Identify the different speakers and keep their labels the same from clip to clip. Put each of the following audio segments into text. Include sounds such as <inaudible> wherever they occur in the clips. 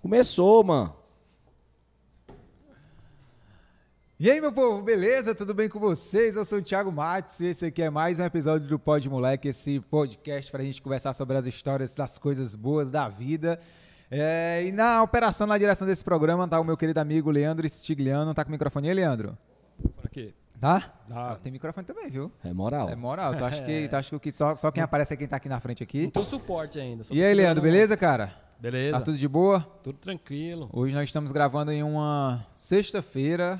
Speaker 1: Começou, mano.
Speaker 2: E aí, meu povo, beleza? Tudo bem com vocês? Eu sou o Thiago Matos e esse aqui é mais um episódio do Pod Moleque, esse podcast pra gente conversar sobre as histórias das coisas boas da vida. É, e na operação, na direção desse programa, tá o meu querido amigo Leandro Stigliano. Tá com o microfone aí, Leandro?
Speaker 3: Por aqui.
Speaker 2: Tá?
Speaker 3: Ah,
Speaker 2: Tem microfone também, viu?
Speaker 1: É moral.
Speaker 2: É moral, tu acha
Speaker 3: <laughs>
Speaker 2: que, tu acha que só, só quem aparece é quem tá aqui na frente
Speaker 3: não
Speaker 2: aqui.
Speaker 3: tô suporte ainda. só
Speaker 2: E
Speaker 3: tô
Speaker 2: aí, Leandro,
Speaker 3: segurando- né?
Speaker 2: beleza, cara?
Speaker 3: Beleza.
Speaker 2: Tá
Speaker 3: tudo...
Speaker 2: tudo de boa?
Speaker 3: tranquilo.
Speaker 2: Hoje nós estamos gravando em uma sexta-feira.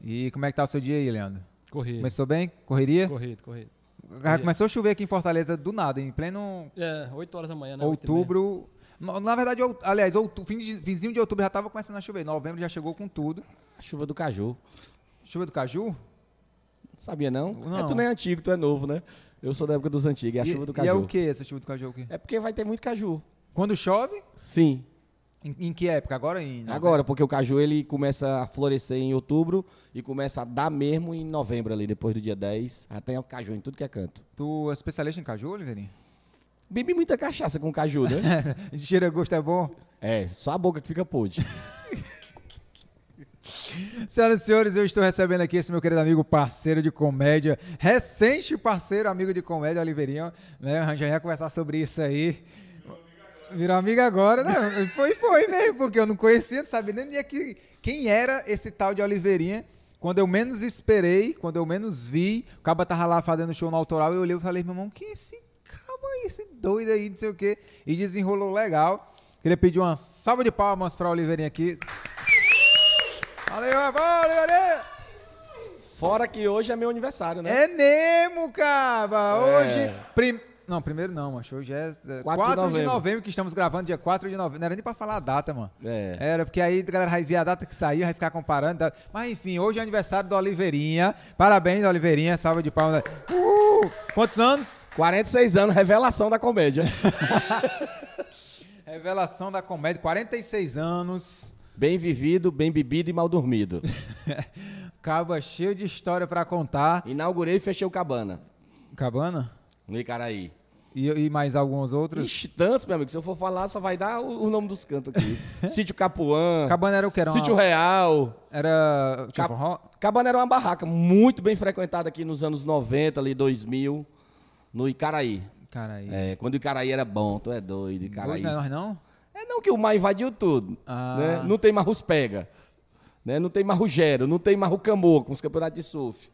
Speaker 2: E como é que tá o seu dia aí, Leandro?
Speaker 3: Corrido.
Speaker 2: Começou bem? Correria?
Speaker 3: Corrido, corrido.
Speaker 2: Cara, começou a chover aqui em Fortaleza do nada, em pleno
Speaker 3: É, 8 horas da manhã, né? oito e meia.
Speaker 2: outubro. No- Na verdade, out- aliás, outu- fim de, finzinho de outubro já tava começando a chover. Novembro já chegou com tudo.
Speaker 1: Chuva do Caju.
Speaker 2: Chuva do caju?
Speaker 1: Sabia não?
Speaker 2: Não.
Speaker 1: É, tu nem é antigo, tu é novo, né? Eu sou da época dos antigos, é a
Speaker 2: e,
Speaker 1: chuva do
Speaker 2: e
Speaker 1: Caju.
Speaker 2: é o que essa chuva do caju? é o quê?
Speaker 1: É porque vai ter muito caju.
Speaker 2: Quando chove?
Speaker 1: Sim.
Speaker 2: Em, em que época? Agora em novembro?
Speaker 1: Agora, porque o caju ele começa a florescer em outubro e começa a dar mesmo em novembro ali, depois do dia 10. Até o caju em tudo que é canto.
Speaker 2: Tu é especialista em caju, <laughs> Oliveirinho?
Speaker 1: Bebi muita cachaça com caju, né?
Speaker 2: <laughs> Cheira gosto é bom?
Speaker 1: é, só a boca que fica pude.
Speaker 2: Senhoras e senhores, eu estou recebendo aqui esse meu querido amigo, parceiro de comédia, recente parceiro, amigo de comédia, Oliveirinho, né? A gente já ia conversar sobre isso aí. Virou amigo agora, né? Foi, foi mesmo, porque eu não conhecia, não sabia nem onde é que- quem era esse tal de Oliveirinha. Quando eu menos esperei, quando eu menos vi, o Caba tava lá fazendo show no autoral, eu olhei e falei, meu irmão, quem é esse Caba aí, esse doido aí, não sei o quê. E desenrolou legal. Queria pedir uma salva de palmas pra Oliveirinha aqui. Valeu, é bom, Oliveirinha!
Speaker 1: Fora que hoje é meu aniversário, né?
Speaker 2: É Nemo, cara!
Speaker 1: É.
Speaker 2: Hoje. prim- Não, primeiro não, acho. Hoje é é, 4,
Speaker 1: de
Speaker 2: de, novembro.
Speaker 1: novembro.
Speaker 2: que estamos gravando, dia 4 de novembro. Não era nem pra falar a data, mano.
Speaker 1: É.
Speaker 2: Era, porque aí a galera vai ver a data que saiu, vai ficar comparando. tá? Mas enfim, hoje é aniversário do Oliveirinha. Parabéns, Oliveirinha. Salva de palmas. Uh! Quantos anos?
Speaker 1: 46 anos, revelação da comédia.
Speaker 2: Revelação da comédia, 46 anos.
Speaker 1: bem vivido, bem bebido e mal dormido.
Speaker 2: Caba é cheio de história pra contar.
Speaker 1: Inaugurei e fechei o cabana.
Speaker 2: Cabana?
Speaker 1: No Icaraí.
Speaker 2: E, e mais alguns outros?
Speaker 1: Ixi, tantos, meu amigo. Se eu for falar, só vai dar o, o nome dos cantos
Speaker 2: <laughs>
Speaker 1: aqui. Sítio Capuã,
Speaker 2: Cabana era o que? Era uma-
Speaker 1: Sítio Real.
Speaker 2: Era. tinha
Speaker 1: Cap-
Speaker 2: forró?
Speaker 1: Cabana era uma barraca muito bem frequentada aqui nos anos 90, ali 2000, no Icaraí.
Speaker 2: Cara, aí.
Speaker 1: É, quando o Icaraí era bom, tu é doido, Icaraí.
Speaker 2: Hoje não é nós não?
Speaker 1: É não que o mar invadiu tudo.
Speaker 2: Ah.
Speaker 1: né? Não tem mais os pega. Né? Não tem mais o Gero, não tem mais o Camor com os campeonatos de surf.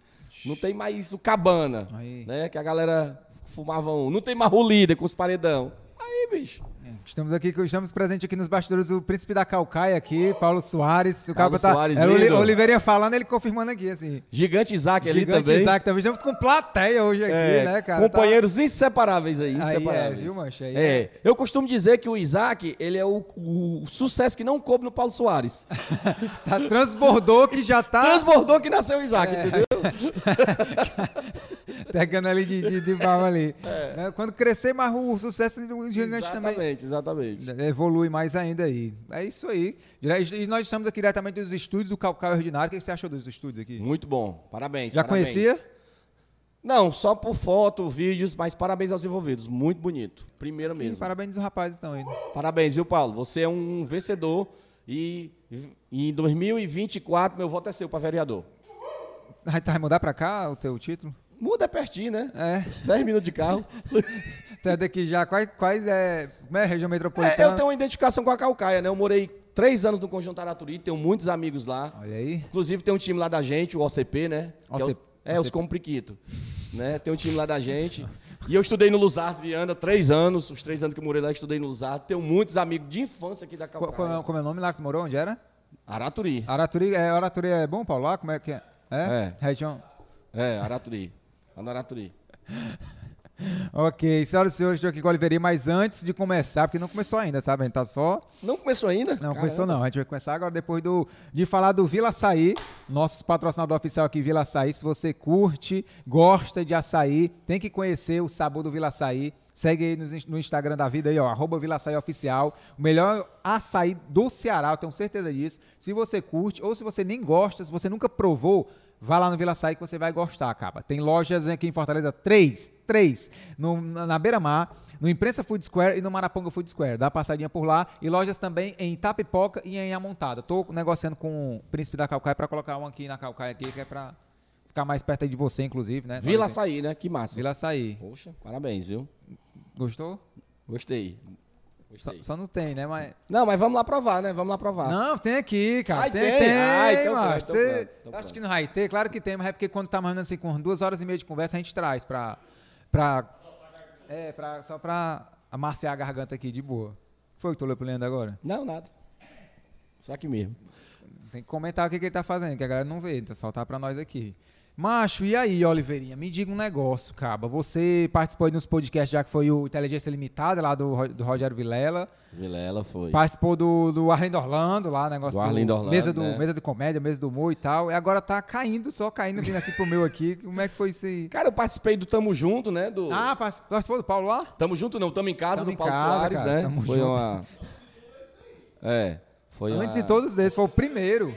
Speaker 1: Não tem mais o Cabana,
Speaker 2: Aí.
Speaker 1: né? Que a galera fumava um. Não tem mais o líder com os paredão. Aí, bicho.
Speaker 2: É, Estamos aqui, estamos presentes aqui nos bastidores o príncipe da Calcaia aqui, Paulo Soares. O
Speaker 1: Paulo
Speaker 2: cara tá,
Speaker 1: Soares,
Speaker 2: era o Oli-
Speaker 1: lindo.
Speaker 2: Oliveirinha falando, ele confirmando aqui, assim.
Speaker 1: Gigante Isaac ali
Speaker 2: Gigante
Speaker 1: também.
Speaker 2: Isaac também. Estamos com plateia hoje aqui,
Speaker 1: É,
Speaker 2: né, cara?
Speaker 1: companheiros inseparáveis
Speaker 2: Aí
Speaker 1: aí,
Speaker 2: é,
Speaker 1: inseparáveis.
Speaker 2: viu, mancha? Aí
Speaker 1: É, eu costumo dizer que o Isaac, ele é o, o sucesso que não coube no Paulo Soares.
Speaker 2: Tá, tá- transbordou que já tá
Speaker 1: Transbordou que nasceu o Isaac,
Speaker 2: É. <laughs>
Speaker 1: entendeu?
Speaker 2: pegando ali de, de, de bala
Speaker 1: <laughs>
Speaker 2: ali. Né, Quando crescer mais o sucesso do gigante também.
Speaker 1: É. Exatamente, exatamente.
Speaker 2: Evolui mais ainda aí. É isso aí. E nós estamos aqui diretamente dos estúdios do Calcaia Ordinário. O que você achou dos estúdios aqui?
Speaker 1: Muito bom, parabéns.
Speaker 2: Já
Speaker 1: Hum, parabéns.
Speaker 2: conhecia?
Speaker 1: Não, só por foto, vídeos, mas parabéns aos envolvidos. Muito bonito. Primeiro
Speaker 2: E
Speaker 1: mesmo.
Speaker 2: parabéns aos rapazes então aí.
Speaker 1: Parabéns, viu, Paulo? Você é um vencedor e em 2024 meu voto é seu para vereador.
Speaker 2: Vai tá- vai mudar pra cá o teu título?
Speaker 1: Muda é pertinho, né?
Speaker 2: É.
Speaker 1: 10 minutos
Speaker 2: <laughs>
Speaker 1: de carro.
Speaker 2: Tu é daqui já. Quais, quais é. Como é a região
Speaker 1: É, eu
Speaker 2: metropolitana?
Speaker 1: tenho uma identificação com a Calcaia, né? Eu morei três anos no Conjunto Araturi, tenho muitos amigos lá.
Speaker 2: Olha aí.
Speaker 1: Inclusive tem um time lá da gente, o OCP, né? Que é o-
Speaker 2: OCP.
Speaker 1: É, os Compriquito. Né? Tem um time lá da gente. E eu estudei no Luzardo Viana três anos. Os três anos que eu morei lá, eu estudei no Luzardo. Tenho muitos amigos de infância aqui da
Speaker 2: Qual, qual é,
Speaker 1: Calcaia.
Speaker 2: o- como é o nome lá que tu morou? Onde era?
Speaker 1: Araturi.
Speaker 2: Araturi. É, Araturi é bom, Paulo? Lá? Como é que é? É?
Speaker 1: É.
Speaker 2: Região.
Speaker 1: É, Araturi. Lá no Araturi.
Speaker 2: Ok, senhoras e senhores, estou aqui com o Oliveirinho, mas antes de começar, porque não começou ainda, sabe? A gente tá só.
Speaker 1: Não começou ainda?
Speaker 2: Não começou não, a gente vai começar agora depois do, de falar do Vila Açaí, nosso patrocinador oficial aqui, Vila Açaí. Se você curte, gosta de açaí, tem que conhecer o sabor do Vila Açaí. Segue aí nos ins- no Instagram da vida aí, ó, arroba Vila Açaí Oficial. O melhor açaí do Ceará, eu tenho certeza disso. Se você curte ou se você nem gosta, se você nunca provou, Vá lá no Vila Açaí que você vai gostar, caba. Tem lojas aqui em Fortaleza, três, três, no- na na Beira-Mar, no Imprensa Food Square e no Maraponga Food Square. Dá uma passadinha por lá. E lojas também em Itapipoca e em Amontada. Tô negociando com o Príncipe da Calcaia pra colocar um aqui na Calcaia aqui, que é pra ficar mais perto aí de você, inclusive, né?
Speaker 1: Vila
Speaker 2: Açaí.
Speaker 1: Açaí, né? Que massa.
Speaker 2: Vila Açaí.
Speaker 1: Poxa, parabéns, viu?
Speaker 2: Gostou?
Speaker 1: Gostei.
Speaker 2: Só,
Speaker 1: Gostei.
Speaker 2: só não tem, né? Mas...
Speaker 1: Não, mas vamos lá provar, né? Vamos lá provar.
Speaker 2: Não, tem aqui, cara.
Speaker 1: Ai,
Speaker 2: tem,
Speaker 1: tem?
Speaker 2: tem, tá
Speaker 1: Ah, então
Speaker 2: mano.
Speaker 1: pronto, então
Speaker 2: Você
Speaker 1: pronto, então
Speaker 2: acha
Speaker 1: pronto.
Speaker 2: que não vai ter? Claro que tem, mas é porque quando tá mais ou menos assim, com umas duas horas e meia de conversa, a gente traz pra... pra é, pra, só pra amaciar a garganta aqui, de boa. Foi o que tu olhou pro Leandro agora?
Speaker 1: Não, nada. Só aqui mesmo.
Speaker 2: Tem que comentar o que, que ele tá fazendo, que a galera não vê, então só tá pra nós aqui. Macho, e aí, Oliveirinha? Me diga um negócio, caba. Você participou aí nos podcasts, já que foi o Inteligência Limitada, lá do, Ro- do Rogério Vilela.
Speaker 1: Vilela foi.
Speaker 2: Participou do, do Arlindo Orlando, lá, negócio
Speaker 1: Do Arlindo Orlando,
Speaker 2: mesa, do,
Speaker 1: né?
Speaker 2: mesa de comédia, mesa do humor e tal. E agora tá caindo, só caindo, vindo aqui pro meu aqui. Como é que foi isso aí?
Speaker 1: Cara, eu participei do Tamo Junto, né? Do...
Speaker 2: Ah, partic- participou do Paulo lá?
Speaker 1: Tamo Junto não, Tamo em Casa,
Speaker 2: Tamo
Speaker 1: do
Speaker 2: em
Speaker 1: Paulo
Speaker 2: casa,
Speaker 1: Soares,
Speaker 2: cara,
Speaker 1: né?
Speaker 2: tamo
Speaker 1: foi
Speaker 2: junto.
Speaker 1: uma... É, foi
Speaker 2: Antes
Speaker 1: uma...
Speaker 2: de todos eles, foi o primeiro.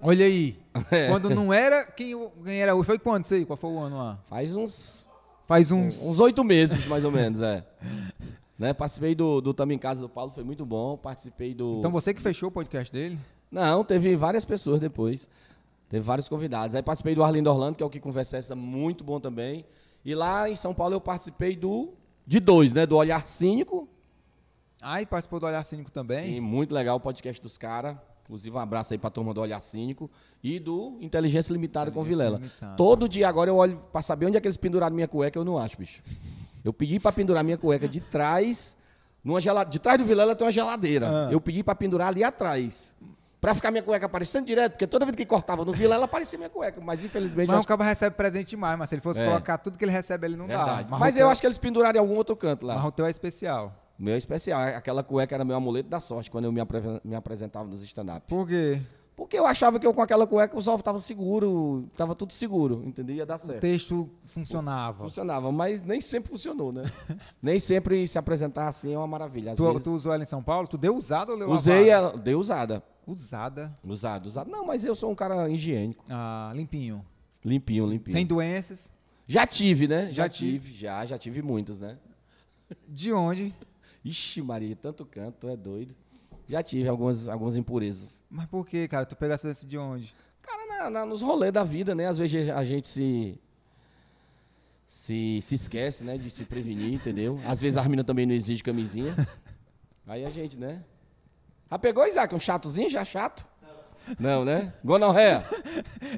Speaker 2: Olha
Speaker 1: <laughs>
Speaker 2: aí.
Speaker 1: É.
Speaker 2: Quando não era quem, o- quem era hoje. Foi quando isso aí? Qual foi o ano lá?
Speaker 1: Faz uns
Speaker 2: Faz uns.
Speaker 1: uns oito meses, mais ou menos,
Speaker 2: <laughs>
Speaker 1: é. né? Participei do, do Tamo em Casa do Paulo, foi muito bom. Participei do...
Speaker 2: Então você que fechou o podcast dele?
Speaker 1: Não, teve várias pessoas depois. Teve vários convidados. Aí participei do Arlindo Orlando, que é o que conversa essa muito bom também. E lá em São Paulo eu participei do de dois, né? Do Olhar Cínico.
Speaker 2: Ai, participou do Olhar Cínico também?
Speaker 1: Sim, muito legal o podcast dos caras. Inclusive, um abraço aí pra turma do Olhar Cínico e do Inteligência Limitada com
Speaker 2: Inteligência
Speaker 1: Vilela.
Speaker 2: Limitada.
Speaker 1: Todo dia agora eu olho pra saber onde é que eles penduraram minha cueca, eu não acho, bicho. Eu pedi pra pendurar minha cueca de trás, numa gelade... de trás do Vilela tem uma geladeira.
Speaker 2: Ah.
Speaker 1: Eu pedi pra pendurar ali atrás. Pra ficar minha cueca aparecendo direto, porque toda vez que cortava no Vilela aparecia minha cueca, mas infelizmente eu
Speaker 2: Mas o
Speaker 1: acho...
Speaker 2: cabo recebe presente demais, mas se ele fosse
Speaker 1: É.
Speaker 2: colocar tudo que ele recebe, ele não
Speaker 1: Verdade.
Speaker 2: dá.
Speaker 1: Mas eu acho que eles penduraram em algum outro canto lá.
Speaker 2: Mas o teu é especial.
Speaker 1: O Meu é especial, aquela cueca era meu amuleto da sorte quando eu me, apre- me apresentava nos stand-up.
Speaker 2: Por quê?
Speaker 1: Porque eu achava que eu com aquela cueca o sol tava seguro, tava tudo seguro, entendeu? Ia dar
Speaker 2: O
Speaker 1: certo.
Speaker 2: texto funcionava.
Speaker 1: Funcionava, mas nem sempre
Speaker 2: <laughs>
Speaker 1: funcionou, né? nem sempre se apresentar assim é uma maravilha. Às
Speaker 2: Tu,
Speaker 1: vezes,
Speaker 2: tu usou ela em São Paulo? Tu deu usada ou deu
Speaker 1: usei,
Speaker 2: lavada?
Speaker 1: ela, dei usada.
Speaker 2: Usada.
Speaker 1: Usado, usado. Não, mas eu sou um cara higiênico.
Speaker 2: Ah, limpinho.
Speaker 1: Limpinho, limpinho.
Speaker 2: Sem doenças.
Speaker 1: Já tive, né?
Speaker 2: Já
Speaker 1: Já, tive. já, já tive muitas, né?
Speaker 2: De onde?
Speaker 1: Ixi, Maria, tanto canto, tu é doido. Já tive algumas, algumas impurezas.
Speaker 2: Mas por que, cara? Tu pegasse esse de onde?
Speaker 1: Cara, na- na- nos rolês da vida, né? Às vezes a gente se. Se, se esquece, né? De se prevenir, entendeu? Às vezes a mina também não exige camisinha. Aí a gente, né? Já pegou, Isaac? Um chatozinho já chato? Não, né? Gonorreia?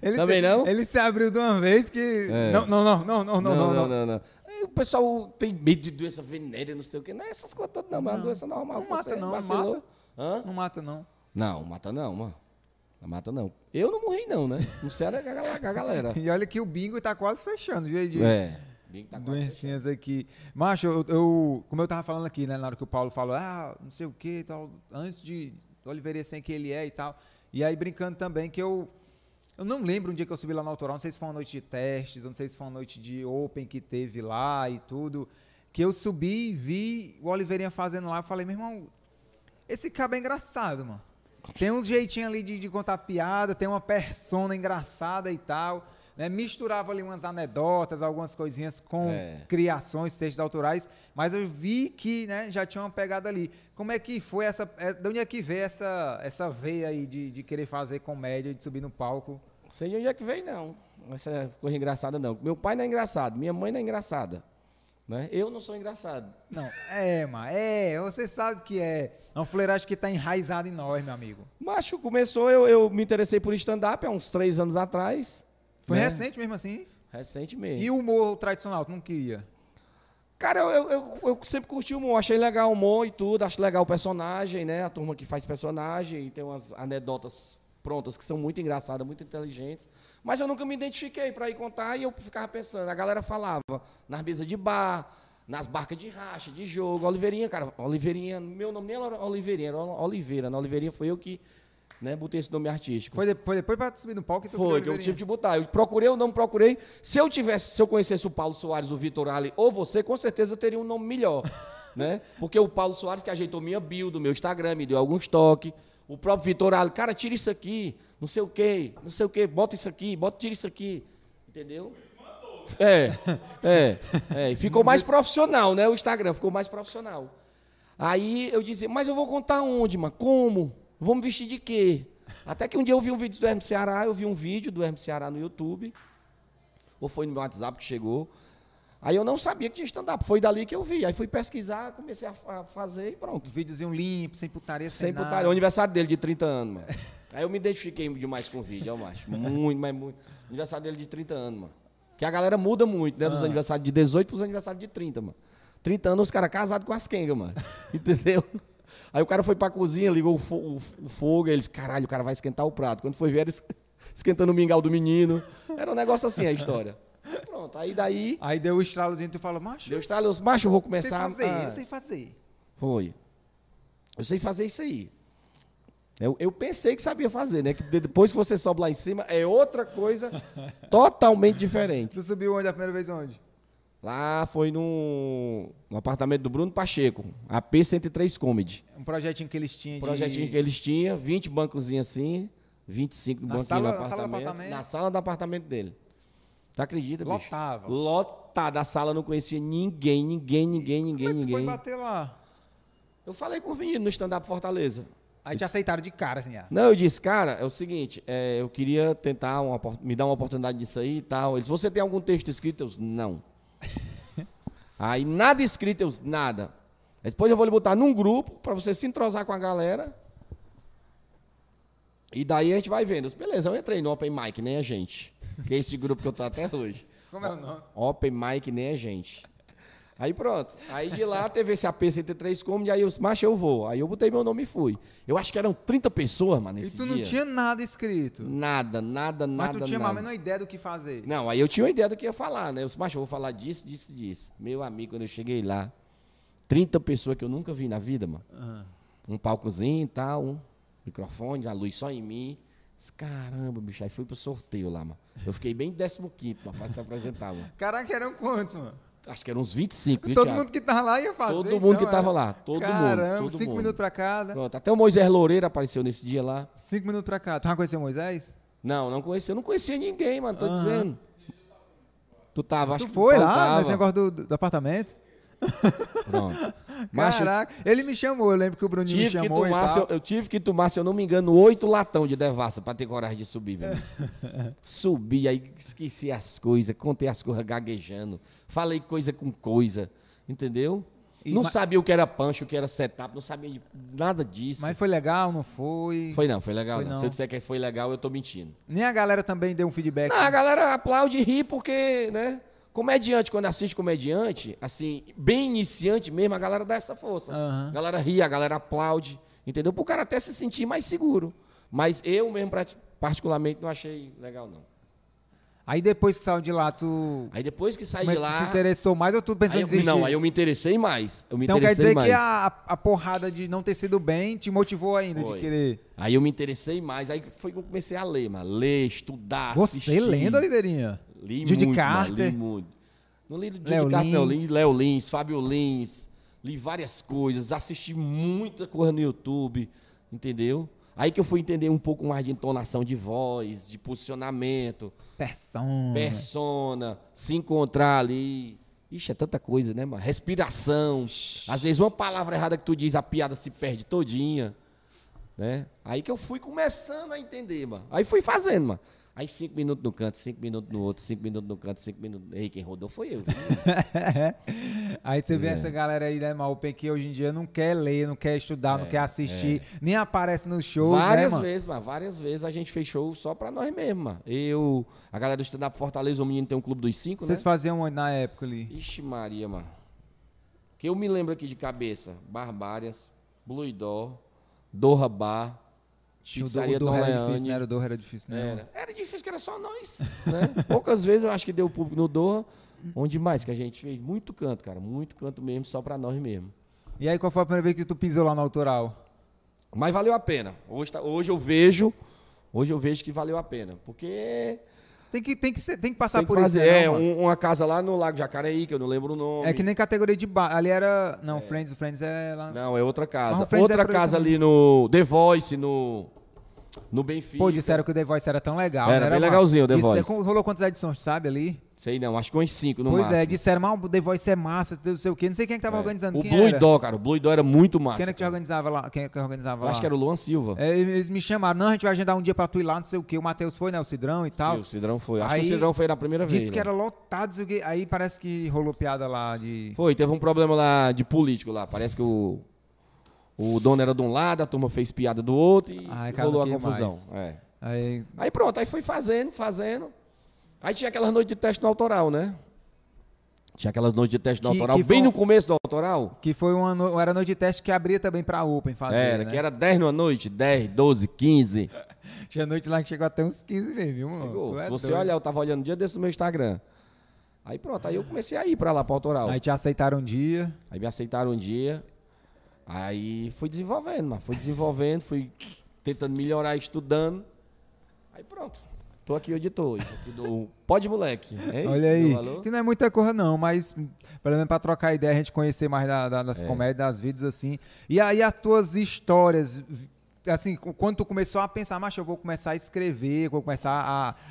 Speaker 2: Ele
Speaker 1: Também não?
Speaker 2: Ele se abriu de uma vez que.
Speaker 1: É.
Speaker 2: Não, não, não, não, não, não, não, não.
Speaker 1: não. Aí O pessoal tem medo de doença venérea, não sei o quê. Não é essas coisas todas, não. mas É uma doença normal.
Speaker 2: Não
Speaker 1: que
Speaker 2: mata,
Speaker 1: você
Speaker 2: não,
Speaker 1: vacilou.
Speaker 2: mata.
Speaker 1: Hã?
Speaker 2: Não mata, não.
Speaker 1: Não, mata não, mano. Não mata não. Eu não morri, não, né? Não sei era a gal-
Speaker 2: <laughs>
Speaker 1: a galera.
Speaker 2: E olha que o bingo tá quase fechando, viu? aí, De...
Speaker 1: É. Bem que tá quase
Speaker 2: doencinhas aqui. Macho, eu, eu- como eu tava falando aqui, né, na hora que o Paulo falou, ah, não sei o que, tal, antes de do Oliveira sem que ele é e tal. E aí brincando também que eu eu não lembro um dia que eu subi lá no autoral, não sei se foi uma noite de testes, eu não sei se foi uma noite de open que teve lá e tudo, que eu subi e vi o Oliveirinha fazendo lá, eu falei, meu irmão, esse cabo é engraçado, mano. Tem uns jeitinhos ali de, de contar piada, tem uma persona engraçada e tal. Né? Misturava ali umas anedotas, algumas coisinhas com
Speaker 1: É.
Speaker 2: criações, textos autorais, mas eu vi que né, já tinha uma pegada ali. Como é que foi essa. é, De onde é que veio essa, essa veia aí de, de querer fazer comédia, de subir no palco?
Speaker 1: Não sei de onde é que veio, não. Essa coisa engraçada, não. Meu pai não é engraçado, minha mãe não é engraçada. Né? Eu não sou engraçado.
Speaker 2: Não, é, mano, é, você sabe que é. É uma fuleiragem que tá enraizada em nós, meu amigo.
Speaker 1: Macho, começou, eu, eu me interessei por stand-up há uns três anos atrás.
Speaker 2: Foi
Speaker 1: né?
Speaker 2: recente mesmo assim.
Speaker 1: Recente mesmo.
Speaker 2: E o humor tradicional, tu não queria?
Speaker 1: Cara, eu, eu, eu- eu sempre curti o humor, achei legal o humor e tudo, acho legal o personagem, né? A turma que faz personagem, tem umas anedotas prontas que são muito engraçadas, muito inteligentes. Mas eu nunca me identifiquei pra ir contar e eu ficava pensando, a galera falava nas mesas de bar, nas barcas de racha, de jogo, Oliveirinha, cara, Oliveirinha, meu nome nem era Oliveirinha, era Oliveira, na Oliveirinha foi eu que, né, botei esse nome artístico.
Speaker 2: Foi, de- foi depois pra tu subir no palco e tu
Speaker 1: Foi, que
Speaker 2: criou
Speaker 1: eu
Speaker 2: o
Speaker 1: tive
Speaker 2: Oliveirinha.
Speaker 1: que botar. Eu procurei ou não procurei.
Speaker 2: <laughs>
Speaker 1: Se eu tivesse, se eu conhecesse o Paulo Soares, o Vitor Ali ou você, com certeza eu teria um nome melhor. né? Porque o Paulo Soares que ajeitou minha bio do meu Instagram, me deu alguns toques. O próprio Vitor Alho, cara, tira isso aqui, não sei o quê, não sei o quê, bota isso aqui, bota, tira isso aqui. Entendeu? É, é, é. E ficou mais profissional, né? O Instagram ficou mais profissional. Aí eu dizia, mas eu vou contar onde, mano? Como? Vou me vestir de quê? Até que um dia eu vi um vídeo do Hermes Ceará, eu vi um vídeo do Hermes Ceará no YouTube, ou foi no meu WhatsApp que chegou. Aí eu não sabia que tinha stand-up, foi dali que eu vi. Aí fui pesquisar, comecei a, fa- a fazer e pronto.
Speaker 2: Um videozinho limpo, sem putaria, sem,
Speaker 1: Sem
Speaker 2: É nada.
Speaker 1: putaria. É O aniversário dele de 30 anos, mano. Aí eu me identifiquei demais com o vídeo, eu acho. Muito, mas muito. Aniversário dele de 30 anos, mano. Que a galera muda muito, né? Dos
Speaker 2: Ah.
Speaker 1: aniversários de 18 pros aniversários de 30, mano. 30 anos, os caras casados com as
Speaker 2: <laughs>
Speaker 1: quengas, mano. Entendeu? Aí o cara foi pra cozinha, ligou o, fo- o f- o fogo, aí eles, caralho, o cara vai esquentar o prato. Quando foi ver, era es- <laughs> esquentando o mingau do menino. Era um negócio assim a história. Aí Pronto, aí daí,
Speaker 2: Aí deu o estralozinho, tu falou, macho,
Speaker 1: Deus tá os machos, eu vou
Speaker 2: eu sei
Speaker 1: começar
Speaker 2: fazer,
Speaker 1: a- ah,
Speaker 2: eu sei fazer.
Speaker 1: foi. Eu sei fazer isso aí. Eu, eu pensei que sabia fazer, né? Que de- depois que você sobe lá em cima, é outra coisa totalmente diferente.
Speaker 2: Tu subiu onde, a primeira vez onde?
Speaker 1: Lá foi no, no apartamento do Bruno Pacheco, a P103 Comedy.
Speaker 2: Um projetinho que eles tinham de-
Speaker 1: Projetinho que eles tinham, 20 bancozinhos assim, 25
Speaker 2: Na
Speaker 1: banquinhos
Speaker 2: sala-
Speaker 1: no
Speaker 2: na sala do
Speaker 1: apartamento.
Speaker 2: apartamento?
Speaker 1: Na sala do apartamento dele. Tu acredita, bicho?
Speaker 2: Lotava.
Speaker 1: Lotada. A sala não conhecia ninguém, ninguém, ninguém, ninguém,
Speaker 2: Mas tu foi
Speaker 1: ninguém.
Speaker 2: bater lá.
Speaker 1: Eu falei com os meninos no stand-up Fortaleza.
Speaker 2: Aí te aceitaram de cara, assim, ah.
Speaker 1: Não, eu disse, cara, é o seguinte, é, eu queria tentar uma opor- me dar uma oportunidade disso aí e tal. Eles, você tem algum texto escrito? Eu disse, não. aí nada escrito, eu disse, nada. Aí Depois eu vou lhe botar num grupo pra você se entrosar com a galera. E daí a gente vai vendo. Eu disse, beleza, eu entrei no Open Mic, nem a gente. Que é esse grupo que eu tô até hoje.
Speaker 2: Como é o nome?
Speaker 1: Open mic nem a gente. Aí pronto. Aí de lá teve esse AP-103 Comedy, aí eu disse, macho, eu vou. Aí eu botei meu nome e fui. Eu acho que eram 30 pessoas, mano,
Speaker 2: E
Speaker 1: nesse
Speaker 2: tu
Speaker 1: dia.
Speaker 2: não tinha nada escrito.
Speaker 1: Nada, nada,
Speaker 2: Mas
Speaker 1: nada,
Speaker 2: tu tinha mais
Speaker 1: nada.
Speaker 2: ou menos uma ideia do que fazer.
Speaker 1: Não, aí eu tinha uma ideia do que ia falar, né? Eu disse, macho, eu vou falar disso, disso, disso. Meu amigo, quando eu cheguei lá, 30 pessoas que eu nunca vi na vida, mano.
Speaker 2: Ah.
Speaker 1: Um palcozinho e tal, um microfone, a luz só em mim. Disse, Caramba, bicho, aí fui pro sorteio lá, mano. Eu fiquei bem 15 mano, pra se apresentar, mano.
Speaker 2: Caraca, eram quantos, mano?
Speaker 1: Acho que eram uns 25, 20
Speaker 2: Todo mundo que tava lá ia fazer.
Speaker 1: ah, Todo mundo que
Speaker 2: então,
Speaker 1: tava
Speaker 2: era-
Speaker 1: lá, todo mundo.
Speaker 2: Caramba,
Speaker 1: todo
Speaker 2: cinco
Speaker 1: mundo.
Speaker 2: minutos pra cada.
Speaker 1: Pronto, até o Moisés Loureiro apareceu nesse dia lá.
Speaker 2: Cinco minutos pra cá. Tu já conheceu Moisés?
Speaker 1: Não, não conhecia, eu não conhecia ninguém, mano, tô dizendo. Tu tava, acho
Speaker 2: tu
Speaker 1: que
Speaker 2: foi
Speaker 1: tu
Speaker 2: lá
Speaker 1: tava.
Speaker 2: nesse negócio do, do- do apartamento?
Speaker 1: Pronto. Macho, eu
Speaker 2: Caraca, ele me chamou, eu lembro que o Bruninho me
Speaker 1: Ah, tive que
Speaker 2: chamou e
Speaker 1: tomar,
Speaker 2: tal.
Speaker 1: se eu, eu tive que tomar, se eu não me engano, oito latão de devassa pra ter coragem de subir, velho.
Speaker 2: <laughs>
Speaker 1: Subi, aí esqueci as coisas, contei as coisas gaguejando, falei coisa com coisa, entendeu?
Speaker 2: E
Speaker 1: não
Speaker 2: ma-
Speaker 1: sabia o que era punch, o que era setup, não sabia de nada disso.
Speaker 2: Mas foi legal, não foi?
Speaker 1: Foi não, foi legal
Speaker 2: Foi
Speaker 1: não.
Speaker 2: não.
Speaker 1: Se eu disser que foi legal, eu tô mentindo.
Speaker 2: Nem a galera também deu um feedback.
Speaker 1: Não, a galera aplaude e ri porque, né? Comediante, quando assiste comediante, assim, bem iniciante mesmo, a galera dá essa força.
Speaker 2: Aham.
Speaker 1: A galera ri, a galera aplaude, entendeu? Pro cara até se sentir mais seguro. Mas eu mesmo, prati- particularmente, não achei legal, não.
Speaker 2: Aí depois que saiu de lá, tu,
Speaker 1: Aí depois que saí
Speaker 2: Mas
Speaker 1: de
Speaker 2: tu
Speaker 1: lá...
Speaker 2: se interessou mais ou tu pensou em
Speaker 1: aí eu-
Speaker 2: desistir?
Speaker 1: não, aí eu me interessei mais. Eu me
Speaker 2: então quer
Speaker 1: interessei
Speaker 2: dizer
Speaker 1: mais.
Speaker 2: que a, a porrada de não ter sido bem te motivou ainda de
Speaker 1: Foi.
Speaker 2: querer.
Speaker 1: Aí eu me interessei mais, aí foi que eu comecei a ler, mano. Ler, estudar,
Speaker 2: Você
Speaker 1: assistir.
Speaker 2: lendo, Oliveirinha?
Speaker 1: Li
Speaker 2: Judy
Speaker 1: muito, mano,
Speaker 2: Carter.
Speaker 1: li muito. Não li Judy
Speaker 2: Léo
Speaker 1: Carter, não. Li
Speaker 2: Lins.
Speaker 1: Léo Lins, Fábio Lins. Li várias coisas, assisti muita coisa no YouTube, entendeu? Aí que eu fui entender um pouco mais de entonação de voz, de posicionamento,
Speaker 2: Persona.
Speaker 1: persona, se encontrar ali. Ixi, é tanta coisa, né, mano? Respiração. Às vezes uma palavra errada que tu diz, a piada se perde todinha. Né? Aí que eu fui começando a entender, mano. Aí fui fazendo, mano. Aí cinco minutos no canto, cinco minutos no outro, cinco minutos no canto, cinco minutos. Ei, quem rodou foi eu. viu?
Speaker 2: <laughs> aí você
Speaker 1: É.
Speaker 2: vê essa galera aí, né, Malpen, que hoje em dia não quer ler, não quer estudar, não quer assistir, nem aparece nos shows,
Speaker 1: É, várias
Speaker 2: né, mano?
Speaker 1: vezes, mano. Várias vezes a gente fechou só pra nós mesmos, mano. Eu, a galera do Stand Up Fortaleza, o menino tem um clube dos cinco, né?
Speaker 2: Vocês faziam onde na época ali?
Speaker 1: Ixi Maria, mano. Que eu me lembro aqui de cabeça. Barbárias, Bluidó, Doha Bar, Pizzaria
Speaker 2: o do né? era
Speaker 1: Dorleane.
Speaker 2: difícil, não era? O Doha era difícil, não.
Speaker 1: Era. Era difícil que era só nós. né?
Speaker 2: <laughs>
Speaker 1: Poucas vezes eu acho que deu público no Doha. Onde mais que a gente fez? Muito canto, cara. Muito canto mesmo, só pra nós mesmo.
Speaker 2: E aí, qual foi a primeira vez que tu pisou lá no autoral?
Speaker 1: Mas valeu a pena. Hoje, tá- hoje eu vejo. Hoje eu vejo que valeu a pena. Porque
Speaker 2: Tem que, tem que, ser- tem que passar
Speaker 1: Tem que
Speaker 2: por
Speaker 1: fazer,
Speaker 2: isso. né,
Speaker 1: é,
Speaker 2: não, mano?
Speaker 1: um- uma casa lá no Lago Jacareí, que eu não lembro o nome.
Speaker 2: é que nem categoria de bar. Ali era. Não, Friends, Friends é lá.
Speaker 1: Não, é outra
Speaker 2: Mas o
Speaker 1: casa.
Speaker 2: Friends
Speaker 1: Outra
Speaker 2: é por aí
Speaker 1: casa
Speaker 2: também.
Speaker 1: ali no The Voice, no, no Benfica.
Speaker 2: Pô, disseram que o The Voice era tão legal.
Speaker 1: Era
Speaker 2: né?
Speaker 1: bem
Speaker 2: uma-
Speaker 1: legalzinho o The
Speaker 2: Disse-
Speaker 1: Voice.
Speaker 2: com- Rolou quantas edições, sabe, ali?
Speaker 1: Sei não, acho que uns cinco no
Speaker 2: pois é,
Speaker 1: máximo.
Speaker 2: disseram, mas o The Voice é massa, não sei o quê. Não sei quem é que tava organizando.
Speaker 1: O
Speaker 2: quem
Speaker 1: Blue
Speaker 2: era?
Speaker 1: Dó, cara, o Blue Dó era muito massa.
Speaker 2: Quem era que te organizava lá? Quem é que organizava
Speaker 1: Eu
Speaker 2: lá?
Speaker 1: acho que era o Luan Silva.
Speaker 2: É, eles me chamaram, não, a gente vai agendar um dia pra tu ir lá, não sei o quê. O Matheus foi, né? O Cidrão e
Speaker 1: Sim,
Speaker 2: tal.
Speaker 1: o Cidrão foi. Acho que
Speaker 2: Aí
Speaker 1: o Cidrão foi na primeira
Speaker 2: Disse
Speaker 1: vez.
Speaker 2: que
Speaker 1: né?
Speaker 2: era lotado, não sei o quê. Aí parece que rolou piada lá de.
Speaker 1: Foi, teve um problema lá de político lá. Parece que o, o dono era de um lado, a turma fez piada do outro e
Speaker 2: Ai, cara,
Speaker 1: rolou a
Speaker 2: não queria
Speaker 1: confusão.
Speaker 2: mais.
Speaker 1: É.
Speaker 2: Aí,
Speaker 1: Aí pronto, aí foi fazendo, fazendo. Aí tinha aquelas noites de teste no autoral, né? Tinha aquelas noites de teste no
Speaker 2: Que-
Speaker 1: autoral,
Speaker 2: que
Speaker 1: bem
Speaker 2: foi- um
Speaker 1: no começo do autoral.
Speaker 2: que foi uma no... era noite de teste que abria também pra Open fazer.
Speaker 1: era,
Speaker 2: né?
Speaker 1: que era 10 numa noite, 10, 12, 15.
Speaker 2: Tinha noite lá que chegou até uns 15 mesmo, viu, mano?
Speaker 1: Pegou.
Speaker 2: Tu é
Speaker 1: Se você
Speaker 2: doido.
Speaker 1: olhar, eu tava olhando um dia desse no meu Instagram. Aí pronto, aí eu comecei a ir pra lá, pro autoral.
Speaker 2: Aí te aceitaram um dia.
Speaker 1: Aí me aceitaram um dia. Aí fui desenvolvendo, mas fui desenvolvendo, fui tentando melhorar, estudando. Aí pronto. Tô aqui hoje, tô hoje. Aqui do Pode Moleque. hein?
Speaker 2: Olha aí.
Speaker 1: Do É valor.
Speaker 2: Que não é muita coisa, não, mas hum, pelo menos pra trocar ideia, a gente conhecer mais da- da-
Speaker 1: É.
Speaker 2: das comédias, das vidas, assim. E aí as tuas histórias. vi- Assim, cu- quando tu começou a pensar, macho, eu vou começar a escrever, vou começar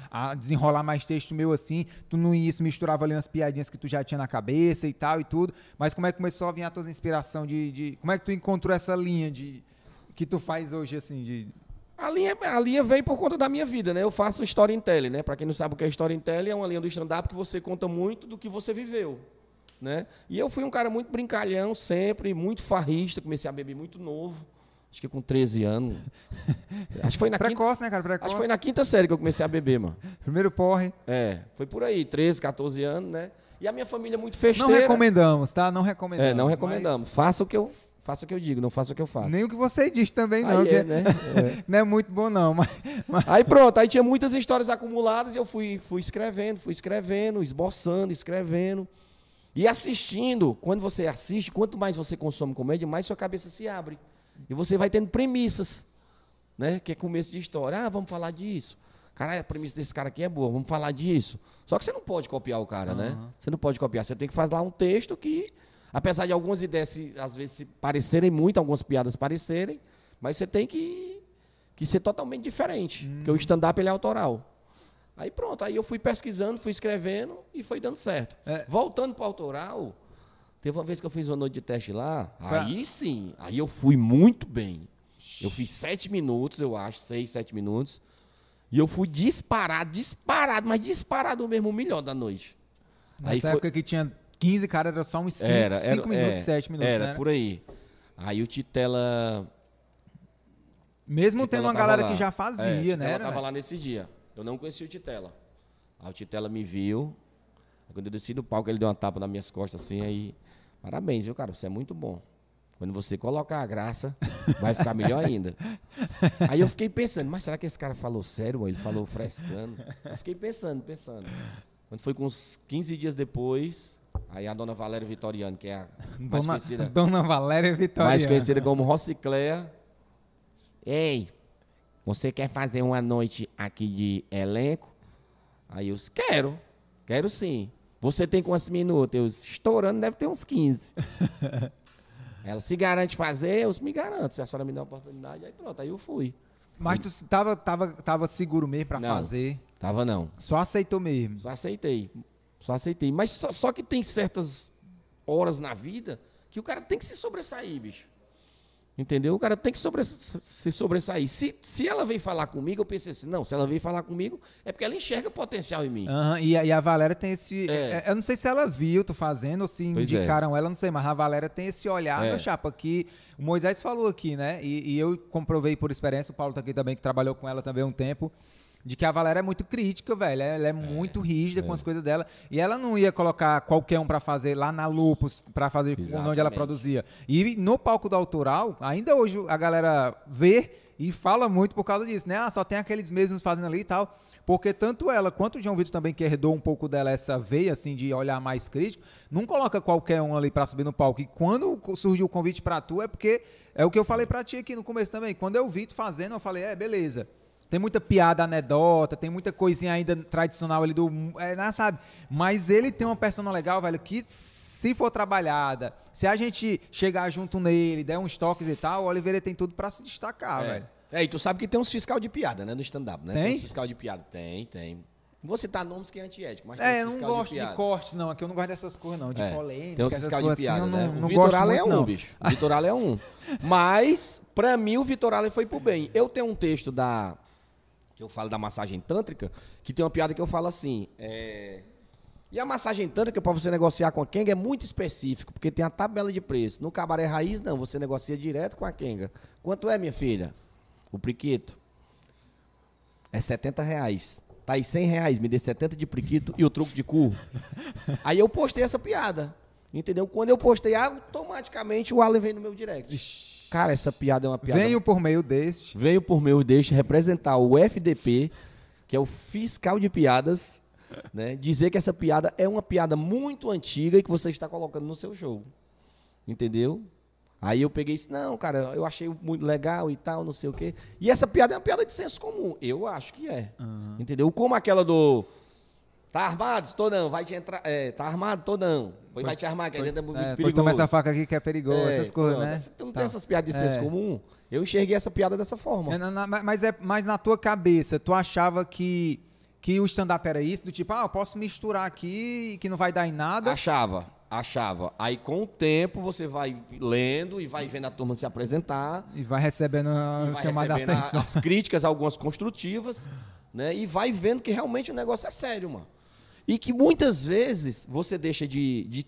Speaker 2: a, a desenrolar mais texto meu assim, tu no início misturava ali umas piadinhas que tu já tinha na cabeça e tal e tudo, mas como é que começou a vir a tua inspiração de, de- Como é que tu encontrou essa linha de que tu faz hoje, assim, de...
Speaker 1: A linha, a linha veio por conta da minha vida, né? Eu faço storytelling, né? Pra quem não sabe o que é storytelling, é uma linha do stand-up que você conta muito do que você viveu, né? E eu fui um cara muito brincalhão sempre, muito farrista, comecei a beber muito novo. Acho que com 13
Speaker 2: <laughs>
Speaker 1: anos. Acho que foi na, quinta,
Speaker 2: Precoce, né, cara? Precoce.
Speaker 1: acho que foi na quinta série que eu comecei a beber, mano.
Speaker 2: Primeiro porre.
Speaker 1: É, foi por aí, 13, 14 anos, né? E a minha família é muito festeira.
Speaker 2: Não recomendamos, tá? Não recomendamos.
Speaker 1: É, não
Speaker 2: mas-
Speaker 1: recomendamos. Faça o que eu faça o que eu digo, não faça o que eu faço.
Speaker 2: Nem o que você diz também, não.
Speaker 1: Aí
Speaker 2: que
Speaker 1: é, né?
Speaker 2: <laughs> Não é muito bom, não. Mas, mas-
Speaker 1: <laughs> Aí pronto, aí tinha muitas histórias acumuladas e eu fui, fui escrevendo, fui escrevendo, esboçando, escrevendo. E assistindo, quando você assiste, quanto mais você consome comédia, mais sua cabeça se abre. E você vai tendo premissas, né? Que é começo de história. Ah, vamos falar disso. Caralho, a premissa desse cara aqui é boa, vamos falar disso. Só que você não pode copiar o cara, né? Você não pode copiar. Você tem que fazer lá um texto que, apesar de algumas ideias, se- às vezes, se parecerem muito, algumas piadas parecerem, mas você tem que, que ser totalmente diferente.
Speaker 2: Hum.
Speaker 1: Porque o stand-up ele é autoral. Aí pronto, aí eu fui pesquisando, fui escrevendo e foi dando certo.
Speaker 2: É.
Speaker 1: Voltando para o autoral, teve uma vez que eu fiz uma noite de teste lá,
Speaker 2: Foi a-
Speaker 1: aí sim, aí eu fui muito bem. Eu fiz sete minutos, eu acho, seis, sete minutos. E eu fui disparado, disparado, mas disparado mesmo, o melhor da noite.
Speaker 2: nessa
Speaker 1: foi-
Speaker 2: época que tinha 15, cara, era só uns 5
Speaker 1: era, era,
Speaker 2: minutos,
Speaker 1: é,
Speaker 2: 7 minutos,
Speaker 1: Era,
Speaker 2: né?
Speaker 1: por aí. Aí o Titela
Speaker 2: Mesmo
Speaker 1: Titela
Speaker 2: tendo uma
Speaker 1: tava
Speaker 2: galera
Speaker 1: lá.
Speaker 2: que já
Speaker 1: É,
Speaker 2: fazia, né?
Speaker 1: Titela
Speaker 2: era,
Speaker 1: tava
Speaker 2: né?
Speaker 1: lá nesse dia. Eu não conhecia o Titela. Aí o Titela me viu. Aí Quando eu desci do palco, ele deu uma tapa nas minhas costas assim, aí. Parabéns, viu, cara? Você é muito bom. Quando você colocar a graça, vai ficar melhor
Speaker 2: <laughs>
Speaker 1: ainda. Aí eu fiquei pensando, mas será que esse cara falou sério, mano? Ele falou frescando. Eu fiquei pensando, pensando. Quando foi com uns 15 dias depois, aí a dona Valéria Vitoriano, que é a mais
Speaker 2: Dona,
Speaker 1: conhecida
Speaker 2: Dona Valéria Vitória.
Speaker 1: mais conhecida como Rocicléia. Ei, você quer fazer uma noite aqui de elenco? Aí eu disse, quero, quero sim. Você tem quantos minutos? Eu disse, estourando, deve ter uns 15. Ela se garante fazer, eu disse, me garanto. Se a senhora me der uma oportunidade, aí pronto, aí eu fui.
Speaker 2: Mas tu se- tava, tava, tava seguro mesmo pra
Speaker 1: Não.
Speaker 2: fazer.
Speaker 1: Tava não.
Speaker 2: Só aceitou mesmo.
Speaker 1: Só aceitei. Só aceitei. Mas só, só que tem certas horas na vida que o cara tem que se sobressair, bicho. Entendeu? O cara tem que sobre- se sobressair. Se, se ela vem falar comigo, eu pensei assim, não, se ela vem falar comigo, é porque ela enxerga potencial em mim.
Speaker 2: Aham, e, a- e a Valéria tem esse.
Speaker 1: É.
Speaker 2: é, Eu não sei se ela viu tu fazendo ou se
Speaker 1: Pois é.
Speaker 2: indicaram ela, não sei, mas a Valéria tem esse olhar,
Speaker 1: É.
Speaker 2: meu chapa, que o Moisés falou aqui, né? E, e eu comprovei por experiência, o Paulo tá aqui também, que trabalhou com ela também um tempo. De que a Valéria é muito crítica, velho. Ela é muito rígida
Speaker 1: é.
Speaker 2: com as coisas dela. E ela não ia colocar qualquer um pra fazer lá na Lupus, pra fazer onde ela
Speaker 1: Exatamente.
Speaker 2: produzia. E no palco do autoral, ainda hoje a galera vê e fala muito por causa disso, né? Ah, só tem aqueles mesmos fazendo ali e tal. Porque tanto ela quanto o João Vitor também, que herdou um pouco dela essa veia, assim, de olhar mais crítico, não coloca qualquer um ali pra subir no palco. E quando surgiu o convite pra tu, é porque é o que eu falei pra ti aqui no começo também. Quando eu vi tu fazendo, eu falei, é, beleza. Tem muita piada, anedota, tem muita coisinha ainda tradicional ali do. É, né, sabe? Mas ele tem uma persona legal, velho, que se for trabalhada, se a gente chegar junto nele, der uns toques e tal, o Oliveira tem tudo pra se destacar,
Speaker 1: é.
Speaker 2: velho.
Speaker 1: É, e tu sabe que tem uns fiscal de piada, né? No stand-up, né?
Speaker 2: Tem?
Speaker 1: uns fiscal de piada. Tem, tem. Não Vou citar nomes que é antiético, mas tem
Speaker 2: É, eu não
Speaker 1: uns fiscal de
Speaker 2: gosto de,
Speaker 1: piada.
Speaker 2: cortes, não. Aqui eu não gosto dessas coisas, não. De
Speaker 1: É,
Speaker 2: polêmica,
Speaker 1: Tem uns
Speaker 2: essas
Speaker 1: fiscal de
Speaker 2: coisas assim,
Speaker 1: piada,
Speaker 2: eu
Speaker 1: né?
Speaker 2: não, não
Speaker 1: o Vitor
Speaker 2: gosto
Speaker 1: Allen é um,
Speaker 2: muito, não.
Speaker 1: bicho. O Vitor Allen é um. Mas, pra mim, o Vitor Allen foi pro bem. Eu tenho um texto da... Que eu falo da massagem tântrica, que tem uma piada que eu falo assim, é... E a massagem tântrica, pra você negociar com a Kenga, é muito específico, porque tem a tabela de preço. No cabaré raiz, não. Você negocia direto com a Kenga. Quanto é, minha filha? O priquito. É 70 reais. Tá aí 100 reais, me dê 70 de priquito e o truco de cu. Aí eu postei essa piada. Entendeu? Quando eu postei, automaticamente o Alan veio no meu direct. Cara, essa piada é uma piada.
Speaker 2: Venho por meio deste.
Speaker 1: Venho por meu e deixe representar o FDP, que é o fiscal de piadas, né? Dizer que essa piada é uma piada muito antiga e que você está colocando no seu jogo. Entendeu? Aí eu peguei e disse, não, cara, eu achei muito legal e tal, não sei o quê. E essa piada é uma piada de senso comum. Eu acho que é. Entendeu? Como aquela do. Tá armado? Tô não. Vai te entrar. É, tá armado? Tô não. Pois vai te armar, que ainda é muito
Speaker 2: É, pois
Speaker 1: perigoso.
Speaker 2: toma essa faca aqui que é perigoso,
Speaker 1: É,
Speaker 2: essas coisas,
Speaker 1: pronto.
Speaker 2: né?
Speaker 1: Essa- Não
Speaker 2: Tá.
Speaker 1: tem essas piadas de senso
Speaker 2: É.
Speaker 1: comum? Eu enxerguei essa piada dessa forma.
Speaker 2: É, na- na- ma- mas, é, mas na tua cabeça, tu achava que, que o stand-up era isso? Do tipo, ah, eu posso misturar aqui e que não vai dar em nada.
Speaker 1: Achava, achava. Aí com o tempo você vai lendo e vai vendo a turma se apresentar,
Speaker 2: E vai recebendo
Speaker 1: e
Speaker 2: a
Speaker 1: vai
Speaker 2: chamada
Speaker 1: recebendo a-
Speaker 2: Ah, atenção.
Speaker 1: <laughs> as críticas, algumas construtivas, né? E vai vendo que realmente o negócio é sério, mano. E que muitas vezes você deixa de, de-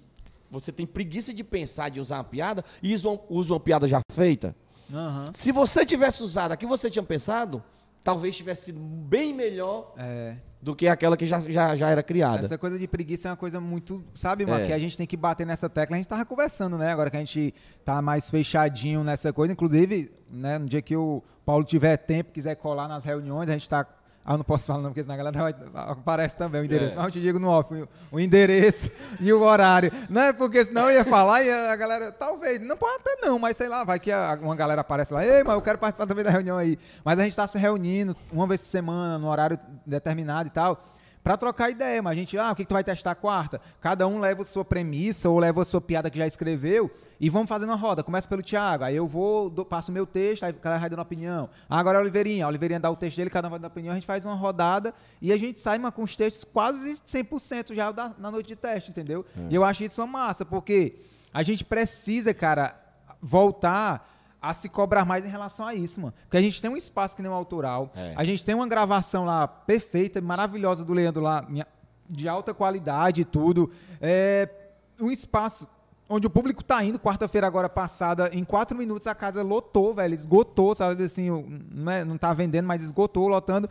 Speaker 1: você tem preguiça de pensar de usar uma piada e usa uma, usa uma piada já feita.
Speaker 2: Aham.
Speaker 1: Se você tivesse usado a que você tinha pensado, talvez tivesse sido bem melhor
Speaker 2: É,
Speaker 1: do que aquela que já, já, já era criada.
Speaker 2: essa coisa de preguiça é uma coisa muito, sabe, mano,
Speaker 1: É.
Speaker 2: que a gente tem que bater nessa tecla. A gente tava conversando, né, agora que a gente tá mais fechadinho nessa coisa. Inclusive, né, no dia que o Paulo tiver tempo, quiser colar nas reuniões, a gente tá... Ah, eu não posso falar não, porque senão a galera vai- aparece também o endereço.
Speaker 1: É.
Speaker 2: Mas eu te digo no off, o- o endereço <laughs> e o horário. Não é porque senão eu ia falar e a galera, talvez, não pode até não, mas sei lá, vai que a- uma galera aparece lá, ei, mas eu quero participar também da reunião aí. Mas a gente tá se reunindo uma vez por semana, no horário determinado e tal. Pra trocar ideia, mas a gente, ah, o que, que tu vai testar quarta? Cada um leva a sua premissa ou leva a sua piada que já escreveu e vamos fazendo a roda. Começa pelo Thiago, aí eu vou, dou- passo o meu texto, aí o cara vai dando opinião. Ah, agora é o Oliveirinha, a Oliveirinha dá o texto dele, cada um vai dando opinião, a gente faz uma rodada e a gente sai mano, com os textos quase 100% já da- na noite de teste, entendeu? E eu acho isso uma massa, porque a gente precisa, cara, voltar a se cobrar mais em relação a isso, mano. Porque a gente tem um espaço que nem o autoral,
Speaker 1: É.
Speaker 2: a gente tem uma gravação lá perfeita, maravilhosa do Leandro lá, minha- de alta qualidade e tudo. É um espaço onde o público tá indo, quarta-feira agora passada, em quatro minutos a casa lotou, velho, esgotou, sabe assim, o- não, é, não tá vendendo, mas esgotou, lotando.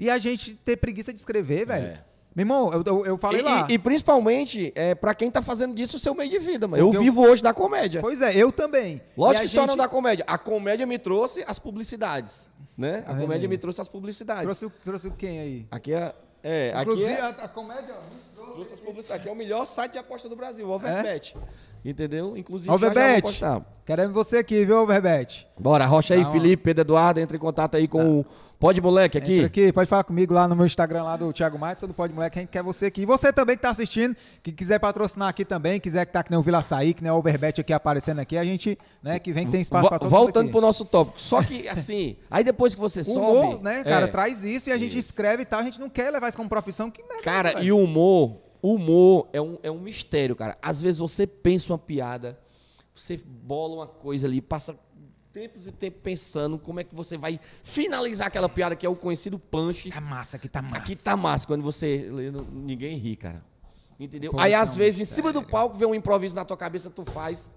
Speaker 2: E a gente ter preguiça de escrever, velho.
Speaker 1: É.
Speaker 2: Meu irmão, eu, eu, eu falei
Speaker 1: E,
Speaker 2: lá.
Speaker 1: e- e principalmente, é, para quem tá fazendo disso o seu meio de vida, mano. Eu
Speaker 2: Porque eu-
Speaker 1: vivo hoje da comédia.
Speaker 2: Pois é, eu também.
Speaker 1: Lógico
Speaker 2: E
Speaker 1: que
Speaker 2: a
Speaker 1: só não
Speaker 2: gente
Speaker 1: da comédia. A comédia me trouxe as publicidades, né? A
Speaker 2: Ah, é
Speaker 1: comédia
Speaker 2: mesmo.
Speaker 1: me trouxe as publicidades.
Speaker 2: Trouxe, o- trouxe o quem aí?
Speaker 1: Aqui é... É, aqui
Speaker 2: Inclusive,
Speaker 1: é...
Speaker 2: a, a comédia, ó, trouxe.
Speaker 1: trouxe as publicidades. Aqui é o melhor site de aposta do Brasil, o Overbet.
Speaker 2: É?
Speaker 1: Entendeu? Inclusive, já já vou
Speaker 2: Alvebete,
Speaker 1: postar.
Speaker 2: queremos você aqui, viu, Alvebete?
Speaker 1: Bora, rocha aí,
Speaker 2: Dá uma-
Speaker 1: Felipe, Pedro Eduardo, entra em contato aí com o... Pode, moleque, aqui.
Speaker 2: Entra aqui, pode falar comigo lá no meu Instagram lá do Thiago Matos, ou do Pode Moleque, a gente quer você aqui. E você também que tá assistindo, que quiser patrocinar aqui também, quiser que tá que nem o Vila Saí, que nem o Overbet aqui aparecendo aqui, a gente, né, que vem que tem espaço
Speaker 1: Vo-
Speaker 2: pra todo
Speaker 1: Voltando
Speaker 2: mundo
Speaker 1: pro nosso tópico. Só que, assim, aí depois que você
Speaker 2: aqui.
Speaker 1: sobe...
Speaker 2: <laughs> Humor, né, cara,
Speaker 1: é.
Speaker 2: traz isso e a gente escreve e tal, a gente não quer levar isso como profissão, que merda.
Speaker 1: Cara,
Speaker 2: velho.
Speaker 1: e o humor, o humor é um, é um mistério, cara. Às vezes você pensa uma piada, você bola uma coisa ali, passa tempos e tempos pensando como é que você vai finalizar aquela piada que é o conhecido punch.
Speaker 2: Tá massa, aqui tá massa.
Speaker 1: Aqui tá massa, quando você lê, não- ninguém ri, cara. Entendeu?
Speaker 2: Pô,
Speaker 1: Aí
Speaker 2: isso é
Speaker 1: às
Speaker 2: um
Speaker 1: vezes, em cima do palco, vê um improviso na tua cabeça, tu faz.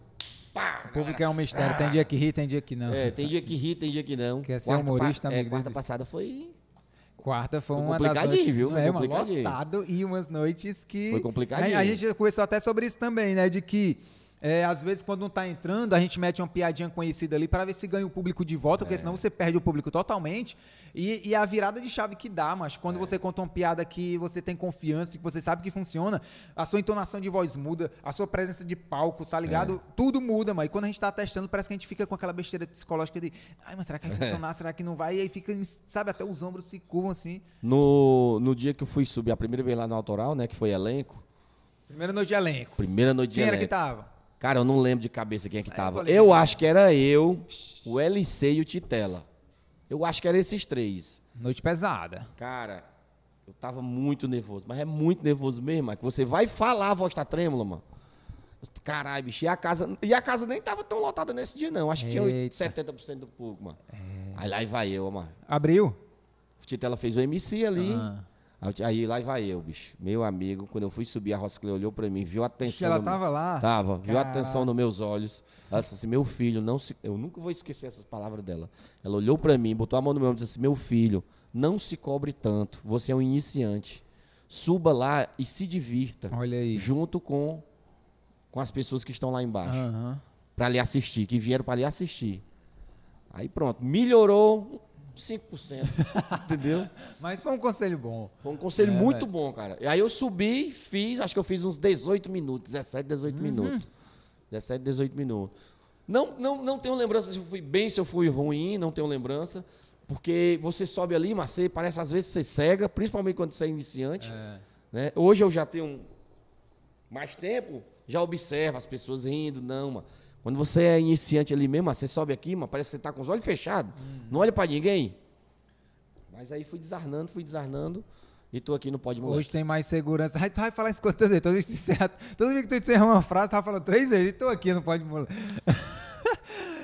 Speaker 1: Pá,
Speaker 2: O público é um mistério, tem dia que ri, tem dia que não.
Speaker 1: é, tem dia que ri, tem dia que não.
Speaker 2: Quer ser
Speaker 1: pa-
Speaker 2: humorista,
Speaker 1: é,
Speaker 2: amigo,
Speaker 1: quarta
Speaker 2: desiste.
Speaker 1: passada foi
Speaker 2: Quarta foi
Speaker 1: Foi
Speaker 2: uma das
Speaker 1: complicadinho,
Speaker 2: noites,
Speaker 1: viu?
Speaker 2: não
Speaker 1: Foi
Speaker 2: É, uma
Speaker 1: complicadinho.
Speaker 2: lotado e umas noites que
Speaker 1: Foi complicadinho.
Speaker 2: A, a gente conversou até sobre isso também, né, de que É, às vezes, quando não tá entrando, a gente mete uma piadinha conhecida ali para ver se ganha o público de volta,
Speaker 1: É.
Speaker 2: porque senão você perde o público totalmente. E, e a virada de chave que dá, mas
Speaker 1: É.
Speaker 2: quando você conta uma piada que você tem confiança, que você sabe que funciona, a sua entonação de voz muda, a sua presença de palco, tá ligado?
Speaker 1: É.
Speaker 2: Tudo muda, mas quando a gente tá testando, parece que a gente fica com aquela besteira psicológica de, ai, mas será que
Speaker 1: <laughs>
Speaker 2: vai funcionar? Será que não vai? E aí fica, sabe, até os ombros se curvam assim.
Speaker 1: No, no dia que eu fui subir a primeira vez lá no autoral, né? Que foi elenco.
Speaker 2: Primeira noite de elenco.
Speaker 1: Primeira noite de
Speaker 2: Quem era
Speaker 1: elenco.
Speaker 2: que tava?
Speaker 1: Cara, eu não lembro de cabeça quem é que tava.
Speaker 2: tô
Speaker 1: Eu acho que era eu, o LC e o Titela. Eu acho que eram esses três.
Speaker 2: Noite pesada.
Speaker 1: Cara, eu tava muito nervoso, mas é muito nervoso mesmo, é que você vai falar, a voz tá trêmula, mano. Caralho, bicho, e a casa, e a casa nem tava tão lotada nesse dia não, acho que tinha
Speaker 2: Eita. É.
Speaker 1: 70% do público, mano. Aí lá e vai eu, mano.
Speaker 2: Abriu?
Speaker 1: O Titela fez o MC ali.
Speaker 2: Ah.
Speaker 1: Aí- Aí lá e vai eu, bicho. Meu amigo, quando eu fui subir, a Rosclé olhou pra mim, viu a
Speaker 2: Acho que
Speaker 1: tensão.
Speaker 2: ela
Speaker 1: no meu-
Speaker 2: tava lá.
Speaker 1: Tava, viu a
Speaker 2: Caralho.
Speaker 1: atenção nos meus olhos. Ela disse assim: meu filho, não se. Eu nunca vou esquecer essas palavras dela. Ela olhou pra mim, botou a mão no meu ombro e disse assim: meu filho, não se cobre tanto. Você é um iniciante. Suba lá e se divirta.
Speaker 2: Olha aí.
Speaker 1: Junto com, com as pessoas que estão lá embaixo.
Speaker 2: Aham.
Speaker 1: Pra lhe assistir, que vieram pra lhe assistir. Aí pronto, melhorou 5%. entendeu?
Speaker 2: Mas foi um conselho bom.
Speaker 1: Foi um conselho
Speaker 2: É,
Speaker 1: muito
Speaker 2: velho.
Speaker 1: bom, cara. E aí eu subi, fiz, acho que eu fiz uns 18 minutos, 17, 18
Speaker 2: Uhum.
Speaker 1: minutos. 17, 18 minutos. Não, não, não tenho lembrança se eu fui bem, se eu fui ruim, não tenho lembrança. Porque você sobe ali, mas você parece às vezes que você cega, principalmente quando você é iniciante.
Speaker 2: É.
Speaker 1: né? Hoje eu já tenho mais tempo, já observa as pessoas rindo, não, mano. Quando você é iniciante ali mesmo, você sobe aqui, mano, parece que você tá com os olhos fechados,
Speaker 2: Uhum.
Speaker 1: não olha pra ninguém. Mas aí fui desarnando, fui desarnando e tô aqui no pódio
Speaker 2: Hoje tem mais segurança. Ai, tu vai falar isso quantas vezes? Todo dia, que tu encerra- todo dia que tu encerra uma frase, tu tá falando três vezes. Tô aqui, não pode mudar. <laughs>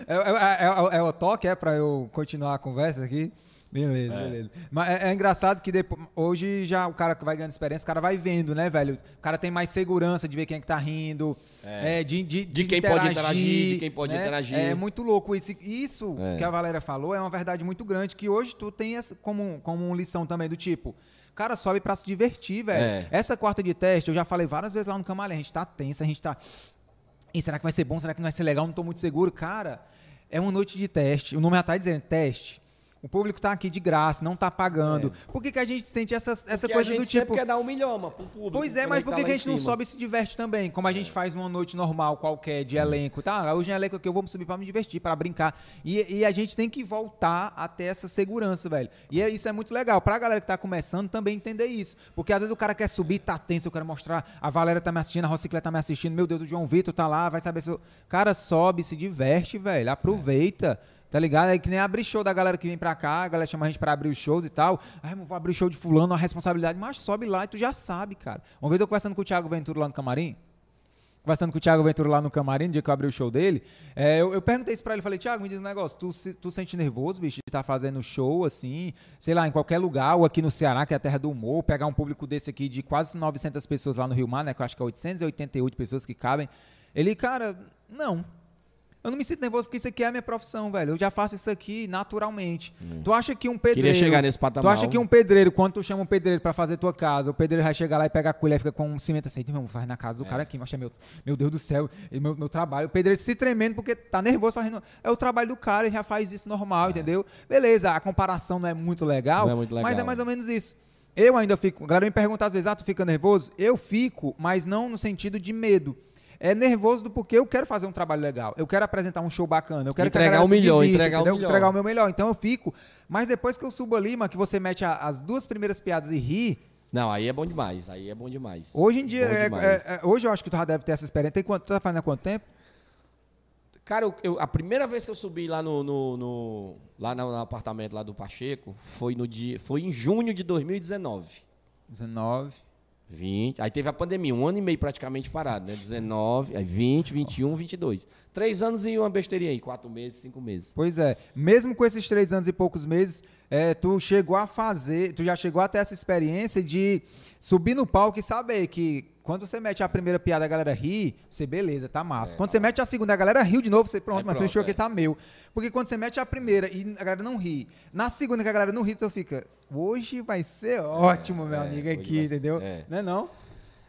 Speaker 2: É, é- é- é- é o toque, é pra eu continuar a conversa aqui? Beleza, beleza. Mas é, é engraçado que depois, hoje já o cara que vai ganhando experiência, o cara vai vendo, né, velho? O cara tem mais segurança de ver quem é que tá rindo, é, de, de,
Speaker 1: De quem pode interagir, de quem pode interagir.
Speaker 2: É muito louco isso. Isso
Speaker 1: É.
Speaker 2: que a Valéria falou é uma verdade muito grande, que hoje tu tem essa, como, como lição também do tipo... Cara, sobe pra se divertir, velho.
Speaker 1: É.
Speaker 2: Essa quarta de teste, eu já falei várias vezes lá no Camalé, a gente tá tenso, a gente tá... E será que vai ser bom? Será que não vai ser legal? Não tô muito seguro. Cara, é uma noite de teste. O nome já tá dizendo, teste. O público tá aqui de graça, não tá pagando.
Speaker 1: É.
Speaker 2: Por que, que a gente sente essa, essa coisa do tipo...
Speaker 1: quer dar um milhão, mano, pro público.
Speaker 2: Pois é,
Speaker 1: tá
Speaker 2: mas por que, que a gente não sobe e se diverte também? Como a gente faz numa noite normal qualquer de elenco, tá? Hoje em elenco aqui eu vou subir pra me divertir, pra brincar. E, e a gente tem que voltar a ter essa segurança, velho. E é- isso é muito legal. Pra galera que tá começando também entender isso. Porque às vezes o cara quer subir, tá tenso, eu quero mostrar. A Valéria tá me assistindo, a Rocicleta tá me assistindo. Meu Deus, o João Vitor tá lá, vai saber se eu... Cara, sobe, se diverte, velho. Aproveita. Tá ligado? É que nem abrir show da galera que vem pra cá, a galera chama a gente pra abrir os shows e tal. Ai, não vou abrir o show de fulano, a responsabilidade, mas sobe lá e tu já sabe, cara. Uma vez eu conversando com o Thiago Ventura lá no camarim, conversando com o Thiago Ventura lá no camarim, no dia que eu abri o show dele, é, eu, eu perguntei isso pra ele, falei, Thiago, me diz um negócio, tu, se- tu sente nervoso, bicho, de tá fazendo show, assim, sei lá, em qualquer lugar, ou aqui no Ceará, que é a terra do humor, pegar um público desse aqui de quase 900 pessoas lá no Rio Mar, né, que eu acho que é 888 pessoas que cabem. Ele, cara, não. Eu não me sinto nervoso porque isso aqui é a minha profissão, velho. Eu já faço isso aqui naturalmente. Tu acha que um pedreiro...
Speaker 1: Hum. chegar nesse
Speaker 2: Tu
Speaker 1: patamar.
Speaker 2: acha que um pedreiro, quando tu chama um pedreiro pra fazer tua casa, o pedreiro vai chegar lá e pega a colher e fica com um cimento assim, meu, faz na casa do cara aqui, mas é meu, meu Deus do céu, é meu, meu trabalho. O pedreiro se tremendo porque tá nervoso fazendo. É o trabalho do cara, ele já faz isso normal, entendeu? Beleza, a comparação não é muito legal,
Speaker 1: É. Não é muito legal.
Speaker 2: mas é mais ou menos isso. Eu ainda fico, a galera me pergunta às vezes, ah, tu fica nervoso? Eu fico, mas não no sentido de medo. É nervoso do porque eu quero fazer um trabalho legal, eu quero apresentar um show bacana, eu quero que a
Speaker 1: Entregar
Speaker 2: galera
Speaker 1: o
Speaker 2: se
Speaker 1: melhor,
Speaker 2: divirta,
Speaker 1: entregar o
Speaker 2: entendeu?
Speaker 1: melhor.
Speaker 2: Entregar o meu melhor. Então eu fico. Mas depois que eu subo ali, mano, que você mete a- as duas primeiras piadas e ri,
Speaker 1: Não, aí é bom demais, aí é bom demais.
Speaker 2: hoje em dia.
Speaker 1: Bom
Speaker 2: é-
Speaker 1: demais.
Speaker 2: é- é- hoje eu acho que tu já deve ter essa experiência. Tem quanto, tu tá fazendo há quanto tempo?
Speaker 1: Cara, eu, eu- a primeira vez que eu subi lá no, no- no- lá no, no apartamento lá do Pacheco foi no dia, foi em junho de 2019.
Speaker 2: 19.
Speaker 1: 20. Aí teve a pandemia, um ano e meio praticamente parado, né? 19, aí 20, 21, 22. Três anos e uma besteirinha aí, quatro meses, cinco meses.
Speaker 2: Pois é. Mesmo com esses três anos e poucos meses, é, tu chegou a fazer. Tu já chegou a ter essa experiência de subir no palco e saber que. Quando você mete a primeira piada, a galera ri, você beleza, tá massa. quando você mete a segunda, a galera riu de novo, você pronto,
Speaker 1: Aí
Speaker 2: mas
Speaker 1: pronto,
Speaker 2: você achou
Speaker 1: é.
Speaker 2: que tá meu. Porque quando você mete a primeira e a galera não ri, na segunda que a galera não ri, você fica, hoje vai ser ótimo, meu
Speaker 1: é,
Speaker 2: amigo
Speaker 1: hoje
Speaker 2: aqui,
Speaker 1: vai ser-
Speaker 2: entendeu?
Speaker 1: é.
Speaker 2: Não é não?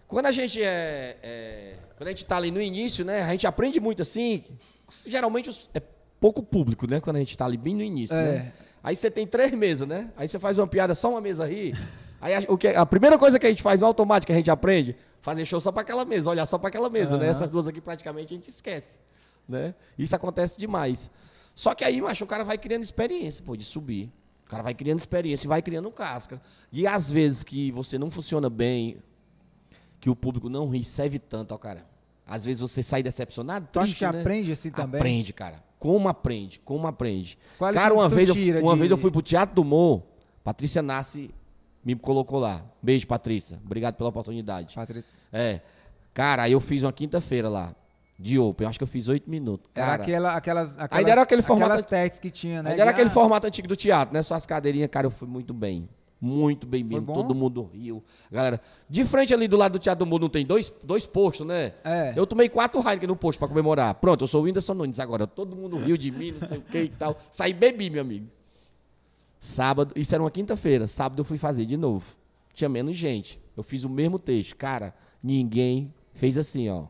Speaker 1: Quando a gente é, é- Quando a gente tá ali no início, né? A gente aprende muito assim. Geralmente os- é pouco público, né? Quando a gente tá ali bem no início,
Speaker 2: É.
Speaker 1: né? Aí você tem três mesas, né? Aí você faz uma piada, só uma mesa rir. Aí a, o que, a primeira coisa que a gente faz no automático, a gente aprende, fazer show só pra aquela mesa, olhar só pra aquela mesa, né?
Speaker 3: Aham.
Speaker 1: Essa coisa aqui praticamente a gente esquece, né? Isso acontece demais. Só que aí, macho, o cara vai criando experiência, pô, de subir. O cara vai criando experiência e vai criando casca. E às vezes que você não funciona bem, que o público não ri, serve tanto ao cara. Às vezes você sai decepcionado,
Speaker 2: Tu acha
Speaker 1: triste,
Speaker 2: que
Speaker 1: né?
Speaker 2: aprende assim também?
Speaker 1: Aprende, cara. Como aprende? Como aprende?
Speaker 2: Qual a lição
Speaker 1: cara, uma,
Speaker 2: que tu
Speaker 1: vez, eu,
Speaker 2: tira
Speaker 1: uma
Speaker 2: de-
Speaker 1: vez eu fui pro Teatro do Humor, Patrícia Nasce me colocou lá. Beijo, Patrícia. Obrigado pela oportunidade.
Speaker 2: Patrícia.
Speaker 1: É. Cara, aí eu fiz uma quinta-feira lá, de open. Eu acho que eu fiz oito minutos.
Speaker 2: Era
Speaker 1: Cara,
Speaker 2: aquela, aquelas, aquelas,
Speaker 1: deram aquele formato-
Speaker 2: aquelas testes que tinha, né?
Speaker 1: ainda era
Speaker 2: De,
Speaker 1: aquele
Speaker 2: ah,
Speaker 1: formato antigo do teatro, né? Só as cadeirinhas, cara, eu fui muito bem. Muito bem mesmo.
Speaker 2: bom?
Speaker 1: Todo mundo riu. Galera, de frente ali do lado do Teatro do Mundo não tem dois, dois postos, né?
Speaker 2: É.
Speaker 1: Eu tomei quatro Heineken no posto pra comemorar. Pronto, eu sou o Whindersson Nunes agora. Todo mundo riu de mim, não sei o que e tal. Saí e bebi, meu amigo. Sábado, isso era uma quinta-feira. Sábado eu fui fazer de novo. Tinha menos gente. Eu fiz o mesmo texto. Cara, ninguém fez assim, ó.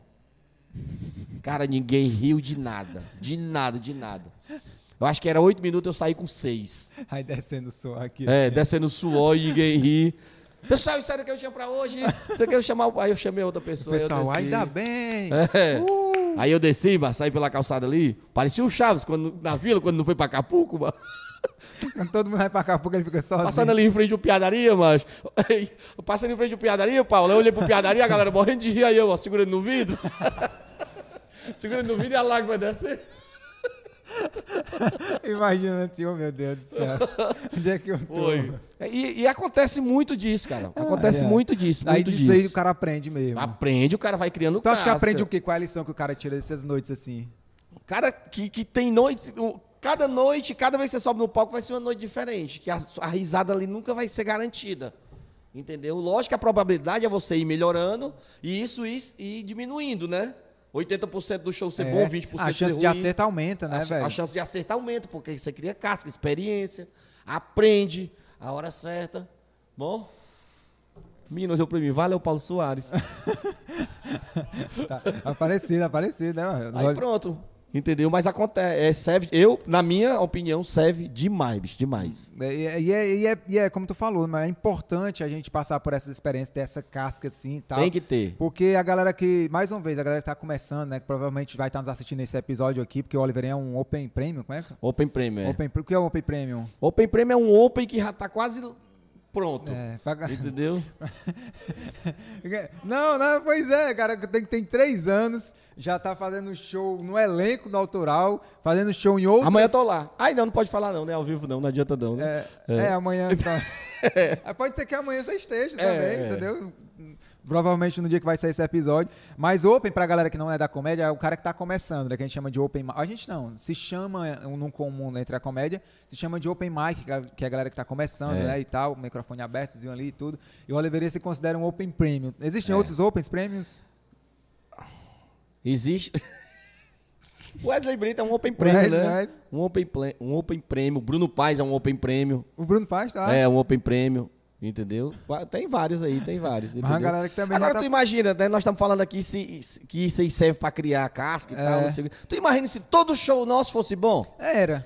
Speaker 1: Cara, ninguém riu de nada. De nada, de nada. Eu acho que era oito minutos, eu saí com seis.
Speaker 2: <laughs> Aí descendo o som aqui.
Speaker 1: É, descendo suor e ninguém ri. Pessoal, isso era o que eu tinha pra hoje. Você quer chamar o... Aí eu chamei outra
Speaker 2: O
Speaker 1: pessoa. aí eu
Speaker 2: pessoal,
Speaker 1: desci.
Speaker 2: ainda bem.
Speaker 1: É. Aí eu desci, mas saí pela calçada ali. Parecia o Chaves quando, na vila, quando não foi pra Acapulco, mano.
Speaker 2: Quando todo mundo vai pra cá, pouco ele fica sozinho.
Speaker 1: Passando ali em frente do piadaria, mas. Passando em frente do piadaria, Paulo, eu olhei pro piadaria, a galera morrendo de rir, aí eu, ó, segurando no vidro. <laughs> segurando no vidro e a lágrima descendo.
Speaker 2: Imagina, assim, oh meu Deus do
Speaker 1: <laughs>
Speaker 2: céu. Onde é que eu tô?
Speaker 1: E, e acontece muito disso, cara. Acontece
Speaker 2: ai.
Speaker 1: muito disso.
Speaker 2: Aí
Speaker 1: Muito
Speaker 2: disso
Speaker 1: disso. Então,
Speaker 2: aí o cara aprende mesmo.
Speaker 1: é. Aprende, o cara vai criando
Speaker 2: Tu acha que
Speaker 1: casca.
Speaker 2: aprende o quê? Qual é a lição que o cara tira dessas noites assim?
Speaker 1: Cara que, que tem noites. o- Cada noite, cada vez que você sobe no palco, vai ser uma noite diferente. Que a, a risada ali nunca vai ser garantida. Entendeu? Lógico que a probabilidade é você ir melhorando e isso ir, ir diminuindo, né? 80% do show ser
Speaker 2: É,
Speaker 1: bom, 20%
Speaker 2: A
Speaker 1: ser
Speaker 2: chance
Speaker 1: ruim.
Speaker 2: de acerto aumenta, né,
Speaker 1: a,
Speaker 2: velho?
Speaker 1: a chance de acertar aumenta, porque você cria casca, experiência, aprende a hora certa. Bom? Minas, eu pra mim. Valeu, Paulo Soares.
Speaker 2: Tá. Aparecido, aparecido, né? mano? Os
Speaker 1: Aí
Speaker 2: olhos-
Speaker 1: pronto. Entendeu? Mas acontece. É, serve, eu, na minha opinião, serve demais, bicho, demais.
Speaker 2: É, E é, e, é, e, é, e é como tu falou, mas é importante a gente passar por essas experiências, ter essa casca assim e tal.
Speaker 1: Tem que ter.
Speaker 2: Porque a galera que, mais uma vez, a galera que tá começando, né? Que provavelmente vai estar nos assistindo esse episódio aqui, porque o Oliveirinho é um Open Premium, como é? que-
Speaker 1: Open Premium. é. Open,
Speaker 2: Open, o que é um Open Premium?
Speaker 1: Premium é um Open que já tá quase pronto.
Speaker 2: É, pra-
Speaker 1: Entendeu?
Speaker 2: <laughs> Não, não, pois é, cara, que tem, tem três anos, já tá fazendo show no elenco do autoral, fazendo show em outras...
Speaker 1: Amanhã eu tô lá. Ai, não, não pode falar não, né? Ao vivo não, não adianta não, né?
Speaker 2: É, é, amanhã.
Speaker 1: <laughs>
Speaker 2: Tá. Aí Pode ser que amanhã você esteja também,
Speaker 1: é.
Speaker 2: entendeu? Provavelmente no dia que vai sair esse episódio. Mas Open, pra galera que não é da comédia, é o cara que tá começando, né? Que a gente chama de Open mic. A gente não, se chama é, um num comum entre a comédia, se chama de Open mic, que a- que é a galera que tá começando,
Speaker 1: É.
Speaker 2: né? E tal, microfone abertozinho ali e tudo. E o Oliveira se considera um Open Premium. Existem
Speaker 1: É.
Speaker 2: outros Opens Premiums?
Speaker 1: Existe. O <laughs> Wesley Brito é um Open Premium, né?
Speaker 2: Wesley.
Speaker 1: Um open, Ple- um open Premium. Bruno Paz é um Open Premium.
Speaker 2: O Bruno Paz, tá?
Speaker 1: É, um Open Prêmio, entendeu? Va- Tem vários aí, tem vários.
Speaker 2: Mas
Speaker 1: entendeu?
Speaker 2: a galera que também
Speaker 1: Agora
Speaker 2: já tá-
Speaker 1: tu imagina, né? Nós estamos falando aqui se, se- que isso aí serve pra criar casca e tal.
Speaker 2: É.
Speaker 1: Não sei. o quê. Tu imagina se todo show nosso fosse bom?
Speaker 2: Era.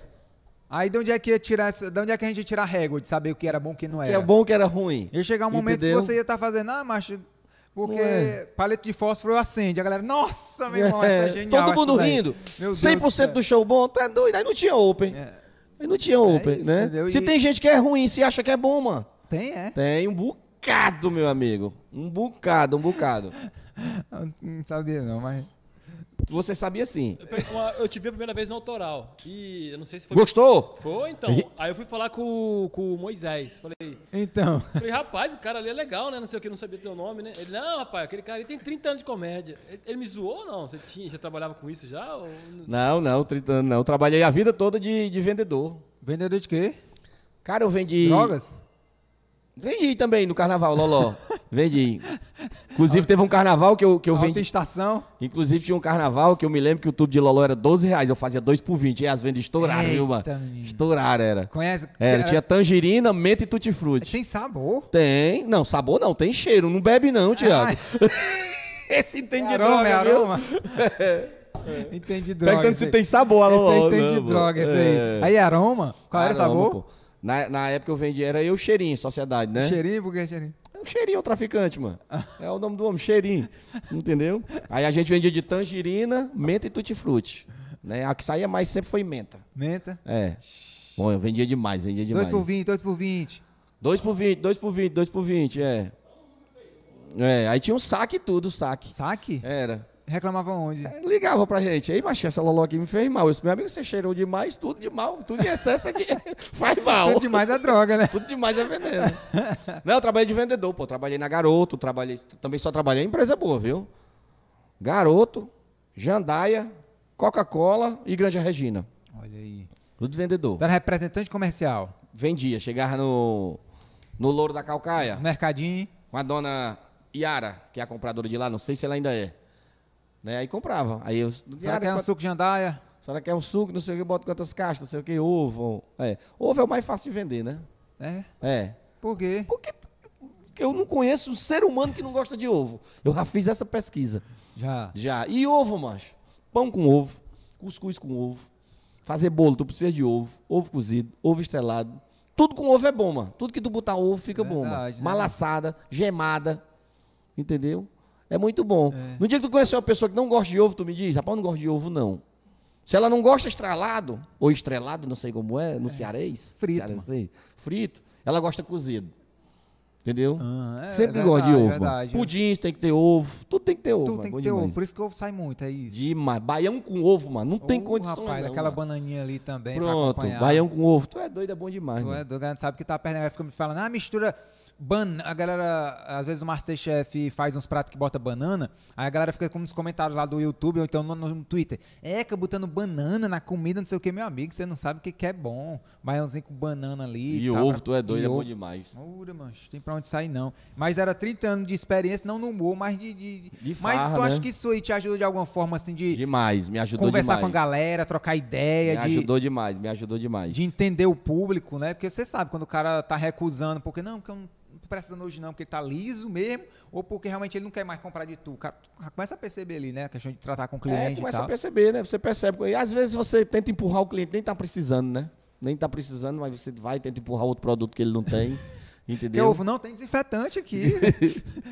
Speaker 2: Aí de onde é que ia tirar essa, de onde é que a gente ia tirar a régua de saber o que era bom e o que não
Speaker 1: Que
Speaker 2: era?
Speaker 1: é bom que era ruim.
Speaker 2: Ia chegar um momento
Speaker 1: Entendeu?
Speaker 2: que você ia estar fazendo, ah, macho, porque
Speaker 1: Não é.
Speaker 2: palito de fósforo acende. A galera, nossa, meu irmão, essa é
Speaker 1: É,
Speaker 2: genial.
Speaker 1: todo mundo
Speaker 2: essa daí."
Speaker 1: rindo.
Speaker 2: Meu Deus
Speaker 1: 100%
Speaker 2: do
Speaker 1: do,
Speaker 2: céu. É.
Speaker 1: show bom, tá doido. Aí não tinha Open. Aí não tinha Open,
Speaker 2: isso,
Speaker 1: né?
Speaker 2: entendeu?
Speaker 1: Se
Speaker 2: E-
Speaker 1: tem gente que é ruim, se acha que é bom, mano.
Speaker 2: Tem, é.
Speaker 1: Tem um bocado, meu amigo. Um bocado, um bocado.
Speaker 2: Eu Não sabia não, mas...
Speaker 1: Você sabia sim.
Speaker 3: Eu pe- uma- Eu te vi a primeira vez no autoral. E eu não sei se foi.
Speaker 1: Gostou?
Speaker 3: Foi, então. Aí eu fui falar com, o- com o Moisés. Falei,
Speaker 2: Então,
Speaker 3: falei, rapaz, o cara ali é legal, né? Não sei o que, não sabia teu nome, né? Ele, não, rapaz, aquele cara ali tem 30 anos de comédia. Ele, ele me zoou ou não? Você tinha, já trabalhava com isso já? Ou...
Speaker 1: Não, não, 30 anos não. Trabalhei a vida toda de, de vendedor.
Speaker 2: vendedor de quê?
Speaker 1: Cara, eu vendi.
Speaker 2: Drogas? <laughs>
Speaker 1: Vendi também no carnaval, Loló. vendi. Inclusive, teve um carnaval que eu, que eu
Speaker 2: Alta
Speaker 1: vendi.
Speaker 2: estação.
Speaker 1: Inclusive, tinha um carnaval que eu me lembro que o tubo de Loló era 12 reais. Eu fazia 2 por 20. E as vendas estouraram, viu, mano?
Speaker 2: Eita, menino.
Speaker 1: Estouraram, era.
Speaker 2: Conhece?
Speaker 1: Era,
Speaker 2: Era-
Speaker 1: É, tinha tangerina, menta e tutti-frutti.
Speaker 2: Tem sabor.
Speaker 1: Tem. Não, sabor não, tem cheiro. Não bebe
Speaker 2: <laughs>
Speaker 1: não, Thiago. Esse entende
Speaker 2: Aroma,
Speaker 1: droga,
Speaker 2: é
Speaker 1: viu? É.
Speaker 2: aroma. Entendi droga.
Speaker 1: Perguntando
Speaker 2: esse
Speaker 1: se
Speaker 2: aí.
Speaker 1: tem sabor,
Speaker 2: Esse aí
Speaker 1: alô.
Speaker 2: tem de
Speaker 1: não, pô.
Speaker 2: droga, esse
Speaker 1: É.
Speaker 2: aí. Aí aroma? Qual era o
Speaker 1: Aroma,
Speaker 2: sabor?
Speaker 1: pô. Na, na época eu vendia, era eu cheirinho, sociedade, né?
Speaker 2: Cheirinho, por que cheirinho?
Speaker 1: É O cheirinho é o traficante, mano. É o nome do homem, cheirinho. Entendeu? Aí a gente vendia de tangerina, menta e tutti-frutti. Né? A que saía mais sempre foi menta.
Speaker 2: Menta.
Speaker 1: É. Bom, eu vendia demais, vendia demais.
Speaker 2: 2 por 20, 2 por 20.
Speaker 1: 2 por 20, 2 por 20, 2 por 20, é. É, aí tinha um saque e tudo, saque.
Speaker 2: Saque?
Speaker 1: Era.
Speaker 2: Reclamava onde?
Speaker 1: É, Ligava pra gente. Aí, macho, essa loló aqui me fez mal. Eu disse, meu amigo, você cheirou demais, tudo de mal. Tudo de excesso é de... <laughs> faz mal.
Speaker 2: Tudo demais é droga, né?
Speaker 1: Tudo demais é veneno. Não, eu trabalhei de vendedor, pô. Trabalhei na Garoto, trabalhei... Também só trabalhei em empresa boa, viu? Garoto, Jandaia, Coca-Cola e Granja Regina.
Speaker 2: Olha aí.
Speaker 1: Tudo de vendedor.
Speaker 2: Tu era representante comercial.
Speaker 1: Vendia, chegava no... No Louro da Calcaia.
Speaker 2: Os mercadinhos.
Speaker 1: com a dona Yara, que é a compradora de lá, não sei se ela ainda é. Né? Aí comprava. Aí eu.
Speaker 2: Será
Speaker 1: Yara,
Speaker 2: que é um
Speaker 1: quant-
Speaker 2: suco de andaia?
Speaker 1: a senhora quer um suco, não sei o que, bota quantas caixas, não sei o que, ovo. É. Ovo é o mais fácil de vender, né?
Speaker 2: É.
Speaker 1: É.
Speaker 2: Por quê?
Speaker 1: Porque t- eu não conheço um ser humano que não gosta de ovo. Eu já fiz essa pesquisa.
Speaker 2: Já.
Speaker 1: Já. E ovo, macho? Pão com ovo, cuscuz com ovo, fazer bolo, tu precisa de ovo, ovo cozido, ovo estrelado. Tudo com ovo é bom, mano. Tudo que tu botar ovo fica bom, mano.
Speaker 2: Verdade, né?
Speaker 1: Malassada, gemada, entendeu? É muito bom. No dia que tu conhecer uma pessoa que não gosta de ovo, tu me diz, rapaz, eu não gosto de ovo, não. Se ela não gosta estrelado, ou estrelado, não sei como é, no cearês.
Speaker 2: Frito,
Speaker 1: cearense, frito, ela gosta cozido. Entendeu?
Speaker 2: Ah, é
Speaker 1: Sempre
Speaker 2: verdade,
Speaker 1: gosta de ovo. mano.
Speaker 2: verdade.
Speaker 1: Pudins tem que ter ovo. Tudo tem que ter ovo.
Speaker 2: Tudo
Speaker 1: mano.
Speaker 2: tem
Speaker 1: Bom
Speaker 2: que ter
Speaker 1: demais.
Speaker 2: ovo. Por isso que ovo sai muito, é isso.
Speaker 1: Demais. Baião com ovo, mano. Não tem
Speaker 2: Ô,
Speaker 1: condição,
Speaker 2: Rapaz,
Speaker 1: não,
Speaker 2: aquela
Speaker 1: mano.
Speaker 2: bananinha ali também. pra
Speaker 1: Pronto,
Speaker 2: acompanhar.
Speaker 1: baião com ovo. Tu é doido, é bom demais.
Speaker 2: Tu
Speaker 1: mano.
Speaker 2: é doido, a galera sabe que tá perdendo. A galera fica me falando, ah, mistura. Ban... A galera, às vezes o Masterchef faz uns pratos que bota banana, aí a galera fica com uns comentários lá do YouTube ou então no, no Twitter. Eca, botando banana na comida, não sei o que, meu amigo, você não sabe o que, que é bom. Baiãozinho com banana ali.
Speaker 1: E
Speaker 2: tal,
Speaker 1: ovo,
Speaker 2: pra-
Speaker 1: tu é doido,
Speaker 2: e
Speaker 1: é bom
Speaker 2: ovo.
Speaker 1: demais.
Speaker 2: Ora, mancho, tem pra onde sair não. Mas era 30 anos de experiência, não no humor, mas de. de...
Speaker 1: De
Speaker 2: mas
Speaker 1: farra,
Speaker 2: tu acha
Speaker 1: né?
Speaker 2: que isso aí te ajudou de alguma forma, assim, de
Speaker 1: Demais, me ajudou
Speaker 2: conversar
Speaker 1: demais.
Speaker 2: com a galera, trocar
Speaker 1: Me
Speaker 2: ideia, de,
Speaker 1: ajudou demais, me ajudou demais.
Speaker 2: de entender o público, né? Porque você sabe quando o cara tá recusando, porque não, porque eu não tô precisando hoje não, porque ele tá liso mesmo, ou porque realmente ele não quer mais comprar de tu. O cara começa a perceber ali, né? A questão de tratar com o
Speaker 1: É,
Speaker 2: cliente e
Speaker 1: começa a
Speaker 2: tal.
Speaker 1: perceber, né? Você percebe. E às vezes você tenta empurrar o cliente, nem tá precisando, né? Nem tá precisando, mas você vai e tenta empurrar outro produto que ele
Speaker 2: <laughs>
Speaker 1: não tem.
Speaker 2: Porque
Speaker 1: entendeu?
Speaker 2: ovo não tem desinfetante
Speaker 1: <laughs>
Speaker 2: aqui.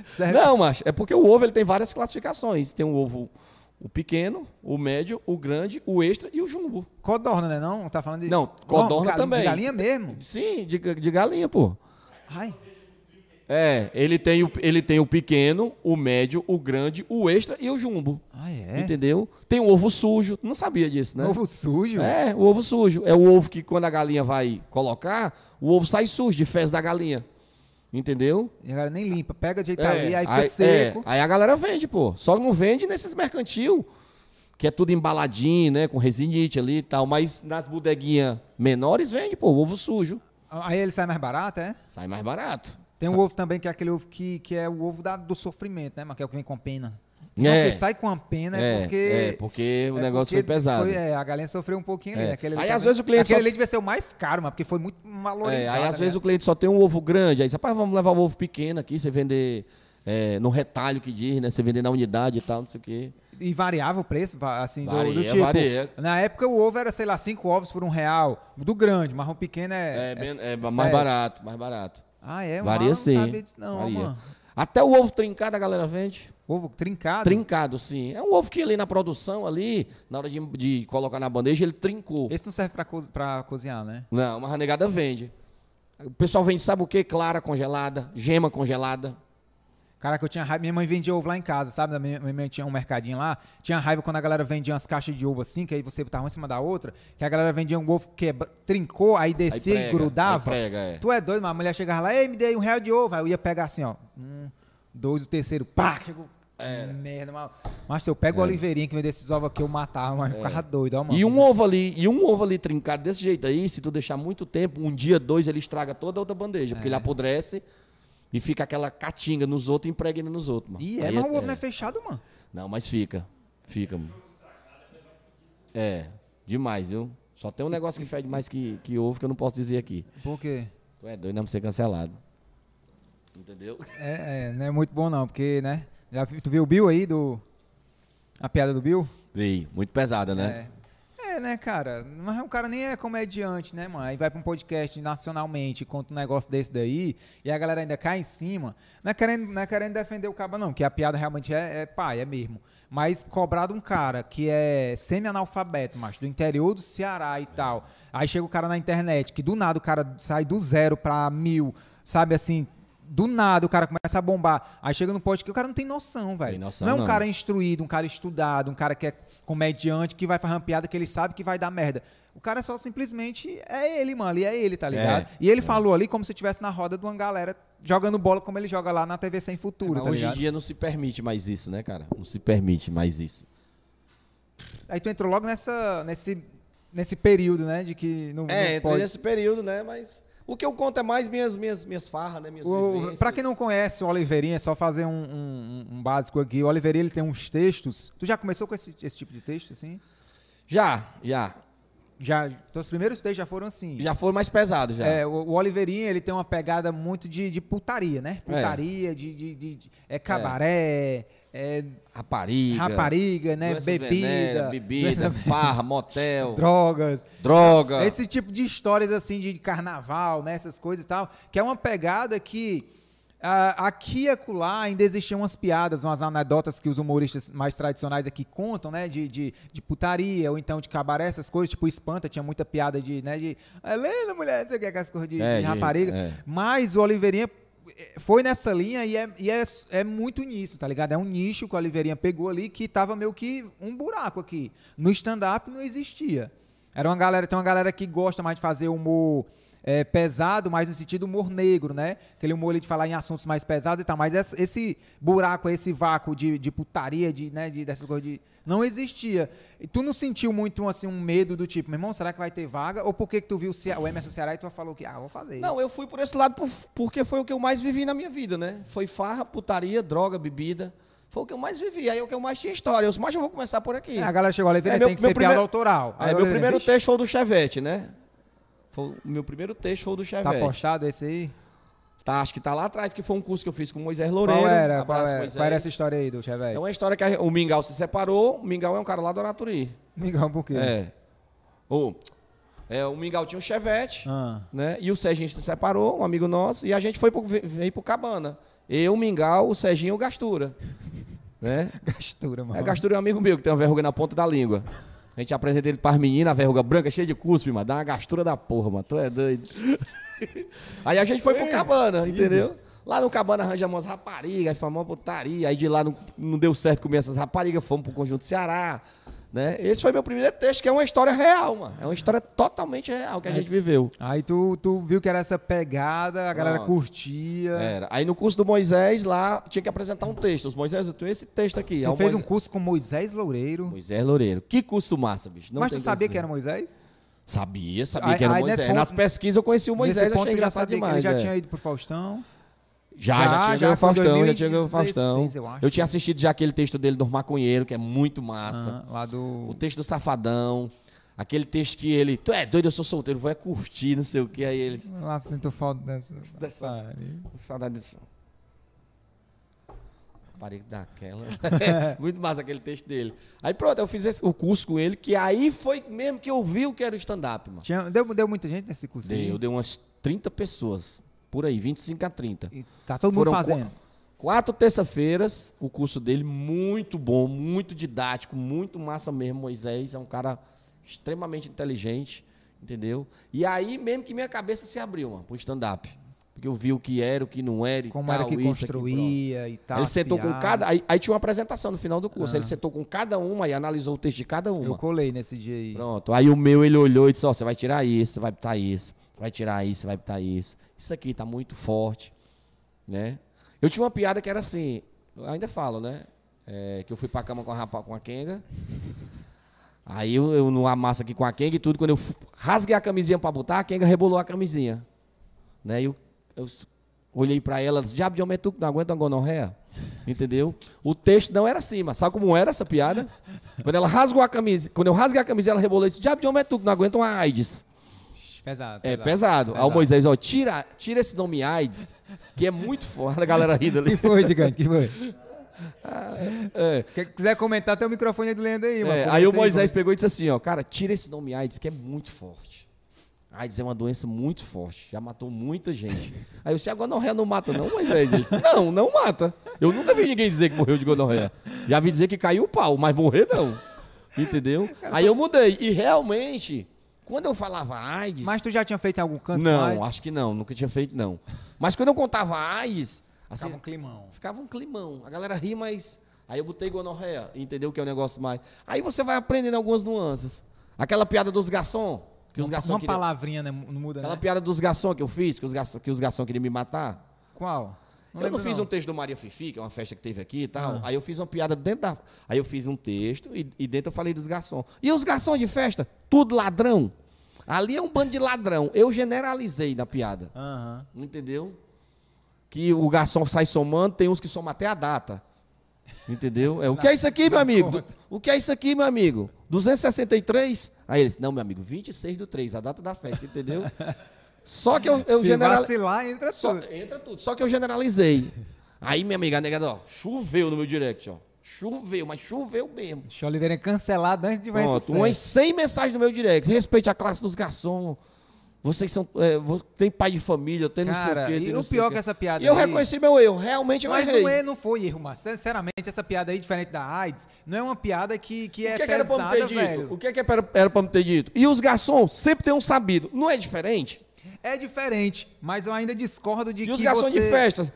Speaker 2: Serve
Speaker 1: Não, mas é porque o ovo ele tem várias classificações. Tem o ovo o pequeno, o médio, o grande, o extra e o jumbo.
Speaker 2: Codorna, né? Não, tá falando de
Speaker 1: Não, codorna
Speaker 2: Bom, de galinha-
Speaker 1: também.
Speaker 2: De galinha mesmo.
Speaker 1: Sim, de, de galinha, pô.
Speaker 2: Ai.
Speaker 1: É, ele tem, o, ele tem o pequeno, o médio, o grande, o extra e o jumbo.
Speaker 2: Ai, é.
Speaker 1: Entendeu? Tem o ovo sujo. Não sabia disso, né?
Speaker 2: Ovo sujo.
Speaker 1: É, o ovo sujo. É o ovo que quando a galinha vai colocar, o ovo sai sujo de fezes da galinha. Entendeu?
Speaker 2: E a galera nem limpa. Pega de
Speaker 1: É,
Speaker 2: Tá ali, aí fica
Speaker 1: é,
Speaker 2: seco.
Speaker 1: aí a galera vende, pô. Só não vende nesses mercantil, que é tudo embaladinho, né? Com resinite ali e tal. Mas nas bodeguinhas menores vende, pô, ovo sujo.
Speaker 2: Aí ele sai mais barato, é?
Speaker 1: Sai mais barato.
Speaker 2: Tem um ovo também que é aquele ovo que, que é o ovo da- do sofrimento, né? Mas que é o que vem com pena.
Speaker 1: É.
Speaker 2: Não, porque sai com a pena é, porque.
Speaker 1: é, porque o negócio foi pesado.
Speaker 2: é, a galinha sofreu um pouquinho
Speaker 1: É.
Speaker 2: ali. né? Aquele ali
Speaker 1: Aí,
Speaker 2: também-
Speaker 1: às vezes, o cliente
Speaker 2: Aquele
Speaker 1: só-
Speaker 2: ali devia ser o mais caro, mas porque foi muito valorizado.
Speaker 1: É, aí às
Speaker 2: né?
Speaker 1: vezes o cliente só tem um ovo grande, aí rapaz, vamos levar o ovo pequeno aqui, você vender é, no retalho que diz, né? Você vender na unidade e tal, não sei o quê.
Speaker 2: E variava o preço, va- assim, do- do,
Speaker 1: Varia,
Speaker 2: tipo.
Speaker 1: varia.
Speaker 2: Na época o ovo era, sei lá, cinco ovos por um real. Do grande, mas o pequeno é.
Speaker 1: É, bem- é
Speaker 2: sete.
Speaker 1: mais barato, mais barato.
Speaker 2: Ah, é? Mas
Speaker 1: Varia
Speaker 2: não
Speaker 1: sim.
Speaker 2: sabia disso, não,
Speaker 1: varia.
Speaker 2: mano.
Speaker 1: Até o ovo trincado a galera vende.
Speaker 2: Ovo trincado.
Speaker 1: Trincado, sim. É um ovo que ali na produção, ali, na hora de, de colocar na bandeja, ele trincou.
Speaker 2: Esse não serve pra, co- pra cozinhar, né?
Speaker 1: Não, mas a negada vende. O pessoal vende, sabe o quê? Clara congelada, gema congelada.
Speaker 2: Caraca, eu tinha raiva. Minha mãe vendia ovo lá em casa, sabe? Minha minha mãe tinha um mercadinho lá. Tinha raiva quando a galera vendia umas caixas de ovo assim, que aí você botava uma em cima da outra. Que a galera vendia um ovo que trincou, aí
Speaker 1: Aí
Speaker 2: descia
Speaker 1: prega,
Speaker 2: e grudava.
Speaker 1: aí prega, é.
Speaker 2: Tu é doido, mas a mulher chegava lá, ei, me dei um real de ovo. Aí eu ia pegar assim, ó. Um, dois, o terceiro,
Speaker 1: É.
Speaker 2: pá, chegou. Merda, mas, mas se eu pego o Oliveirinha que vendeu esses ovos aqui, eu matava, mas ficava doido, ó, mano.
Speaker 1: É. E um ovo ali, e um ovo ali trincado
Speaker 2: É.
Speaker 1: desse jeito aí, se tu deixar muito tempo, um dia, dois, ele estraga toda a outra bandeja, porque ele apodrece E fica aquela catinga nos outros e impregna nos outros, mano.
Speaker 2: Ih, é,
Speaker 1: Aí
Speaker 2: mas o ovo não é fechado, mano.
Speaker 1: Não, mas fica. Fica, mano. É, demais, viu? Só tem um negócio que fede mais que, que ovo que eu não posso dizer aqui.
Speaker 2: Por quê?
Speaker 1: Tu é doido, não pra ser cancelado. Entendeu?
Speaker 2: É, é, não é muito bom não, porque, né? Já, vi- tu viu o Bill aí do. A piada do Bill?
Speaker 1: Ei, muito pesada, né?
Speaker 2: É. É, né, cara? Mas o cara nem é comediante, né, mano? Aí vai pra um podcast nacionalmente, conta um negócio desse daí, e a galera ainda cai em cima. Não é querendo, não é querendo defender o caba, não, que a piada realmente é, é pai, é mesmo. Mas cobrar de um cara que é semi-analfabeto, macho, do interior do Ceará e tal. Aí chega o cara na internet, que do nada o cara sai do zero pra mil, sabe assim. Do nada o cara começa a bombar. Aí chega no podcast que o cara não tem noção, velho.
Speaker 1: Tem noção,
Speaker 2: não é um
Speaker 1: não.
Speaker 2: cara instruído, um cara estudado, um cara que é comediante, que vai fazer uma piada que ele sabe que vai dar merda. O cara só simplesmente é ele, mano, ali é ele, tá ligado?
Speaker 1: É.
Speaker 2: e ele falou ali como se estivesse na roda de uma galera jogando bola como ele joga lá na TV Sem Futuro,
Speaker 1: É, Mas
Speaker 2: tá
Speaker 1: hoje em
Speaker 2: ligado?
Speaker 1: dia não se permite mais isso, né, cara? Não se permite mais isso.
Speaker 2: Aí tu entrou logo nessa, nesse, nesse período, né, de que não, não
Speaker 1: É, entrei
Speaker 2: pode...
Speaker 1: nesse período, né? Mas o que eu conto é mais minhas, minhas, minhas farras, né? Minhas
Speaker 2: O,
Speaker 1: vivências.
Speaker 2: pra quem não conhece o Oliveirinha, é só fazer um, um- um básico aqui. O Oliveirinha, ele tem uns textos. Tu já começou com esse, esse tipo de texto, assim?
Speaker 1: Já, já.
Speaker 2: Já, teus primeiros textos já foram assim.
Speaker 1: Já foi mais pesado, já.
Speaker 2: É, o, o Oliveirinha, ele tem uma pegada muito de, de putaria, né? Putaria, de, de, de- de- É cabaré, é,
Speaker 1: Rapariga.
Speaker 2: rapariga, né?
Speaker 1: doenças
Speaker 2: Bebida.
Speaker 1: venéreas, bebida,
Speaker 2: doença-
Speaker 1: farra, motel,
Speaker 2: Drogas.
Speaker 1: droga.
Speaker 2: Esse tipo de histórias, assim, de carnaval, né? Essas coisas e tal. Que é uma pegada que... ah, aqui e acolá ainda existiam umas piadas, umas anedotas que os humoristas mais tradicionais aqui contam, né? De, de, de putaria, ou então de cabaré, essas coisas, tipo espanta, tinha muita piada de, né? De. Helena, mulher, não sei o que, aquelas coisas de,
Speaker 1: É,
Speaker 2: de
Speaker 1: de-
Speaker 2: rapariga.
Speaker 1: é.
Speaker 2: Mas o Oliveirinha eh, foi nessa linha e, é, e é, é muito nisso, tá ligado? É um nicho que o Oliveirinha pegou ali que tava meio que um buraco aqui. No stand-up não existia. Era uma galera, tem uma galera que gosta mais de fazer humor eh, pesado, mas no sentido humor negro, né? Aquele humor ali de falar em assuntos mais pesados e tal. Mas essa- esse buraco, esse vácuo de, de putaria, de, né, de, dessas coisas de. Não existia. E tu não sentiu muito assim, um medo do tipo, meu irmão, será que vai ter vaga? Ou por que, que tu viu o, Cea- o Emerson Ceará e tu falou que, ah, vou fazer.
Speaker 1: Não, eu fui por esse lado por- porque foi o que eu mais vivi na minha vida, né? Foi farra, putaria, droga, bebida. Foi o que eu mais vivi. Aí é o que eu mais tinha história. Eu disse, mas eu vou começar por aqui.
Speaker 2: É, a galera chegou ali e
Speaker 1: É,
Speaker 2: tem
Speaker 1: meu-
Speaker 2: que
Speaker 1: meu
Speaker 2: ser
Speaker 1: primeiro-
Speaker 2: piada autoral.
Speaker 1: É, meu primeiro texto foi o do Chevette, né? Foi o meu primeiro texto foi o do
Speaker 2: Tá
Speaker 1: Chevette.
Speaker 2: postado esse aí?
Speaker 1: Tá, acho que tá lá atrás, que foi um curso que eu fiz com o Moisés Loureiro.
Speaker 2: Qual era? Qual
Speaker 1: Abraço,
Speaker 2: era?
Speaker 1: Moisés.
Speaker 2: Qual era essa história aí do <laughs>
Speaker 1: É
Speaker 2: Chevette?
Speaker 1: uma história que a- o Mingau se separou. O Mingau é um cara lá do Araturi.
Speaker 2: Migão, por quê?
Speaker 1: É. O, é, o Mingau tinha um Chevette,
Speaker 2: Ah.
Speaker 1: né? E o Serginho se separou, um amigo nosso, e a gente foi pro, ve- veio pro Cabana. Eu, o Mingau, o Serginho e o Gastura. <laughs> né?
Speaker 2: Gastura, mano.
Speaker 1: É, Gastura é um amigo meu que tem uma verruga na ponta da língua. A gente apresenta ele pras meninas, a verruga branca, cheia de cuspe, mano. Dá uma gastura da porra, mano. Tu
Speaker 2: <laughs>
Speaker 1: é doido. Aí a gente foi pro cabana, entendeu? Lá no cabana arranjamos umas raparigas, aí foi uma putaria. Aí de lá não, não deu certo comer essas raparigas, fomos pro Conjunto Ceará. Né? Esse foi meu primeiro texto, que é uma história real, mano. É uma história totalmente real que a gente viveu.
Speaker 2: Aí tu, tu viu que era essa pegada, a galera
Speaker 1: Pronto. É,
Speaker 2: curtia.
Speaker 1: Era. Aí no curso do Moisés, lá, tinha que apresentar um texto. Os Moisés, eu tenho esse texto aqui.
Speaker 2: Você
Speaker 1: É o
Speaker 2: fez um
Speaker 1: Moisés-
Speaker 2: curso com Moisés Loureiro.
Speaker 1: Moisés Loureiro. Que curso massa, bicho. Não
Speaker 2: mas
Speaker 1: tem né?
Speaker 2: tu sabia
Speaker 1: condição.
Speaker 2: que era Moisés?
Speaker 1: Sabia, sabia
Speaker 2: Aí-
Speaker 1: que era
Speaker 2: aí
Speaker 1: Moisés.
Speaker 2: nesse ponto-
Speaker 1: Nas pesquisas eu conheci o Moisés,
Speaker 2: Nesse ponto
Speaker 1: achei
Speaker 2: tu já
Speaker 1: engraçado
Speaker 2: sabia
Speaker 1: demais.
Speaker 2: que ele já
Speaker 1: é.
Speaker 2: tinha ido pro Faustão.
Speaker 1: já, já,
Speaker 2: Já,
Speaker 1: tinha
Speaker 2: já
Speaker 1: ganho o
Speaker 2: foi em
Speaker 1: Faustão, já tinha ganho o
Speaker 2: 2016,
Speaker 1: Faustão.
Speaker 2: eu acho.
Speaker 1: Eu, tinha assistido já aquele texto dele do Maconheiro, que é muito massa.
Speaker 2: Ah, lá do.
Speaker 1: O texto do Safadão. Aquele texto que ele, tu é doido, eu sou solteiro, vou é curtir, não sei o que. Aí ele,
Speaker 2: Lá sinto falta dessa.
Speaker 1: Dessa- saudade disso. Parei
Speaker 2: <laughs>
Speaker 1: daquela. muito massa aquele texto dele. Aí pronto, eu fiz esse- o curso com ele, que aí foi mesmo que eu vi o que era o stand-up, mano.
Speaker 2: Tinha, deu, deu muita gente nesse curso aí?
Speaker 1: Deu, deu umas 30 pessoas, por aí, 25 a 30.
Speaker 2: E tá todo
Speaker 1: Foram
Speaker 2: mundo fazendo.
Speaker 1: qua- Quatro terça-feiras, o curso dele muito bom, muito didático, muito massa mesmo, Moisés. É um cara extremamente inteligente, entendeu? E aí mesmo que minha cabeça se abriu, mano, pro stand-up. Porque eu vi o que era, o que não era e
Speaker 2: Como
Speaker 1: tal.
Speaker 2: era que
Speaker 1: isso, aquilo,
Speaker 2: construía e
Speaker 1: pronto.
Speaker 2: tal.
Speaker 1: Ele
Speaker 2: as
Speaker 1: sentou com
Speaker 2: piadas. Ah.
Speaker 1: cada... Aí, aí tinha uma apresentação no final do curso. Ele sentou com cada uma e analisou o texto de cada uma.
Speaker 2: Eu colei nesse dia aí.
Speaker 1: Pronto. Aí o meu, ele olhou e disse, ó, você vai tirar isso, você vai botar isso, vai tirar isso, você vai botar isso. Isso aqui tá muito forte, né? Eu tinha uma piada que era assim, eu ainda falo, né? É, que eu fui pra cama com a, rapa, com a Kenga. Aí eu, eu não amasso aqui com a Kenga e tudo. Quando eu fu- rasguei a camisinha pra botar, a Kenga rebolou a camisinha. Né? E eu, eu, Olhei pra ela, disse, diabo de homem, é tu que não aguenta uma gonorreia? Entendeu? O texto não era assim, mas sabe como era essa piada? Quando ela rasgou a camisa, quando eu rasguei a camisa, ela rebolou e disse, diabo de homem, é tu que não aguenta uma AIDS.
Speaker 2: Pesado.
Speaker 1: É pesado. Aí o Moisés, ó, tira, tira esse nome AIDS, que é muito foda, a galera rindo
Speaker 2: Que
Speaker 1: ali.
Speaker 2: foi, gigante? Que foi?
Speaker 1: <laughs> É.
Speaker 2: Quem quiser comentar, tem o microfone aí do Leandro aí, mano.
Speaker 1: É, aí o Moisés pegou e disse assim, ó, cara, tira esse nome AIDS que é muito forte. AIDS é uma doença muito forte, já matou muita gente. Aí eu disse, a gonorreia não mata não, Moisés? Ele disse, não, não mata. Eu nunca vi ninguém dizer que morreu de gonorreia. Já vi dizer que caiu o pau, mas morrer não. Entendeu? Aí eu mudei. E realmente, quando eu falava AIDS...
Speaker 2: Mas tu já tinha feito em algum canto?
Speaker 1: não,
Speaker 2: antes?
Speaker 1: acho que não, nunca tinha feito não. Mas quando eu contava AIDS... assim,
Speaker 2: Ficava um climão.
Speaker 1: Ficava um climão. A galera ri, mas. Aí eu botei gonorreia, entendeu que é o negócio mais. Aí você vai aprendendo algumas nuances. Aquela piada dos garçom, que os
Speaker 2: uma
Speaker 1: garçom
Speaker 2: uma
Speaker 1: queriam-
Speaker 2: palavrinha né, não muda,
Speaker 1: Aquela
Speaker 2: né?
Speaker 1: piada dos garçom que eu fiz, que os garçom, que os garçom queriam me matar.
Speaker 2: Qual?
Speaker 1: eu
Speaker 2: lembro, Ah.
Speaker 1: não fiz um texto do Maria Fifi, que é uma festa que teve aqui e tal. Aí eu fiz uma piada dentro da. Aí eu fiz um texto e, e dentro eu falei dos garçom. E os garçom de festa? Tudo ladrão. Ali é um bando de ladrão. Eu generalizei na piada.
Speaker 2: Aham.
Speaker 1: Entendeu? Que o garçom sai somando, tem uns que somam até a data. Entendeu? É, o que é isso aqui, meu amigo? Du- O que é isso aqui, meu amigo? 263? Aí eles, não, meu amigo, 26 do 3, a data da festa, entendeu? Só que eu, eu
Speaker 2: Se
Speaker 1: generalizei.
Speaker 2: vacilar, entra tudo.
Speaker 1: Entra tudo, só que eu generalizei. Aí, minha amiga, a negada, ó, choveu no meu direct, ó. Choveu, mas choveu mesmo.
Speaker 2: Deixa o Oliveira cancelado antes de vai
Speaker 1: Pronto, um
Speaker 2: sucesso.
Speaker 1: umas 100 mensagens no meu direct. Respeite a classe dos garçons. Vocês são. é, vo- tem pai de família, tem
Speaker 2: Cara,
Speaker 1: não sei o quê.
Speaker 2: e
Speaker 1: tem
Speaker 2: o
Speaker 1: não sei
Speaker 2: pior
Speaker 1: o quê.
Speaker 2: que essa piada
Speaker 1: E eu
Speaker 2: aí-
Speaker 1: reconheci meu erro. Realmente eu
Speaker 2: Mas
Speaker 1: errei.
Speaker 2: não, é, não foi erro, mas sinceramente, essa piada aí, diferente da AIDS, não é uma piada que, que
Speaker 1: o
Speaker 2: é
Speaker 1: que, é que era pra
Speaker 2: pesada,
Speaker 1: me ter
Speaker 2: velho.
Speaker 1: dito? O que, é que era, era pra me ter dito? E os garçons sempre têm um sabido. Não é diferente?
Speaker 2: É diferente, mas eu ainda discordo de
Speaker 1: E
Speaker 2: que
Speaker 1: os garçons
Speaker 2: você...
Speaker 1: de festa?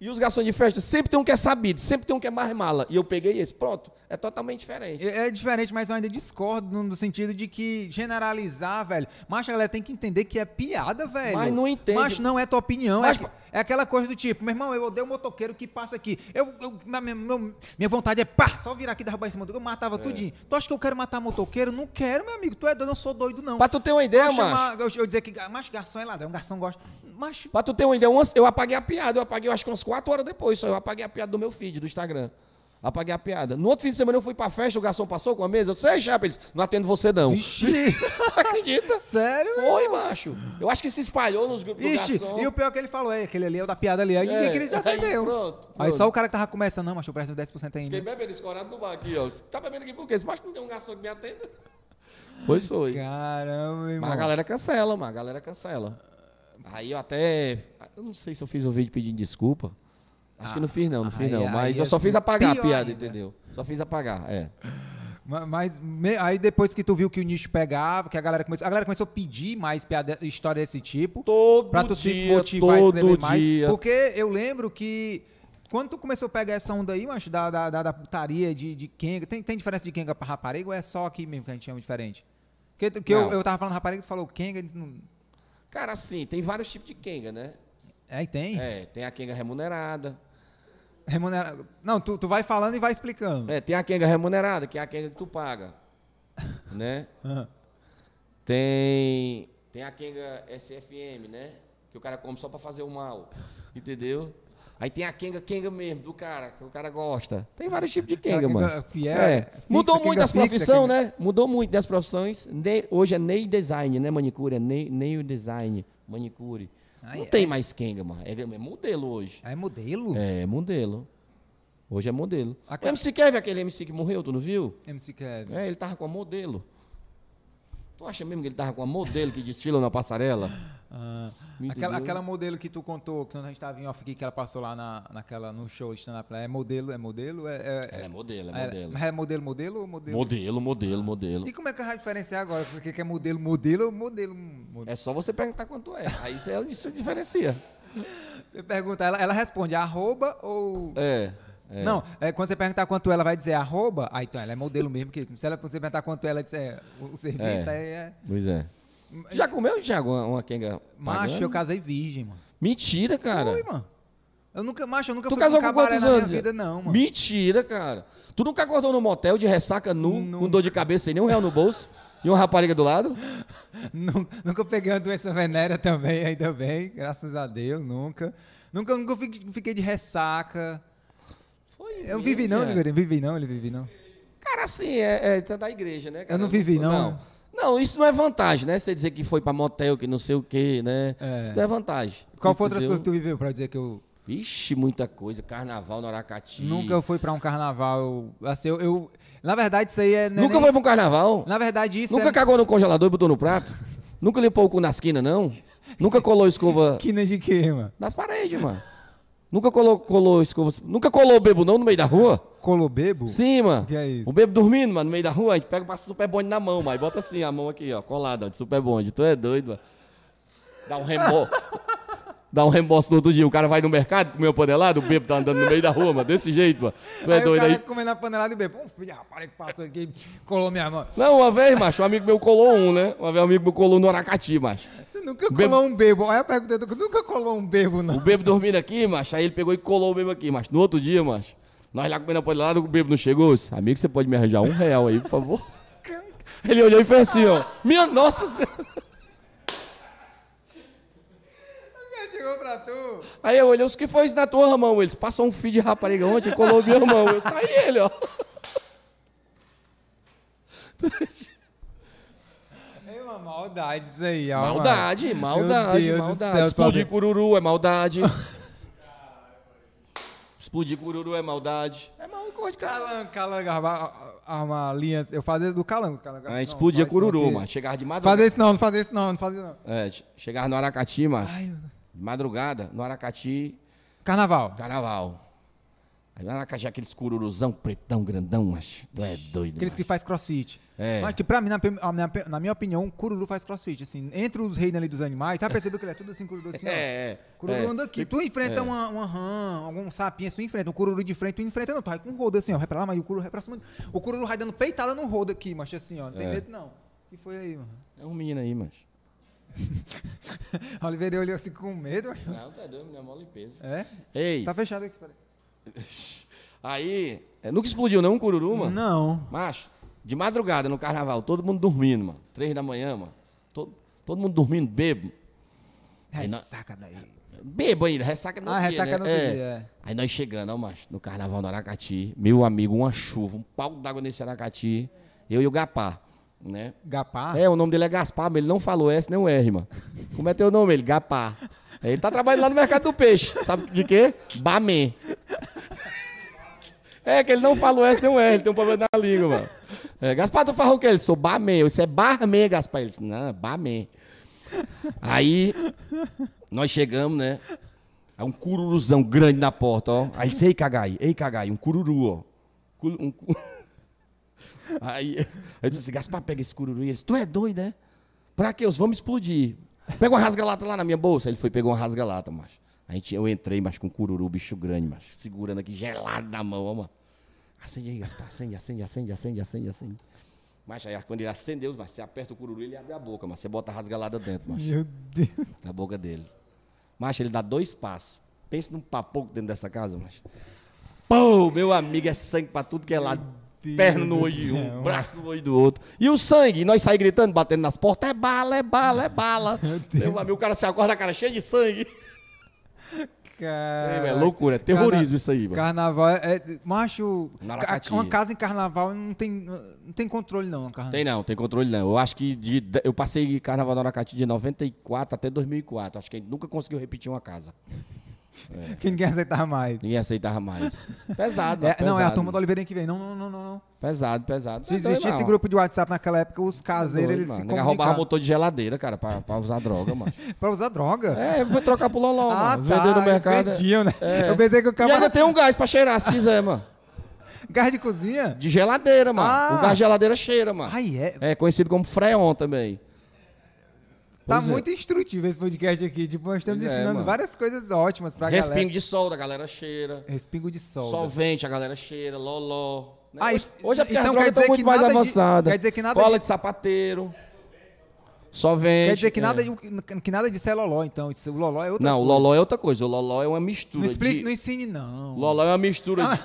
Speaker 1: E os garçons de festa sempre tem um que é sabido, sempre tem um que é mais mala. E eu peguei esse. Pronto, é totalmente diferente.
Speaker 2: É é diferente, mas eu ainda discordo no no sentido de que generalizar, velho. Mas a galera tem que entender que é piada, velho.
Speaker 1: Mas não entende.
Speaker 2: Mas não é tua opinião.
Speaker 1: Mas-
Speaker 2: É, aqu- é aquela coisa do tipo, meu irmão, eu odeio o motoqueiro que passa aqui. Eu, eu- na minha, meu- minha vontade é pá, só virar aqui e derrubar esse motoqueiro. Eu
Speaker 1: É.
Speaker 2: matava tudinho. Tu acha que eu quero matar motoqueiro? Não quero, meu amigo. Tu é doido, eu não sou doido, não.
Speaker 1: Pra tu ter uma ideia,
Speaker 2: eu,
Speaker 1: mano.
Speaker 2: chamar, eu, eu dizer que ga- macho garçom é ladrão, garçom gosta. Macho,
Speaker 1: Pra tu ter uma ideia, umas- eu apaguei a piada. Eu apaguei, eu acho que umas 4 horas depois. Só eu apaguei a piada do meu feed, do Instagram. Apaguei a piada. No outro fim de semana eu fui pra festa, o garçom passou com a mesa. Eu sei, chapa, eles, não atendo você não.
Speaker 2: Ixi,
Speaker 1: <laughs> Acredita?
Speaker 2: <laughs> sério?
Speaker 1: Foi, macho. Eu acho que se espalhou nos grupos
Speaker 2: Ixi,
Speaker 1: do garçom.
Speaker 2: e o pior que ele falou é aquele ali é o da piada ali. Aí
Speaker 1: É,
Speaker 2: ninguém queria já
Speaker 1: aí
Speaker 2: entendeu.
Speaker 1: pronto,
Speaker 2: Aí
Speaker 1: pronto.
Speaker 2: só o cara que tava começando, não, mas eu presto 10%
Speaker 1: Fiquei
Speaker 2: ainda.
Speaker 1: bebendo escorado no bar aqui, ó. Tá bebendo aqui por quê? Esse macho não tem um garçom que me atenda? <laughs> Pois foi.
Speaker 2: Caramba, irmão.
Speaker 1: Mas a galera cancela, mano. A galera cancela. Aí eu até. Eu não sei se eu fiz um vídeo pedindo desculpa. Acho que não fiz, não, não fiz,
Speaker 2: aí-
Speaker 1: não.
Speaker 2: aí
Speaker 1: Mas eu
Speaker 2: ia
Speaker 1: só fiz
Speaker 2: ser
Speaker 1: apagar a
Speaker 2: pior
Speaker 1: piada,
Speaker 2: ainda.
Speaker 1: entendeu? Só fiz apagar, é.
Speaker 2: Ma- Mas me- aí depois que tu viu que o nicho pegava, que a galera começou, a galera começou a pedir mais piada, história desse tipo.
Speaker 1: Todo
Speaker 2: pra tu se motivar a escrever mais. Porque eu lembro que quando tu começou a pegar essa onda aí, mancho, da, da, da, da putaria de, de Kenga, tem, tem diferença de Kenga pra rapariga ou é só aqui mesmo que a gente chama diferente? Porque tu- que eu,
Speaker 1: Não.
Speaker 2: eu tava falando rapariga, tu falou Kenga, eles não...
Speaker 1: Cara, assim, tem vários tipos de Kenga, né?
Speaker 2: aí tem.
Speaker 1: É, tem a Kenga remunerada.
Speaker 2: Remunera... Não, tu, tu vai falando e vai explicando.
Speaker 1: É, tem a Kenga remunerada, que é a Kenga que tu paga. Né?
Speaker 2: Ah.
Speaker 1: Tem. Tem a Kenga SFM, né? Que o cara come só pra fazer o mal. Entendeu? Aí tem a Kenga Kenga mesmo, do cara, que o cara gosta. Tem vários tipos de
Speaker 2: Aquela
Speaker 1: Kenga, mano.
Speaker 2: fiel,
Speaker 1: É.
Speaker 2: fixa,
Speaker 1: Mudou
Speaker 2: Kenga
Speaker 1: muito as
Speaker 2: fixa,
Speaker 1: profissões,
Speaker 2: Kenga-
Speaker 1: né? Mudou muito das profissões. Ne- Hoje é nail design, né? Manicure, é nail nail design, manicure.
Speaker 2: Ai,
Speaker 1: Não
Speaker 2: é.
Speaker 1: tem mais Kenga, mano. É, é modelo hoje.
Speaker 2: Ah, é modelo?
Speaker 1: É, modelo. Hoje é modelo.
Speaker 2: A
Speaker 1: O
Speaker 2: ca-
Speaker 1: MC Kevin, aquele MC que morreu, tu não viu?
Speaker 2: MC Kevin.
Speaker 1: É, ele tava com a modelo. Tu acha mesmo que ele tava com a modelo que desfila na passarela?
Speaker 2: Ah,
Speaker 1: Me
Speaker 2: aquela,
Speaker 1: entendeu?
Speaker 2: aquela modelo que tu contou, que quando a gente tava em off aqui, que ela passou lá na, naquela, no show de stand-up, lá, é modelo, é modelo? É,
Speaker 1: Ela
Speaker 2: é,
Speaker 1: é modelo, é
Speaker 2: é,
Speaker 1: modelo.
Speaker 2: mas é modelo, modelo ou modelo?
Speaker 1: Modelo, modelo, modelo.
Speaker 2: E como é que eu vou diferenciar agora? Porque que é modelo, modelo ou modelo? modelo?
Speaker 1: É só você perguntar quanto é. Aí você- isso diferencia.
Speaker 2: Você pergunta, ela, ela responde arroba ou...
Speaker 1: É. é.
Speaker 2: Não, é, quando você perguntar quanto ela vai dizer arroba, aí então ela é modelo mesmo, que se ela, quando você perguntar quanto ela disser o, o serviço,
Speaker 1: É.
Speaker 2: aí é...
Speaker 1: Pois é. Já comeu, Thiago, uma, uma quenga
Speaker 2: Macho,
Speaker 1: pagando?
Speaker 2: eu casei virgem, mano.
Speaker 1: Mentira, cara.
Speaker 2: Foi, mano. Eu nunca, macho, eu nunca
Speaker 1: tu
Speaker 2: fui pra um
Speaker 1: casou com
Speaker 2: cabaré
Speaker 1: quantos
Speaker 2: na minha
Speaker 1: anos?
Speaker 2: vida, não, <laughs> mano.
Speaker 1: Mentira, cara. Tu nunca acordou no motel de ressaca nu,
Speaker 2: Nunca.
Speaker 1: com dor de cabeça e nem um real no bolso? E uma rapariga do lado?
Speaker 2: Nunca, nunca peguei uma doença venérea também, ainda bem, graças a Deus, nunca. Nunca, nunca fi- fiquei de ressaca.
Speaker 1: Foi
Speaker 2: Eu
Speaker 1: minha.
Speaker 2: vivi não, Ligeirinho. Vivi não, ele vivi não.
Speaker 1: Cara, assim, é, é tá da igreja, né? cara?
Speaker 2: Eu não vivi, não.
Speaker 1: Não, Não, isso não é vantagem, né? Você dizer que foi pra motel, que não sei o quê, né?
Speaker 2: É.
Speaker 1: Isso não é vantagem.
Speaker 2: Qual foi outras coisas
Speaker 1: Entendeu?
Speaker 2: que tu viveu pra dizer que eu
Speaker 1: Vixe, muita coisa. Carnaval no Aracati.
Speaker 2: nunca fui pra um carnaval? Assim, eu, eu- na verdade isso aí é não é
Speaker 1: Nunca
Speaker 2: nem-
Speaker 1: foi pra um carnaval?
Speaker 2: Na verdade isso
Speaker 1: Nunca
Speaker 2: é
Speaker 1: cagou no congelador e botou no prato? Nunca limpou o cu na esquina, não? Nunca colou escova
Speaker 2: <laughs> quina de quê, mano?
Speaker 1: na parede, mano? Nunca colou, colou escova... Nunca colou o bebo, não, no meio da rua?
Speaker 2: Colobebo?
Speaker 1: Sim, mano.
Speaker 2: que é isso?
Speaker 1: O bebo dormindo, mano, no meio da rua, a gente pega e passa super bonde na mão, mas bota assim, a mão aqui, ó, colada, ó, de super bonde. Tu é doido, mano. Dá um remorso. <laughs> Dá um remorso no outro dia. O cara vai no mercado, comeu panelado, o bebo tá andando no meio da rua, mano, desse jeito, mano. Tu é
Speaker 2: aí o
Speaker 1: doido
Speaker 2: cara
Speaker 1: aí.
Speaker 2: comendo a panelada e bebo. Um filho, rapaz, que passou aqui, colou minha mão.
Speaker 1: Não, uma vez, macho, um amigo meu colou um, né? Uma vez um amigo meu colou no Aracati, macho.
Speaker 2: Tu nunca
Speaker 1: Bebo.
Speaker 2: colou um bebo. Aí eu perguntei, tu nunca colou um bebo,
Speaker 1: O
Speaker 2: não?
Speaker 1: bebo dormindo aqui, macho, aí ele pegou e colou o bebo aqui, macho. No outro dia, macho, nós lá comendo a panelada, o bebo não chegou. Eu disse, Amigo, você pode me arranjar um real aí, por favor? <laughs> Ele olhou e fez assim, ó. Minha nossa senhora.
Speaker 2: O cara chegou pra tu.
Speaker 1: Aí eu olhei, os que foi isso na tua mão? Eles passou um fio de rapariga ontem e colou minha mão. Eu saí ele,
Speaker 2: <laughs>
Speaker 1: ó.
Speaker 2: É uma maldade isso aí, ó.
Speaker 1: Maldade,
Speaker 2: mano.
Speaker 1: maldade,
Speaker 2: Meu Deus do
Speaker 1: maldade.
Speaker 2: céu,
Speaker 1: Explodir
Speaker 2: Fábio.
Speaker 1: cururu é maldade. Explodir cururu é maldade. É mal coisa de cara.
Speaker 2: Calango, calango, arma, arma aliança. Eu fazia do calango, calango.
Speaker 1: A gente
Speaker 2: Não,
Speaker 1: Ah, explodia
Speaker 2: faz isso não,
Speaker 1: cururu,
Speaker 2: que-
Speaker 1: mano. Chegava de madrugada.
Speaker 2: Fazer isso não, não fazer isso não, não fazer isso não.
Speaker 1: É, che- chegava no Aracati, macho.
Speaker 2: Ai, meu Deus.
Speaker 1: De madrugada, no Aracati,
Speaker 2: Carnaval.
Speaker 1: carnaval. Aí no Aracati, aqueles cururuzão pretão, grandão, macho. Tu é doido,
Speaker 2: Aqueles que
Speaker 1: macho.
Speaker 2: faz crossfit.
Speaker 1: É.
Speaker 2: Mas que pra mim, na, pe- na minha, pe- na minha opinião, o cururu faz crossfit. Assim, entre os reinos ali dos animais, já percebeu que ele é tudo assim, cururu assim? ó?
Speaker 1: É, é.
Speaker 2: Cururu
Speaker 1: é.
Speaker 2: anda aqui. Tu enfrenta uma, uma rã, algum sapinho, tu enfrenta. Um cururu de frente, tu enfrenta, não. Tu vai com um rodo assim, ó. Vai pra lá, mas o cururu vai pra cima. O cururu vai dando peitada no rodo aqui, macho, assim, ó. Não tem
Speaker 1: É.
Speaker 2: medo, não. O que foi aí, mano? <laughs>
Speaker 1: É um menino aí, macho.
Speaker 2: A Oliveira olhou assim com medo. macho.
Speaker 1: Não, tá doido, menino é mó limpeza.
Speaker 2: É?
Speaker 1: Ei,
Speaker 2: Tá fechado aqui, peraí.
Speaker 1: aí, é, nunca explodiu não um cururu, mano?
Speaker 2: Não.
Speaker 1: Macho, de madrugada no carnaval, todo mundo dormindo, mano. Três da manhã, mano. Todo, todo mundo dormindo, bebo. Aí não-
Speaker 2: Saca daí.
Speaker 1: Bebo ainda, ressaca no
Speaker 2: Ah,
Speaker 1: dia,
Speaker 2: ressaca
Speaker 1: né?
Speaker 2: no outro dia, é.
Speaker 1: Aí nós chegando, ó, macho, no carnaval no Aracati, meu amigo, uma chuva, um pau d'água nesse Aracati, eu e o Gapá, né?
Speaker 2: Gapá?
Speaker 1: É, o nome dele é Gaspar, mas ele não falou S nem o R, mano. Como é teu nome? Ele, Gapá. Ele tá trabalhando lá no mercado do peixe. Sabe de quê? Bamê. É, que ele não falou S nem o R, ele tem um problema na língua, mano. É, Gaspar, tu falou o quê? Ele, sou Bamê. Eu, Isso é Barmê, Gaspar. Ele, não, Bamê. Aí, nós chegamos, né? Aí um cururuzão grande na porta, ó. Aí, disse, ei, cagai, ei, cagai, um cururu, ó. Cu- Um, cu- <laughs> Aí eu disse assim, Gaspar, pega esse cururu. E ele disse, tu é doido, é? Pra quê? Os vamos explodir. Pega uma rasga-lata lá na minha bolsa. Ele foi e pegou uma rasga-lata, macho. A gente, eu entrei, mas com um cururu, bicho grande, macho. Segurando aqui, gelado na mão, ó, mano. Acende aí, Gaspar, acende, acende, acende, acende, acende, acende. Mas aí quando ele acendeu, mas você aperta o cururu, ele abre a boca, mas você bota a rasgalada dentro, macho.
Speaker 2: Meu Deus.
Speaker 1: Na boca dele. Macho, ele dá dois passos. Pensa num papoco dentro dessa casa, macho. Pô, meu amigo, é sangue pra tudo que é lado.
Speaker 2: Deus
Speaker 1: Perna
Speaker 2: do
Speaker 1: no olho de
Speaker 2: céu.
Speaker 1: um, braço no olho do outro. E o sangue, e nós saímos gritando, batendo nas portas, é bala, é bala, é bala. Meu amigo, o cara se acorda, a cara cheia de sangue.
Speaker 2: Cara.
Speaker 1: É, loucura, é terrorismo isso aí, mano.
Speaker 2: Carnaval é. é- Macho,
Speaker 1: Na
Speaker 2: ca-
Speaker 1: Aracati.
Speaker 2: uma casa em carnaval não tem, não tem controle, não. Carnaval.
Speaker 1: Tem não, tem controle não. Eu acho que de, de- eu passei carnaval no Aracati de 94 até 2004. Acho que a gente nunca conseguiu repetir uma casa.
Speaker 2: <laughs> Que ninguém aceitava mais.
Speaker 1: Ninguém
Speaker 2: <laughs>
Speaker 1: aceitava mais. Pesado,
Speaker 2: É,
Speaker 1: mano,
Speaker 2: não, é a
Speaker 1: pesado.
Speaker 2: turma do Oliveirinha que vem. Não, não, não, não. não.
Speaker 1: Pesado, pesado. Então,
Speaker 2: Se existisse esse grupo de WhatsApp naquela época, os caseiros, eles se
Speaker 1: Nega roubava
Speaker 2: comunicavam.
Speaker 1: motor de geladeira, cara, pra, pra usar droga, mano.
Speaker 2: Pra usar droga.
Speaker 1: <laughs> É, foi trocar pro Loló,
Speaker 2: Ah,
Speaker 1: mano.
Speaker 2: tá.
Speaker 1: Vender no
Speaker 2: eles
Speaker 1: mercado. é.
Speaker 2: vendiam, né? Eu pensei que o
Speaker 1: E ainda
Speaker 2: cara...
Speaker 1: tem um gás pra cheirar, se quiser, mano.
Speaker 2: Gás de cozinha?
Speaker 1: De geladeira, mano.
Speaker 2: Ah.
Speaker 1: O gás de geladeira cheira, mano.
Speaker 2: Ai, é.
Speaker 1: É conhecido como freon também.
Speaker 2: Tá
Speaker 1: Pois é.
Speaker 2: muito instrutivo esse podcast aqui. Tipo, nós estamos
Speaker 1: Pois é,
Speaker 2: ensinando
Speaker 1: mano.
Speaker 2: várias coisas ótimas pra
Speaker 1: Respingo
Speaker 2: galera.
Speaker 1: de solda, a galera cheira.
Speaker 2: Respingo de sol.
Speaker 1: Solvente, a galera cheira. Loló. né?
Speaker 2: Ah,
Speaker 1: hoje,
Speaker 2: isso-
Speaker 1: hoje é porque
Speaker 2: então
Speaker 1: as
Speaker 2: quer
Speaker 1: drogas
Speaker 2: dizer
Speaker 1: estão
Speaker 2: que
Speaker 1: muito mais
Speaker 2: nada de-
Speaker 1: avançadas.
Speaker 2: quer dizer que nada
Speaker 1: Cola
Speaker 2: de-
Speaker 1: de, sapateiro. Solvente.
Speaker 2: Quer dizer que, nada,
Speaker 1: é.
Speaker 2: de- um- que nada disso é loló, então. Isso- O loló é outra
Speaker 1: Não, o
Speaker 2: coisa.
Speaker 1: loló é outra coisa. O loló é uma mistura
Speaker 2: Não, explique,
Speaker 1: de...
Speaker 2: não ensine, não.
Speaker 1: Loló é uma mistura de,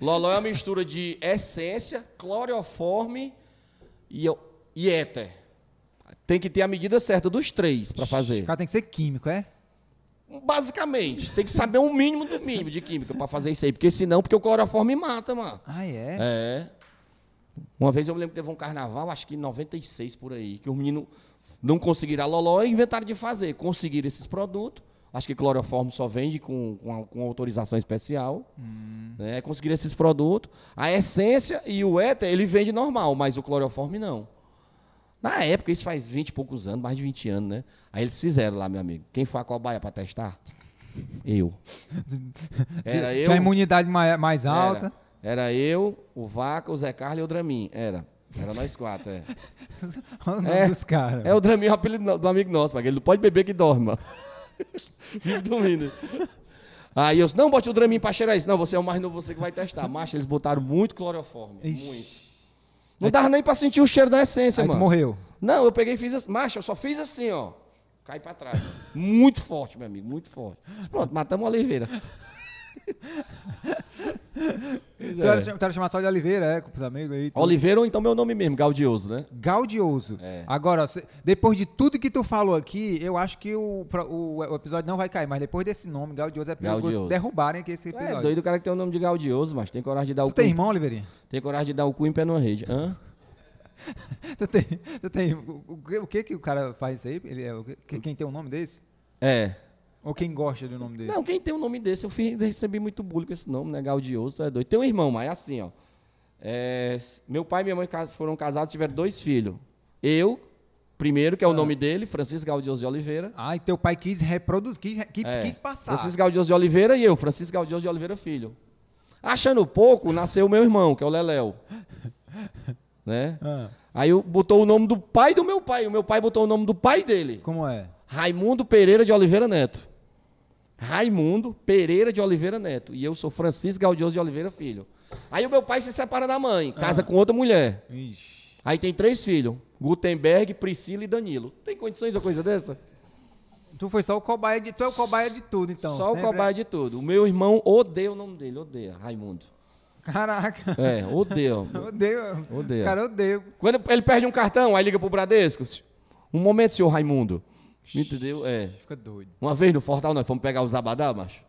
Speaker 1: <laughs> Loló é uma mistura de essência, cloroforme e, e éter. Tem que ter a medida certa dos três pra
Speaker 2: O
Speaker 1: fazer.
Speaker 2: cara tem que ser químico, é?
Speaker 1: Basicamente, tem que saber um mínimo do mínimo de química para fazer isso aí, porque senão, porque o cloroforme mata, mano.
Speaker 2: Ah, é?
Speaker 1: É. Uma vez eu me lembro que teve um carnaval, acho que em 96 por aí, que os meninos não conseguiram a loló e inventaram de fazer. Conseguiram esses produtos. Acho que cloroformo só vende com, com, a- com autorização especial. Né? Conseguiram esses produtos. A essência e o éter, ele vende normal, mas o cloroforme não. Na época, isso faz 20 e poucos anos, mais de 20 anos, né? Aí eles fizeram lá, meu amigo. Quem foi a cobaia para testar? Eu. Era eu.
Speaker 2: Tinha a imunidade mai- mais,
Speaker 1: Era.
Speaker 2: alta.
Speaker 1: Era, eu, o Vaca, o Zé Carlos e o Dramin. Era. Era nós
Speaker 2: <laughs>
Speaker 1: quatro, é.
Speaker 2: Olha o nome
Speaker 1: É.
Speaker 2: dos caras.
Speaker 1: É o Dramin é o apelido no- do amigo nosso, porque ele não pode beber que dorme, mano. <laughs> Vive dormindo. Aí eu disse, não, bote o Dramin pra cheirar isso. Não, você é o mais novo, você que vai testar. Macho, eles botaram muito cloroforme.
Speaker 2: Ixi.
Speaker 1: Muito. Não dava nem pra sentir o cheiro da essência,
Speaker 2: Aí tu
Speaker 1: mano.
Speaker 2: morreu.
Speaker 1: Não, eu peguei e fiz assim. Macho, eu só fiz assim, ó. Cai pra trás. muito forte, meu amigo, muito forte. Pronto, matamos o Oliveira. Pois
Speaker 2: Tu
Speaker 1: é.
Speaker 2: era, tu era chamado só de Oliveira, é, com os amigos aí. tudo.
Speaker 1: Oliveira ou então meu nome mesmo, Gaudioso, né?
Speaker 2: Gaudioso.
Speaker 1: É.
Speaker 2: Agora, ó, cê- depois de tudo que tu falou aqui, eu acho que o, pro- o- o episódio não vai cair, mas depois desse nome, Gaudioso, é perigoso
Speaker 1: Gaudioso.
Speaker 2: derrubarem aqui esse
Speaker 1: Tu É
Speaker 2: episódio.
Speaker 1: doido o cara que tem o nome de Gaudioso, mas tem coragem de dar o
Speaker 2: Tu
Speaker 1: cu.
Speaker 2: tem
Speaker 1: em-
Speaker 2: irmão, Oliveirinha? <laughs>
Speaker 1: Tem coragem de dar o cu em pé numa rede. Hã?
Speaker 2: Tu tem. Tu tem o, o que- o que que o cara faz isso aí? Ele é, o que- que- quem tem um nome desse?
Speaker 1: É.
Speaker 2: Ou quem gosta de um nome desse?
Speaker 1: Não, quem tem um nome desse, eu fiz- recebi muito bullying com esse nome, né? Gaudioso, tu é doido. Tem um irmão, mas é assim, ó. É, meu pai e minha mãe cas- foram casados, tiveram dois filhos. Eu, primeiro, que é o nome dele, Francisco Gaudioso de Oliveira.
Speaker 2: Ah, e teu pai quis reproduzir, quis, re- que-
Speaker 1: É,
Speaker 2: quis passar.
Speaker 1: Francisco Gaudioso de Oliveira e eu, Francisco Gaudioso de Oliveira Filho. Achando pouco, nasceu o meu irmão, que é
Speaker 2: <laughs>
Speaker 1: o Leléu. né?
Speaker 2: Ah,
Speaker 1: Aí eu- botou o nome do pai do meu pai. O meu pai botou o nome do pai dele.
Speaker 2: como é?
Speaker 1: Raimundo Pereira de Oliveira Neto. Raimundo Pereira de Oliveira Neto. E eu sou Francisco Gaudioso de Oliveira Filho. Aí o meu pai se separa da mãe,
Speaker 2: Ah.
Speaker 1: casa com outra mulher.
Speaker 2: Ixi.
Speaker 1: Aí tem três filhos: Gutenberg, Priscila e Danilo. Tem condições de uma coisa dessa?
Speaker 2: Tu foi só o cobaia de. Tu é o cobaia de tudo, então.
Speaker 1: Só
Speaker 2: sempre
Speaker 1: o cobaia de tudo. O meu irmão odeia o nome dele, odeia, Raimundo.
Speaker 2: é-
Speaker 1: <laughs>
Speaker 2: Caraca. <laughs>
Speaker 1: É, odeia.
Speaker 2: Odeio.
Speaker 1: Odeio.
Speaker 2: Cara, odeio.
Speaker 1: Quando ele perde um cartão, aí liga pro Bradesco. Um momento, senhor Raimundo. Me entendeu? É.
Speaker 2: Fica doido.
Speaker 1: Uma vez no Fortal, nós fomos pegar os abadá, macho.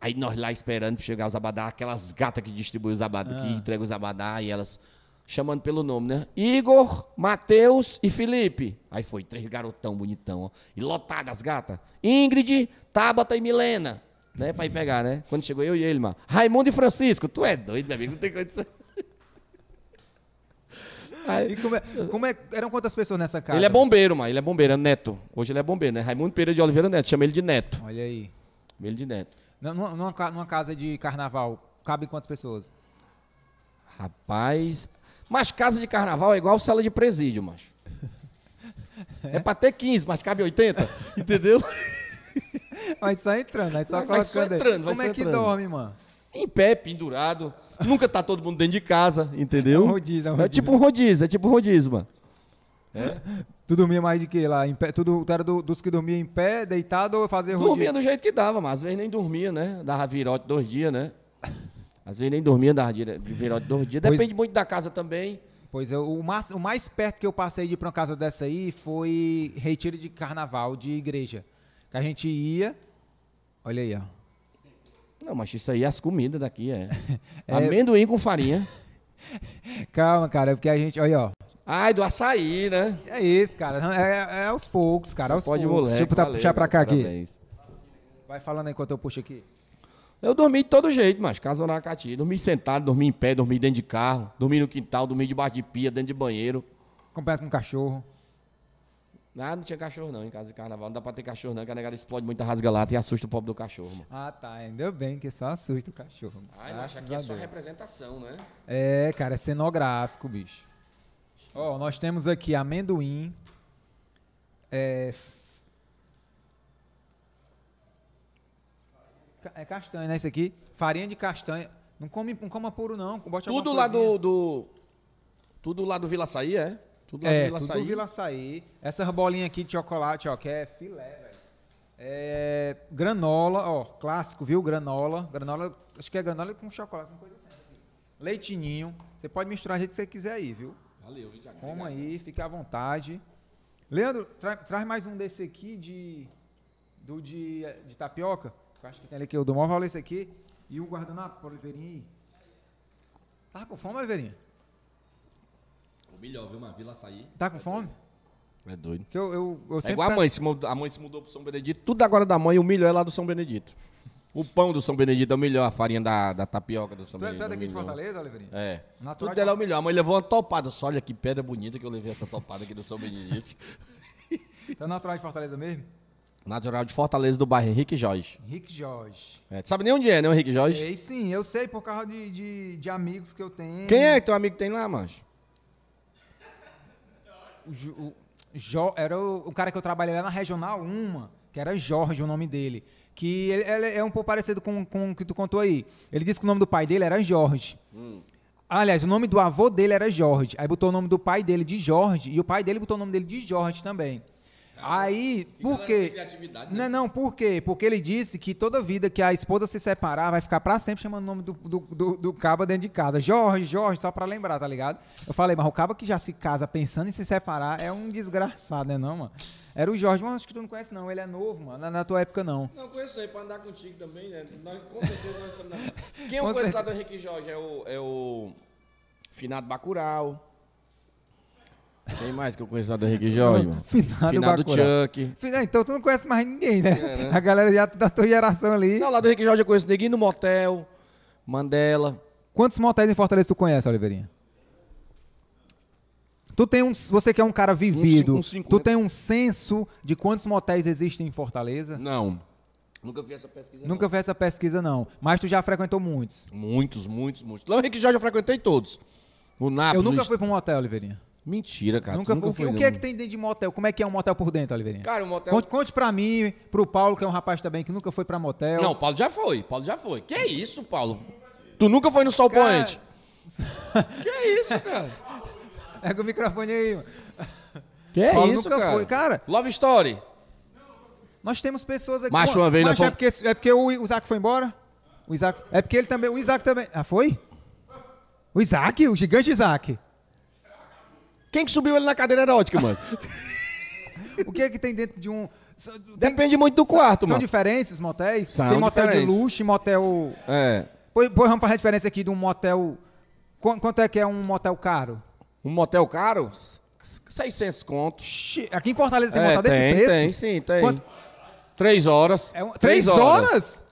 Speaker 1: Aí nós lá esperando pra chegar os abadá, aquelas gatas que distribuem os abadá, que entregam os abadá, e elas chamando pelo nome, né? Igor, Matheus e Felipe. Aí foi, três garotão bonitão, ó. E lotadas as gatas. Ingrid, Tabata e Milena. Né, pra ir pegar, né? Quando chegou eu e ele, mano. Raimundo e Francisco, tu é doido, meu amigo, não tem condição. Aí,
Speaker 2: E como é, como é- Eram quantas pessoas nessa casa?
Speaker 1: ele é bombeiro, mano. Ele é bombeiro, é neto. Hoje ele é bombeiro, né? Raimundo Pereira de Oliveira Neto, chama ele de neto.
Speaker 2: Olha aí.
Speaker 1: Milho de neto.
Speaker 2: Na- Numa, numa ca- numa casa de carnaval, cabe quantas pessoas?
Speaker 1: Rapaz. Mas casa de carnaval é igual sala de
Speaker 2: <laughs>
Speaker 1: presídio, macho. É, pra ter 15, mas
Speaker 2: <laughs>
Speaker 1: cabe 80. Entendeu?
Speaker 2: Vai só entrando, vai só
Speaker 1: Vai- vai só
Speaker 2: colocando aí.
Speaker 1: entrando, vai
Speaker 2: Como
Speaker 1: só
Speaker 2: é que
Speaker 1: entrando.
Speaker 2: dorme, mano?
Speaker 1: em pé, pendurado. Nunca tá todo mundo dentro de casa, entendeu?
Speaker 2: É um rodízio, é um rodízio.
Speaker 1: tipo um rodízio, é tipo um rodízio, mano.
Speaker 2: Tu dormia mais de que lá? Em pé? Tu, do- tu era do- dos que dormia em pé, deitado ou fazia um rodízio?
Speaker 1: Dormia do jeito que dava, mas às vezes nem dormia, né? Dava virote dois dias, né? Às vezes nem dormia, dava dire- de virote dois dias.
Speaker 2: Pois-
Speaker 1: Depende muito da casa também.
Speaker 2: Pois é, o mais, o mais perto que eu passei de ir pra uma casa dessa aí foi retiro de carnaval de igreja. Que a gente ia. Olha aí, ó.
Speaker 1: Não, mas isso aí é as comidas daqui, é.
Speaker 2: <laughs> É.
Speaker 1: Amendoim com farinha.
Speaker 2: Calma, cara, porque a gente. Olha, ó.
Speaker 1: Ai, do açaí, né?
Speaker 2: É isso, cara. não, É, é aos poucos, cara. Aos
Speaker 1: Pode
Speaker 2: poucos.
Speaker 1: moleque.
Speaker 2: Deixa eu puta-
Speaker 1: valeu,
Speaker 2: tá puxar pra
Speaker 1: mano,
Speaker 2: cá aqui.
Speaker 1: parabéns.
Speaker 2: Vai falando enquanto eu puxo aqui.
Speaker 1: Eu dormi de todo jeito, mas casa na Cati. Dormi sentado, dormi em pé, dormi dentro de carro, dormi no quintal, dormi debaixo de pia, dentro de banheiro.
Speaker 2: Completo com cachorro.
Speaker 1: Ah, não tinha cachorro não em casa de carnaval. Não dá pra ter cachorro não, que a negada explode muita rasga-lata e assusta o pobre do cachorro, mano.
Speaker 2: Ah, tá. Ainda bem que só assusta o cachorro.
Speaker 1: Ai, mas
Speaker 2: Graças
Speaker 1: aqui é
Speaker 2: a
Speaker 1: só
Speaker 2: Deus.
Speaker 1: representação, né?
Speaker 2: É, cara, é cenográfico, bicho. Ó, nós temos aqui amendoim. É. f- Ca- É castanha, né? Isso aqui. Farinha de castanha. Não come, não coma puro, não. Bote alguma
Speaker 1: Tudo lá
Speaker 2: coisinha.
Speaker 1: do, do... Tudo lá do Vila Saí, é? Tudo lá
Speaker 2: É,
Speaker 1: do Vila
Speaker 2: tudo
Speaker 1: Saí.
Speaker 2: Vila Açaí. Essas bolinhas aqui de chocolate, ó, que é filé, velho. É, granola, ó, clássico, viu? Granola. Granola, acho que é granola com chocolate, uma coisa assim. Leitinho. Você pode misturar do jeito que você quiser aí, viu?
Speaker 1: Valeu, Vitinho.
Speaker 2: Coma aí, fique à vontade. Leandro, tra- traz mais um desse aqui de. do de, de tapioca. que eu acho que tem ali que é eu dou maior valor esse aqui. E o guardanapo pro Oliveirinha aí. Tá com fome, Oliveirinha?
Speaker 1: O melhor, viu, mano? Vila sair.
Speaker 2: Tá com fome?
Speaker 1: É doido.
Speaker 2: Que eu, eu, eu
Speaker 1: É
Speaker 2: sempre
Speaker 1: igual a
Speaker 2: peço-
Speaker 1: mãe, se mudou, a mãe se mudou pro São Benedito, tudo agora da mãe, o milho é lá do São Benedito. O pão do São Benedito é o melhor, a farinha da, da tapioca do São
Speaker 2: Tu é, tu
Speaker 1: Benedito.
Speaker 2: é daqui de
Speaker 1: milhão.
Speaker 2: Fortaleza, Oliveirinha?
Speaker 1: É.
Speaker 2: Natural
Speaker 1: Tudo
Speaker 2: de
Speaker 1: dela é o melhor. A mãe levou uma topada. Só olha que pedra bonita que eu levei essa topada aqui do São Benedito.
Speaker 2: Tu é natural de Fortaleza mesmo?
Speaker 1: Natural de Fortaleza do bairro Henrique Jorge.
Speaker 2: Henrique Jorge.
Speaker 1: É, tu sabe nem onde é, né, o Henrique Jorge?
Speaker 2: Sei sim, eu sei por causa de, de, de amigos que eu tenho.
Speaker 1: Quem é que teu amigo tem lá, mancho?
Speaker 2: O Ju- o Jo- era o, o cara que eu trabalhei lá na Regional 1, mano, que era Jorge o nome dele. Que ele, ele é um pouco parecido com, com o que tu contou aí. Ele disse que o nome do pai dele era Jorge. Ah, Aliás, o nome do avô dele era Jorge. Aí botou o nome do pai dele de Jorge. E o pai dele botou o nome dele de Jorge também. Aí, por
Speaker 1: galera sem
Speaker 2: quê?
Speaker 1: criatividade, né?
Speaker 2: Não, não, por quê? Porque ele disse que toda vida que a esposa se separar, vai ficar pra sempre chamando o nome do, do, do, do caba dentro de casa. Jorge, Jorge, só pra lembrar, tá ligado? Eu falei, mas o caba que já se casa pensando em se separar é um desgraçado, né não, mano? Era o Jorge, mas acho que tu não conhece não, ele é novo, mano, não é na tua época não.
Speaker 1: Não, conheço ele pra andar contigo também, né? Nós, com certeza nós somos na... Quem eu
Speaker 2: Com
Speaker 1: conheço
Speaker 2: certeza.
Speaker 1: lá do Henrique Jorge é o, é o Finado Bacurau. Quem mais que eu conheço lá do Henrique Jorge, mano?
Speaker 2: Finado
Speaker 1: Finado
Speaker 2: Bacurau.
Speaker 1: Chuck.
Speaker 2: Fi- ah, Então tu não conhece mais ninguém, né? A galera já da tua geração ali.
Speaker 1: Não, lá do Henrique Jorge eu conheço Neguinho no Motel, Mandela.
Speaker 2: Quantos motéis em Fortaleza tu conhece, Oliveirinha? Tu tem um, você que é um cara vivido,
Speaker 1: uns 50.
Speaker 2: tu tem um senso de quantos motéis existem em Fortaleza?
Speaker 1: Não. Nunca fiz essa pesquisa.
Speaker 2: Nunca fiz essa pesquisa não, mas tu já frequentou muitos.
Speaker 1: não. Muitos, muitos, muitos. Lá o Henrique Jorge eu frequentei todos. O Nápoles.
Speaker 2: Eu nunca
Speaker 1: o-
Speaker 2: fui pra um motel, Oliveirinha.
Speaker 1: Mentira, Ah, cara.
Speaker 2: nunca
Speaker 1: tu
Speaker 2: fui. O que-
Speaker 1: foi,
Speaker 2: O que é
Speaker 1: não.
Speaker 2: que tem dentro de motel? Como é que é um motel por dentro, Oliveirinha?
Speaker 1: Cara, o motel.
Speaker 2: Conte, conte pra mim, pro Paulo, que é um rapaz também que nunca foi pra motel.
Speaker 1: Não, o Paulo já foi. Paulo já foi. Que isso, Paulo? Tu nunca foi no Sol
Speaker 2: Cara-
Speaker 1: Poente?
Speaker 2: <laughs>
Speaker 1: Que isso, cara?
Speaker 2: Pega o microfone aí. mano.
Speaker 1: Que é
Speaker 2: Paulo
Speaker 1: isso,
Speaker 2: nunca
Speaker 1: cara?
Speaker 2: foi. Cara,
Speaker 1: Love Story.
Speaker 2: Nós temos pessoas aqui.
Speaker 1: Macho, uma vez né,
Speaker 2: Macho,
Speaker 1: nós
Speaker 2: é, porque, é porque o Isaac foi embora? O Isaac. É porque ele também. O Isaac também. Ah, foi? O Isaac? O gigante Isaac.
Speaker 1: Quem que subiu ele na cadeira
Speaker 2: <laughs>
Speaker 1: erótica, mano?
Speaker 2: O que é que tem dentro de um. São- tem-
Speaker 1: Depende muito do quarto,
Speaker 2: São
Speaker 1: mano.
Speaker 2: diferentes os motéis?
Speaker 1: São
Speaker 2: tem motel
Speaker 1: diferentes.
Speaker 2: de luxo e motel.
Speaker 1: É.
Speaker 2: Pois, pois vamos fazer a diferença aqui de um motel. Qu- Quanto é que é um motel caro?
Speaker 1: Um motel caro? 600 conto.
Speaker 2: Xi, Aqui em Fortaleza tem
Speaker 1: É,
Speaker 2: motel desse
Speaker 1: tem,
Speaker 2: preço?
Speaker 1: tem, sim, tem.
Speaker 2: Quanto-
Speaker 1: Três horas.
Speaker 2: É um- Três, horas?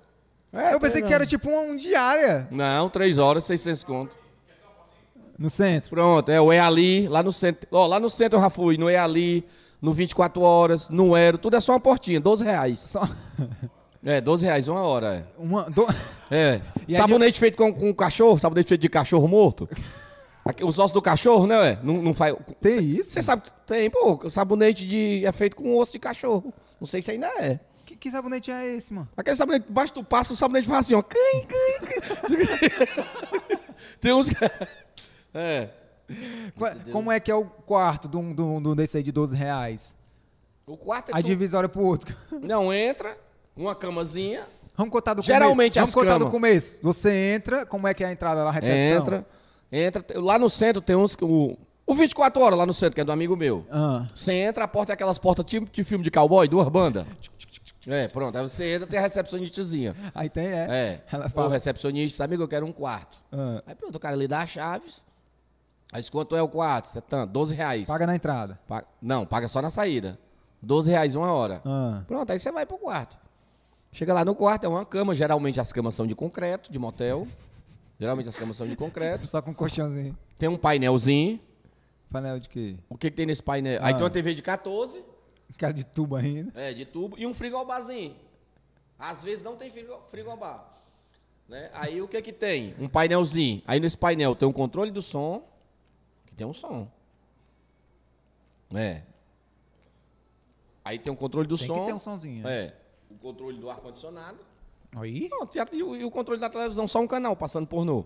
Speaker 1: É,
Speaker 2: Eu pensei
Speaker 1: tem,
Speaker 2: que era tipo um, um diária
Speaker 1: Não, três horas, 600 conto.
Speaker 2: no centro.
Speaker 1: Pronto, é o EALI, lá no centro. Ó, lá no centro eu já fui, no EALI, no 24 horas, no Ero, tudo é só uma portinha, 12 reais.
Speaker 2: Só
Speaker 1: <laughs> É, 12 reais uma hora,
Speaker 2: uma, do- <laughs>
Speaker 1: é.
Speaker 2: E aí
Speaker 1: É. Sabonete feito com, com cachorro, sabonete feito de
Speaker 2: <laughs>
Speaker 1: cachorro morto. Aqui, os ossos do cachorro, né, ué? Não, não faz...
Speaker 2: Tem isso?
Speaker 1: Você sabe, tem, pô, sabonete de, é feito com osso de cachorro. Não sei se ainda é.
Speaker 2: Que, que sabonete é esse, mano?
Speaker 1: Aquele sabonete, debaixo do passo, o sabonete faz assim, ó. Cãi,
Speaker 2: <laughs>
Speaker 1: cãi, cãi. <laughs> Tem uns que... É.
Speaker 2: Qua- Como é que é o quarto de um, de um- de um desse aí de 12 reais?
Speaker 1: O quarto é
Speaker 2: A
Speaker 1: tu-
Speaker 2: divisória pro outro. <laughs>
Speaker 1: Não entra, uma camazinha.
Speaker 2: Vamos contar do
Speaker 1: Geralmente
Speaker 2: começo.
Speaker 1: é
Speaker 2: Vamos
Speaker 1: as
Speaker 2: contar do
Speaker 1: camas.
Speaker 2: começo. Você entra, como é que é a entrada lá, a recepção?
Speaker 1: Entra, entra. Te- Lá no centro tem uns. que- O, o 24 horas lá no centro, que é do amigo meu.
Speaker 2: Ah,
Speaker 1: Você entra, a porta é aquelas portas tipo de filme de cowboy, duas bandas. É, pronto. Aí você entra, tem
Speaker 2: <laughs>
Speaker 1: a recepcionistazinha.
Speaker 2: aí tem, é.
Speaker 1: É.
Speaker 2: Ela
Speaker 1: O
Speaker 2: fala.
Speaker 1: recepcionista, amigo, eu quero um quarto.
Speaker 2: ah,
Speaker 1: Aí pronto, o cara lhe dá as chaves. Aí diz, quanto é o quarto? Cê Tanto, 12 reais.
Speaker 2: paga na entrada.
Speaker 1: Pa- Não, paga só na saída. 12 reais uma hora.
Speaker 2: Ah,
Speaker 1: Pronto, aí você vai pro quarto. Chega lá no quarto, é uma cama. Geralmente as camas são de concreto, de motel. Geralmente as camas são de concreto.
Speaker 2: só com um colchãozinho.
Speaker 1: Tem um painelzinho.
Speaker 2: Painel de quê?
Speaker 1: O que, que tem nesse painel? Aí tem
Speaker 2: Ah.
Speaker 1: uma TV de 14,
Speaker 2: Cara de tubo ainda.
Speaker 1: é, de tubo, e um frigobarzinho. Às vezes não tem frigo- frigobar. Né? Aí o que que tem? Um painelzinho. Aí nesse painel tem um controle do som, que tem um som. É. Aí tem um controle do
Speaker 2: Tem
Speaker 1: som.
Speaker 2: que ter um sonzinho. né?
Speaker 1: É. O controle do ar-condicionado.
Speaker 2: Aí?
Speaker 1: Pronto, e a- e, o- e o controle da televisão, só um canal passando pornô.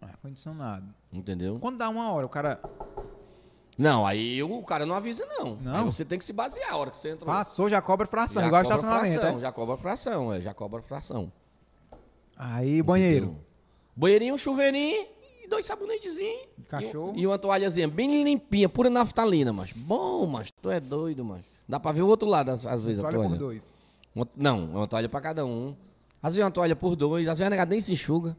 Speaker 2: Ar é condicionado.
Speaker 1: Entendeu?
Speaker 2: Quando dá uma hora, o cara
Speaker 1: Não, aí o cara não avisa, não.
Speaker 2: Não?
Speaker 1: Aí você tem que se basear a hora que você entrou.
Speaker 2: passou, já cobra fração.
Speaker 1: Já
Speaker 2: igual
Speaker 1: cobra
Speaker 2: estacionamento,
Speaker 1: fração,
Speaker 2: é?
Speaker 1: Já cobra fração, é, já cobra fração.
Speaker 2: Aí, banheiro.
Speaker 1: Entendeu? Banheirinho, um chuveirinho e dois sabonetezinhos.
Speaker 2: Cachorro.
Speaker 1: E, um- e uma toalhazinha bem limpinha, pura naftalina, mas bom, mas tu é doido, mas Dá pra ver o outro lado às, às vezes a
Speaker 2: Vale por
Speaker 1: toalha.
Speaker 2: dois.
Speaker 1: Uma- não, é uma toalha pra cada um. Às vezes é uma toalha por dois, às vezes a negada nem se enxuga.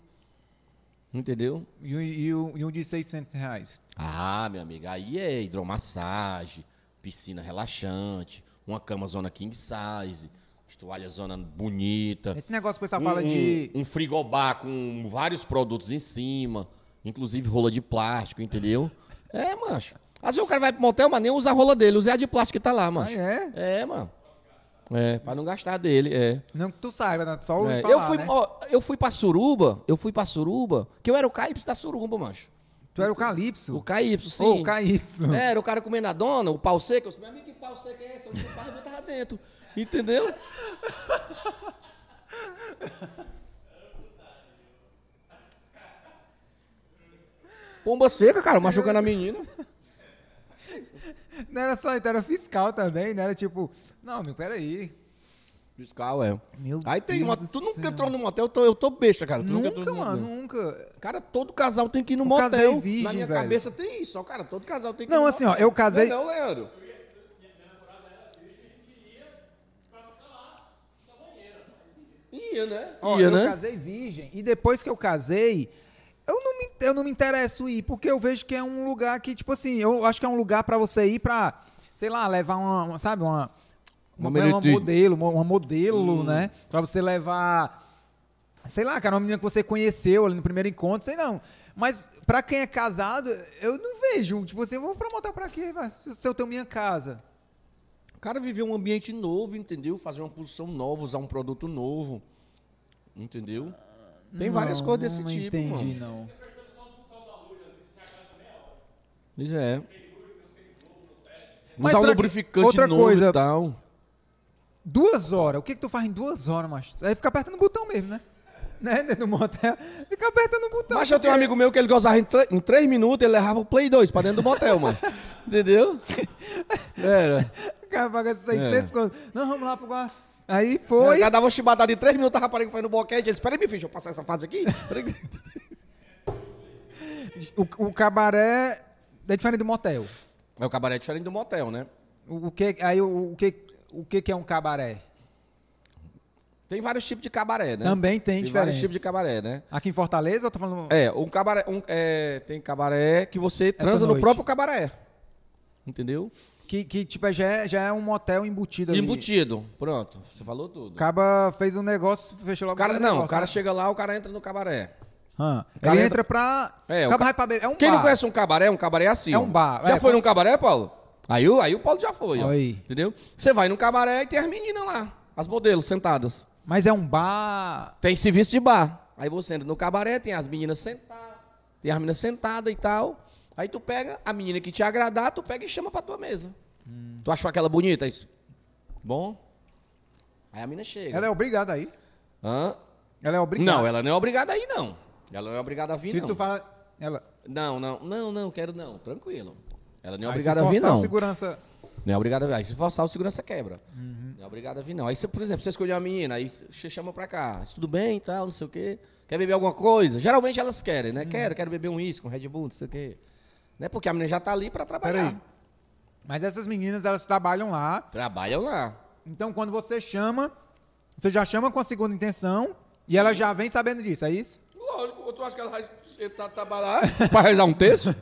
Speaker 1: Entendeu?
Speaker 2: E, um- e um- e um de 600 reais.
Speaker 1: Ah, meu amigo, aí é hidromassagem, piscina relaxante, uma cama zona king size, toalha zona bonita.
Speaker 2: Esse negócio que o pessoal fala de.
Speaker 1: um frigobar com vários produtos em cima, inclusive rola de
Speaker 2: <laughs>
Speaker 1: plástico, entendeu? É, mancho. Às vezes o cara vai pro motel, mas nem usa a rola dele, usa a de plástico que tá lá,
Speaker 2: Ah,
Speaker 1: mancho.
Speaker 2: é?
Speaker 1: É, mano. É, pra não gastar dele, é.
Speaker 2: Não que tu saiba, né? Tu só ouvi
Speaker 1: É,
Speaker 2: falar,
Speaker 1: eu, fui,
Speaker 2: né?
Speaker 1: ó, eu fui pra Suruba, eu fui pra Suruba, que eu era o Caípso da Suruba, mancho.
Speaker 2: Tu era o Calypso.
Speaker 1: O Caípso, sim.
Speaker 2: Ô, o Calypso.
Speaker 1: É, Era o cara comendo a dona, o pau seco. Eu disse, meu amigo, que pau seco é esse? Eu disse, o barriga tava dentro. Entendeu? Pombas secas, cara, machucando a menina.
Speaker 2: Não era só, então era fiscal também, não era tipo. Não, amigo, peraí.
Speaker 1: Fiscal, é.
Speaker 2: Meu
Speaker 1: Aí tem
Speaker 2: Deus
Speaker 1: uma.
Speaker 2: do
Speaker 1: Tu nunca
Speaker 2: céu.
Speaker 1: entrou num motel, eu tô, eu tô besta, cara. Tu entrou
Speaker 2: Nunca,
Speaker 1: num
Speaker 2: mano,
Speaker 1: motel.
Speaker 2: nunca.
Speaker 1: Cara, todo casal tem que ir no
Speaker 2: Eu
Speaker 1: motel.
Speaker 2: casei virgem,
Speaker 1: Na minha
Speaker 2: velho.
Speaker 1: cabeça tem isso, ó, cara. Todo casal tem que ir
Speaker 2: Não,
Speaker 1: no
Speaker 2: assim, ó,
Speaker 1: motel.
Speaker 2: eu casei-
Speaker 1: Não, é não, Leandro. Ia, né?
Speaker 2: Ó,
Speaker 1: Ia,
Speaker 2: eu
Speaker 1: né?
Speaker 2: casei virgem e depois que eu casei, eu não me, eu não me interesso ir, porque eu vejo que é um lugar que, tipo assim, eu acho que é um lugar pra você ir pra, sei lá, levar uma, uma- sabe, uma, uma,
Speaker 1: Uma
Speaker 2: uma
Speaker 1: meretriz.
Speaker 2: modelo, uma, uma
Speaker 1: Hum.
Speaker 2: modelo, né? Pra você levar, sei lá, cara, uma menina que você conheceu ali no primeiro encontro, sei não. Mas pra quem é casado, eu não vejo, tipo assim, eu vou pra motel pra quê? vai? Se se eu tenho minha casa.
Speaker 1: O cara viver um ambiente novo, entendeu? Fazer uma posição nova, usar um produto novo. Entendeu? Tem várias
Speaker 2: Não,
Speaker 1: coisas desse
Speaker 2: não
Speaker 1: tipo,
Speaker 2: entendi,
Speaker 1: mano.
Speaker 2: não.
Speaker 1: Isso é.
Speaker 2: Mas
Speaker 1: Usar um
Speaker 2: será que-
Speaker 1: lubrificante
Speaker 2: outra
Speaker 1: novo
Speaker 2: coisa-
Speaker 1: e tal.
Speaker 2: Duas horas. O que que tu faz em duas horas, macho? É ficar apertando o botão mesmo, né? <laughs> Né? Dentro do motel. Fica apertando o botão.
Speaker 1: Mas eu tenho um amigo meu que ele gozava em, tre- em três minutos, ele levava o Play 2 pra dentro do
Speaker 2: <laughs>
Speaker 1: motel, mano. Entendeu? Era.
Speaker 2: <laughs> O cara paga 600
Speaker 1: É.
Speaker 2: conto. Não, vamos lá pro quarto. Aí
Speaker 1: Foi. O
Speaker 2: foi.
Speaker 1: cara dava uma chibatada um de três minutos, a rapariga foi no boquete. Ele disse, peraí, meu filho, deixa eu passar essa fase aqui. Peraí.
Speaker 2: O, o cabaré é diferente do motel.
Speaker 1: <laughs> É o cabaré diferente do motel, né?
Speaker 2: O, o que, aí o, o que, o que que é um cabaré?
Speaker 1: Tem vários tipos de cabaré, né?
Speaker 2: Também tem
Speaker 1: vários
Speaker 2: diferença.
Speaker 1: tipos de cabaré, né?
Speaker 2: Aqui em Fortaleza, eu tô falando...
Speaker 1: É, um cabaré, um- é, tem cabaré que você transa no
Speaker 2: noite.
Speaker 1: próprio cabaré. Entendeu?
Speaker 2: Que, que tipo, é- já é, já é um motel embutido ali.
Speaker 1: Embutido. Pronto, você falou tudo.
Speaker 2: O Caba fez um negócio, fechou
Speaker 1: O
Speaker 2: logo
Speaker 1: cara,
Speaker 2: um
Speaker 1: não,
Speaker 2: negócio,
Speaker 1: o cara
Speaker 2: né?
Speaker 1: chega lá, o cara entra no cabaré.
Speaker 2: Hã.
Speaker 1: cara
Speaker 2: Ele
Speaker 1: entra-
Speaker 2: entra pra...
Speaker 1: É, o
Speaker 2: Caba
Speaker 1: ca-
Speaker 2: vai pra beber. É um
Speaker 1: Quem não
Speaker 2: bar.
Speaker 1: conhece um cabaré, um cabaré é assim.
Speaker 2: É um bar. É,
Speaker 1: Já foi
Speaker 2: quando-
Speaker 1: num cabaré, Paulo? Aí, o- aí o Paulo já foi, ó.
Speaker 2: Aí.
Speaker 1: Entendeu? Você vai num cabaré e tem as meninas lá, as modelos sentadas.
Speaker 2: Mas é um bar...
Speaker 1: Tem serviço de bar. Aí você entra no cabaré, tem as meninas sentadas, tem as meninas sentadas e tal. Aí tu pega a menina que te agradar, tu pega e chama pra tua mesa. Tu achou aquela bonita é isso? Bom? Aí a menina chega.
Speaker 2: Ela é obrigada aí.
Speaker 1: Hã?
Speaker 2: Ela é obrigada.
Speaker 1: Não, ela não é obrigada aí, não. Ela não é obrigada a vir,
Speaker 2: Se
Speaker 1: não.
Speaker 2: tu fala. Ela.
Speaker 1: Não, não, não, não, quero não. Tranquilo. Ela não é
Speaker 2: Aí
Speaker 1: obrigada
Speaker 2: se
Speaker 1: a vir,
Speaker 2: forçar
Speaker 1: não.
Speaker 2: o segurança.
Speaker 1: Não é obrigado a vir. Aí se forçar, o segurança quebra. Não é obrigado a vir, não. Aí, você, por exemplo, você escolheu uma menina, aí você chama pra cá. Isso tudo bem e tal, não sei o quê. Quer beber alguma coisa? Geralmente elas querem, né? Quero, quero beber um uísque, um Red Bull, não sei o quê. Né? Porque a menina já tá ali pra trabalhar.
Speaker 2: Peraí. Mas essas meninas, elas trabalham lá.
Speaker 1: Trabalham lá.
Speaker 2: Então, quando você chama, você já chama com a segunda intenção e ela já vem sabendo disso, é isso?
Speaker 1: Lógico, tu acha que ela vai tentar trabalhar <laughs> pra realizar um texto?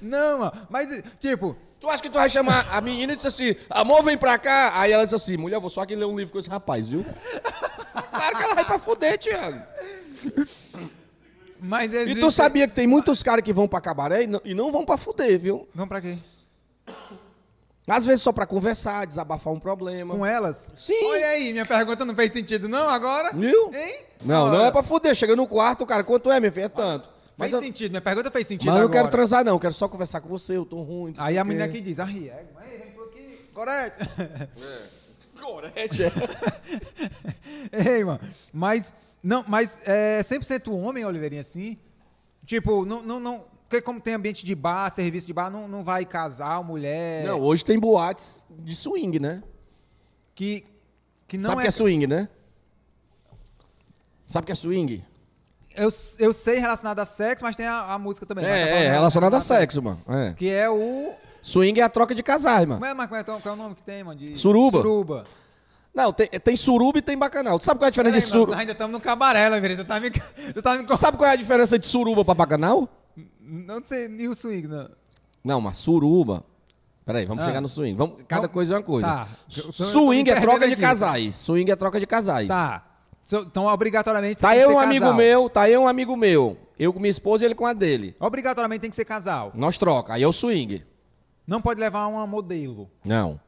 Speaker 2: Não, ó, mas tipo,
Speaker 1: <laughs> Tu acha que tu vai chamar a menina e dizer assim, amor, vem pra cá? Aí ela diz assim, mulher, eu vou só aqui ler um livro com esse rapaz, viu? <laughs> claro que ela vai pra fuder, Tiago.
Speaker 2: mas é
Speaker 1: E
Speaker 2: existe...
Speaker 1: tu sabia que tem muitos caras que vão pra cabaré e não, e não vão pra fuder, viu?
Speaker 2: Vamos pra quê?
Speaker 1: Às vezes só pra conversar, desabafar um problema.
Speaker 2: Com elas?
Speaker 1: Sim.
Speaker 2: Olha aí, minha pergunta não fez sentido não agora?
Speaker 1: Viu?
Speaker 2: Hein?
Speaker 1: Não, não
Speaker 2: Olha,
Speaker 1: é pra fuder. Chega no quarto, cara, quanto é, minha filha? É tanto. Mas
Speaker 2: Fez
Speaker 1: eu,
Speaker 2: sentido, minha pergunta fez sentido
Speaker 1: mas eu não
Speaker 2: agora.
Speaker 1: quero transar, não. Eu quero só conversar com você, eu tô ruim. não
Speaker 2: Aí
Speaker 1: sei
Speaker 2: a
Speaker 1: o quê.
Speaker 2: menina aqui diz, ah, Riego, mas vem por aqui, correto. <laughs>
Speaker 1: Corete, é.
Speaker 2: <laughs> Ei, mano. Mas, não, mas é 100% homem, Oliveirinha, assim? Tipo, não, não, não... Porque como tem ambiente de bar, serviço de bar, não, não vai casal, mulher...
Speaker 1: <laughs> Não, hoje tem boates de swing, né?
Speaker 2: Que, que não
Speaker 1: Sabe o
Speaker 2: é...
Speaker 1: que é swing, né? Sabe o que é swing?
Speaker 2: eu, eu sei relacionado a sexo, mas tem a, a música também.
Speaker 1: É,
Speaker 2: mas tá
Speaker 1: é,
Speaker 2: falando
Speaker 1: relacionado a sexo, mano. É.
Speaker 2: Que é o...
Speaker 1: Swing é a troca de casais, mano.
Speaker 2: Mas, mas qual, é, então, qual é o nome que tem, mano? De...
Speaker 1: Suruba.
Speaker 2: Suruba.
Speaker 1: Não, tem, tem suruba e tem bacanal. Tu sabe qual é a diferença
Speaker 2: Peraí,
Speaker 1: de
Speaker 2: mano,
Speaker 1: suruba?
Speaker 2: nós ainda estamos no cabaré, Laveri. Tu tá me. Tu tá me.
Speaker 1: Tu sabe qual é a diferença de suruba pra bacanal?
Speaker 2: Não sei, e o swing, não.
Speaker 1: Não, mas suruba. Peraí, vamos
Speaker 2: Ah.
Speaker 1: chegar no swing. Vamos, cada
Speaker 2: Não,
Speaker 1: coisa é uma coisa.
Speaker 2: tá.
Speaker 1: Su-
Speaker 2: Eu tô- eu tô
Speaker 1: swing
Speaker 2: me
Speaker 1: é troca
Speaker 2: perdendo
Speaker 1: de
Speaker 2: aqui.
Speaker 1: casais. Swing é troca de casais.
Speaker 2: Tá. So- Então, obrigatoriamente.
Speaker 1: Tá
Speaker 2: tem que
Speaker 1: eu
Speaker 2: ser
Speaker 1: um amigo
Speaker 2: casal.
Speaker 1: meu, tá eu um amigo meu. Eu com minha esposa e ele com a dele.
Speaker 2: Obrigatoriamente tem que ser casal.
Speaker 1: Nós troca. Aí é o swing.
Speaker 2: Não pode levar uma modelo.
Speaker 1: Não.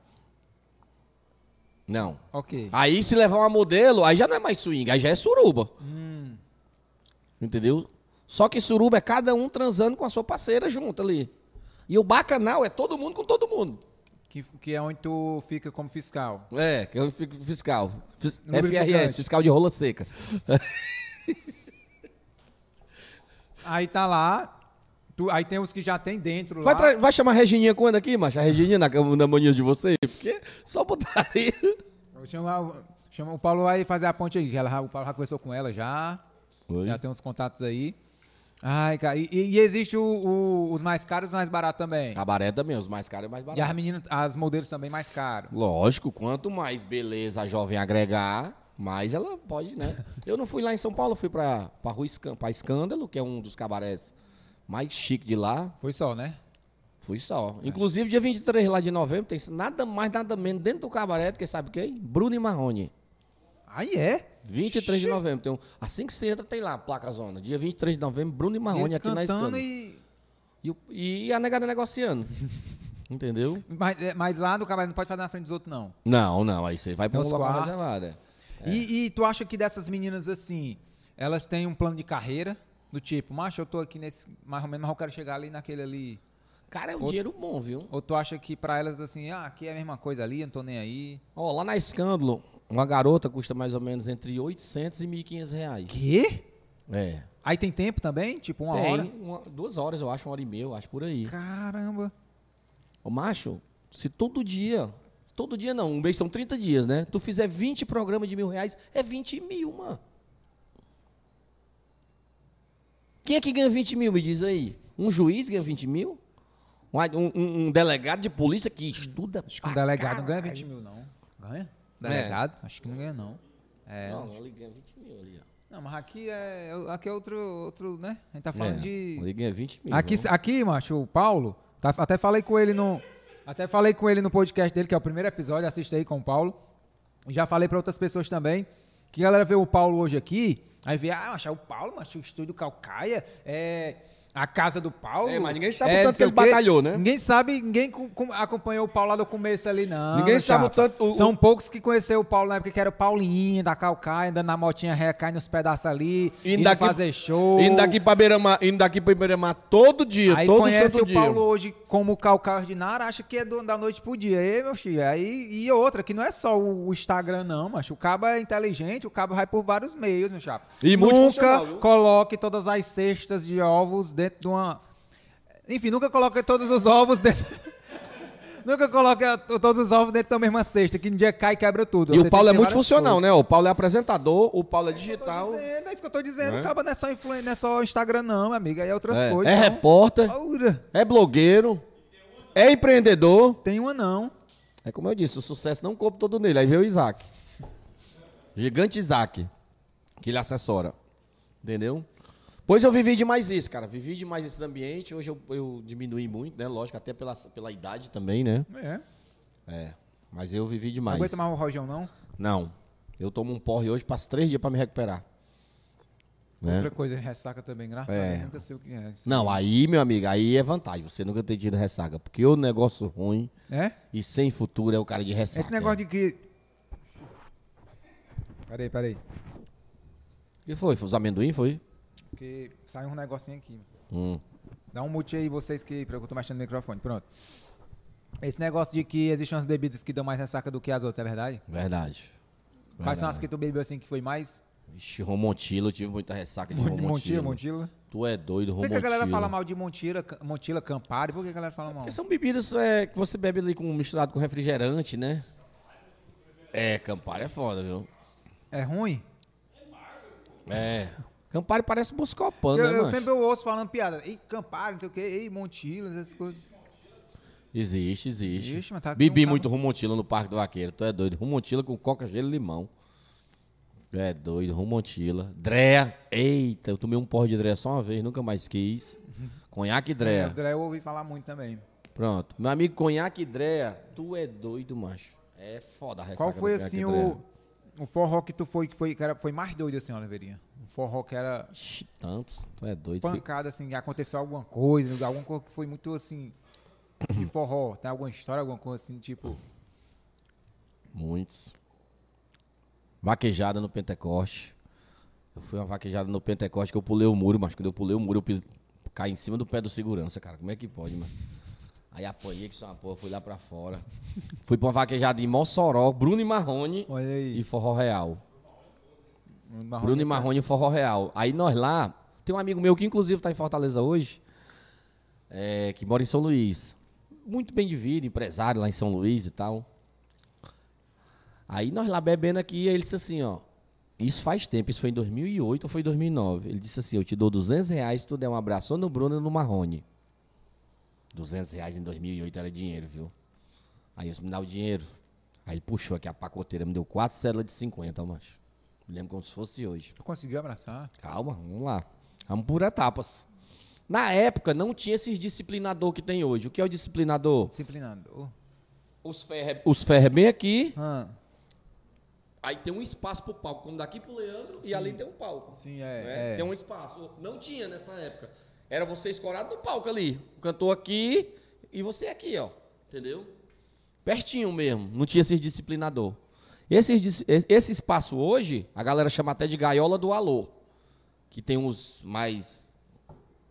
Speaker 1: Não.
Speaker 2: Ok.
Speaker 1: Aí se levar uma modelo, aí já não é mais swing, aí já é suruba.
Speaker 2: Hum.
Speaker 1: Entendeu? Só que suruba é cada um transando com a sua parceira junto ali. E o bacanal é todo mundo com todo mundo.
Speaker 2: Que, que é onde tu fica como fiscal.
Speaker 1: É, que eu fico fiscal. Fis-
Speaker 2: Lubrificante.
Speaker 1: FRS, fiscal de rola seca.
Speaker 2: Aí tá lá. tu- aí tem os que já tem dentro
Speaker 1: Vai,
Speaker 2: lá.
Speaker 1: tra- vai chamar a Regininha quando aqui, macho? A Regininha na, cam- na mania de vocês? Porque só putaria.
Speaker 2: Vou chamar, o- chamar o Paulo aí e fazer a ponte aí. que Ela, já- o Paulo já conversou com ela já. Já tem uns contatos aí. Ai, cara. E, e- e existe o- o- os mais caros e os mais baratos também.
Speaker 1: Cabaré também, os mais caros e mais
Speaker 2: E
Speaker 1: baratos.
Speaker 2: as meninas, as modelos também mais caros.
Speaker 1: Lógico, quanto mais beleza a jovem agregar, mais ela pode, né? Eu não fui lá em São Paulo, fui pra, pra Rua Escândalo, pra Escândalo, que é um dos cabarés mais chique de lá.
Speaker 2: Foi só, né?
Speaker 1: Fui só. Inclusive, dia 23 lá de novembro, tem nada mais, nada menos dentro do cabaré, quem sabe quem? Bruno e Marrone.
Speaker 2: Aí é.
Speaker 1: 23 de novembro. Tem um, assim que você entra, tem lá a placa zona. Dia 23 de novembro, Bruno e Marrone
Speaker 2: Eles
Speaker 1: aqui na Escândalo.
Speaker 2: cantando
Speaker 1: E...
Speaker 2: e.
Speaker 1: o- e a negada negociando. <laughs> Entendeu?
Speaker 2: Mas, é, mas lá no cabaré não pode fazer na frente dos outros, não.
Speaker 1: Não, não. Aí você vai pra um
Speaker 2: Nos
Speaker 1: local
Speaker 2: quartos.
Speaker 1: reservado. é.
Speaker 2: E, e tu acha que dessas meninas assim, elas têm um plano de carreira? Do tipo, macho, eu tô aqui nesse. Mais ou menos, mas eu quero chegar ali naquele ali.
Speaker 1: Cara, é um
Speaker 2: Outro-
Speaker 1: dinheiro bom, viu?
Speaker 2: Ou tu acha que pra elas assim, ah, aqui é a mesma coisa ali, eu não tô nem aí.
Speaker 1: Ó, lá na Escândalo, uma garota custa mais ou menos entre 800 e 1.500 reais.
Speaker 2: Quê?
Speaker 1: É.
Speaker 2: Aí tem tempo também? Tipo, uma
Speaker 1: Tem
Speaker 2: hora?
Speaker 1: uma- duas horas, eu acho, uma hora e meia, eu acho, por aí.
Speaker 2: Caramba.
Speaker 1: Ô, macho, se todo dia, todo dia não, um mês são 30 dias, né? Tu fizer 20 programas de mil reais, é 20 mil, mano. Quem é que ganha 20 mil, me diz aí? Um juiz ganha 20 mil? Um, ad- um- um- um delegado de polícia que estuda...
Speaker 2: Acho que um delegado não ganha 20 mil, não. Ganha? Delegado? Acho que não ganha, não. É.
Speaker 1: Não, ele ganha 20 mil ali, ó.
Speaker 2: Não, mas aqui é. Aqui é outro, outro, né? A gente tá falando
Speaker 1: É,
Speaker 2: de.
Speaker 1: Ele ganha 20 mil. né?
Speaker 2: Aqui,
Speaker 1: vamos.
Speaker 2: aqui, macho, o Paulo, tá- até falei com ele no. Até falei com ele no podcast dele, que é o primeiro episódio, assiste aí com o Paulo. Já falei pra outras pessoas também. Que a galera vê o Paulo hoje aqui, aí vê, ah, macho, é o Paulo, macho, o estúdio Calcaia, é. A casa do Paulo.
Speaker 1: É, mas ninguém sabe o
Speaker 2: não
Speaker 1: tanto
Speaker 2: sei
Speaker 1: que ele
Speaker 2: o quê.
Speaker 1: batalhou, né?
Speaker 2: Ninguém sabe, ninguém com- com- acompanhou o Paulo lá do começo ali, não.
Speaker 1: Ninguém
Speaker 2: meu
Speaker 1: sabe o
Speaker 2: chapa.
Speaker 1: tanto- o-
Speaker 2: São poucos que conheceu o Paulo na época que era o Paulinho, da Calcaia, andando na motinha ré, cai nos pedaços ali, indo,
Speaker 1: Indo daqui-
Speaker 2: fazer show.
Speaker 1: Indo daqui pra Beira-Mar, indo daqui pra Beira-Mar todo dia,
Speaker 2: Aí
Speaker 1: todo
Speaker 2: conhece
Speaker 1: santo
Speaker 2: o
Speaker 1: dia.
Speaker 2: Paulo hoje como Calcaio Ordinário, acha que é do- da noite pro dia. Ei, meu filho, aí, e outra, que não é só o, o Instagram, não, macho. O cabo é inteligente, o cabo vai por vários meios, meu chapa.
Speaker 1: E multifuncional,
Speaker 2: nunca
Speaker 1: viu?
Speaker 2: coloque todas as cestas de ovos dentro de uma... Enfim, nunca coloque todos os ovos dentro... <laughs> nunca coloque a- todos os ovos dentro da mesma cesta, que um dia cai e quebra tudo.
Speaker 1: E
Speaker 2: Você
Speaker 1: o Paulo é
Speaker 2: tem que ter
Speaker 1: muito
Speaker 2: várias
Speaker 1: funcional,
Speaker 2: coisas.
Speaker 1: né? O Paulo é apresentador, o Paulo é
Speaker 2: Eu tô
Speaker 1: digital.
Speaker 2: dizendo, É isso que eu tô dizendo,
Speaker 1: Né?
Speaker 2: o cabo não é só, influen... não é só Instagram, não, meu amigo. Aí é outras
Speaker 1: É,
Speaker 2: coisas.
Speaker 1: é
Speaker 2: então.
Speaker 1: repórter,
Speaker 2: Ora.
Speaker 1: é blogueiro, é empreendedor.
Speaker 2: Tem uma não.
Speaker 1: É como eu disse, o sucesso não coube todo nele. Aí veio o Isaac. Gigante Isaac. Que ele assessora. Entendeu? Pois eu vivi demais isso, cara. Vivi demais esses ambientes. Hoje eu, eu diminuí muito, né? Lógico, até pela, pela idade também, né?
Speaker 2: É. Não
Speaker 1: É. Mas eu vivi demais.
Speaker 2: aguenta mais o rojão, não.
Speaker 1: Não. Eu tomo um porre hoje, passo três dias pra me recuperar. Né?
Speaker 2: Outra coisa, ressaca também, graças a
Speaker 1: É.
Speaker 2: Deus. Nunca sei o que é. isso.
Speaker 1: Não, aí, meu amigo, aí é vantagem. Você nunca ter tido ressaca. Porque o negócio ruim
Speaker 2: É?
Speaker 1: e sem futuro é o cara de ressaca.
Speaker 2: Esse negócio de que. Peraí, peraí.
Speaker 1: O que foi? Foi os amendoim, foi?
Speaker 2: Porque saiu um negocinho aqui.
Speaker 1: Hum.
Speaker 2: Dá um mute aí, vocês que. Porque eu tô mexendo no microfone. Pronto. Esse negócio de que existem umas bebidas que dão mais ressaca do que as outras, é verdade?
Speaker 1: Verdade.
Speaker 2: Quais são as que tu bebeu assim que foi mais?
Speaker 1: Ixi, Romontila, eu tive muita ressaca de
Speaker 2: Montila, Montila.
Speaker 1: Romontila. Tu é doido,
Speaker 2: Por que,
Speaker 1: Romontila.
Speaker 2: que a galera fala mal de Montila, Ca- Montila Campari? Por que a galera fala mal?
Speaker 1: Porque são bebidas é, que você bebe ali com, misturado com refrigerante, né? É, Campari é foda, viu?
Speaker 2: É ruim?
Speaker 1: É. Campari parece Buscopan,
Speaker 2: Eu,
Speaker 1: né,
Speaker 2: eu
Speaker 1: mancho?
Speaker 2: sempre ouço falando piada. Ei, Campari, não sei o quê. Ei, Montila, essas coisas.
Speaker 1: Existe, existe.
Speaker 2: Ixi, mas tá aqui
Speaker 1: Bebi
Speaker 2: um
Speaker 1: muito
Speaker 2: cabo-
Speaker 1: rumontila no Parque do Vaqueiro, tu é doido. Rumontila com coca, gelo e limão. Tu É doido, rumontila. Dréa, eita, eu tomei um porre de dréa só uma vez, nunca
Speaker 2: <laughs>
Speaker 1: mais quis. Conhaque
Speaker 2: É,
Speaker 1: e dréa.
Speaker 2: André, eu ouvi falar muito também.
Speaker 1: Pronto. Meu amigo, conhaque e dréa, tu é doido, macho. É foda a
Speaker 2: Qual
Speaker 1: ressaca do
Speaker 2: foi,
Speaker 1: conhaque
Speaker 2: assim,
Speaker 1: e dréa.
Speaker 2: o, o forró que tu foi, que foi, que era, foi mais doido, assim, Oliveirinha? Um forró que era
Speaker 1: Ixi, tantos, tu é doido. Fico-
Speaker 2: pancada, assim, aconteceu alguma coisa, alguma coisa que foi muito, assim, de forró. Tem alguma história, alguma coisa, assim, tipo...
Speaker 1: Muitos. Vaquejada no Pentecoste. Eu fui uma vaquejada no Pentecoste que eu pulei o muro, mas quando eu pulei o muro, eu pi- caí em cima do pé do segurança, cara. Como é que pode, mano? Aí apanhei que sou uma porra, fui lá pra fora. Fui pra uma vaquejada em Mossoró, Bruno e Marrone
Speaker 2: Olha
Speaker 1: e
Speaker 2: aí. um
Speaker 1: Forró Real.
Speaker 2: Marrone, é
Speaker 1: Bruno e Marrone e Forró Real. Aí nós lá, tem um amigo meu que inclusive tá em Fortaleza hoje, é, que mora em São Luís. Muito bem de vida, empresário lá em São Luís e tal. Aí nós lá bebendo aqui, aí ele disse assim, ó. Isso faz tempo, isso foi em 2008 ou foi em 2009. Ele disse assim, eu te dou 200 reais se tu der um abraço ou no Bruno ou no Marrone. 200 reais em 2008 era dinheiro, viu? Aí eu disse, me dá o dinheiro. Aí ele puxou aqui a pacoteira, me deu quatro células de 50, macho. Me lembro como se fosse hoje.
Speaker 2: Tu conseguiu abraçar?
Speaker 1: Calma, vamos lá. Vamos por etapas. Na época não tinha esses disciplinador que tem hoje. O que é o disciplinador?
Speaker 2: Disciplinando.
Speaker 1: Os ferros os ferro é bem aqui,
Speaker 2: Ah,
Speaker 1: aí tem um espaço pro palco, como daqui pro Leandro, e ali tem um palco.
Speaker 2: sim, é.
Speaker 1: né?
Speaker 2: é.
Speaker 1: Tem um espaço. Não tinha nessa época. Era você escorado no palco ali. O cantor aqui e você aqui, ó. Entendeu? Pertinho mesmo. Não tinha esses disciplinador. Esses dis- es- esse espaço hoje, a galera chama até de gaiola do alô. Que tem uns mais.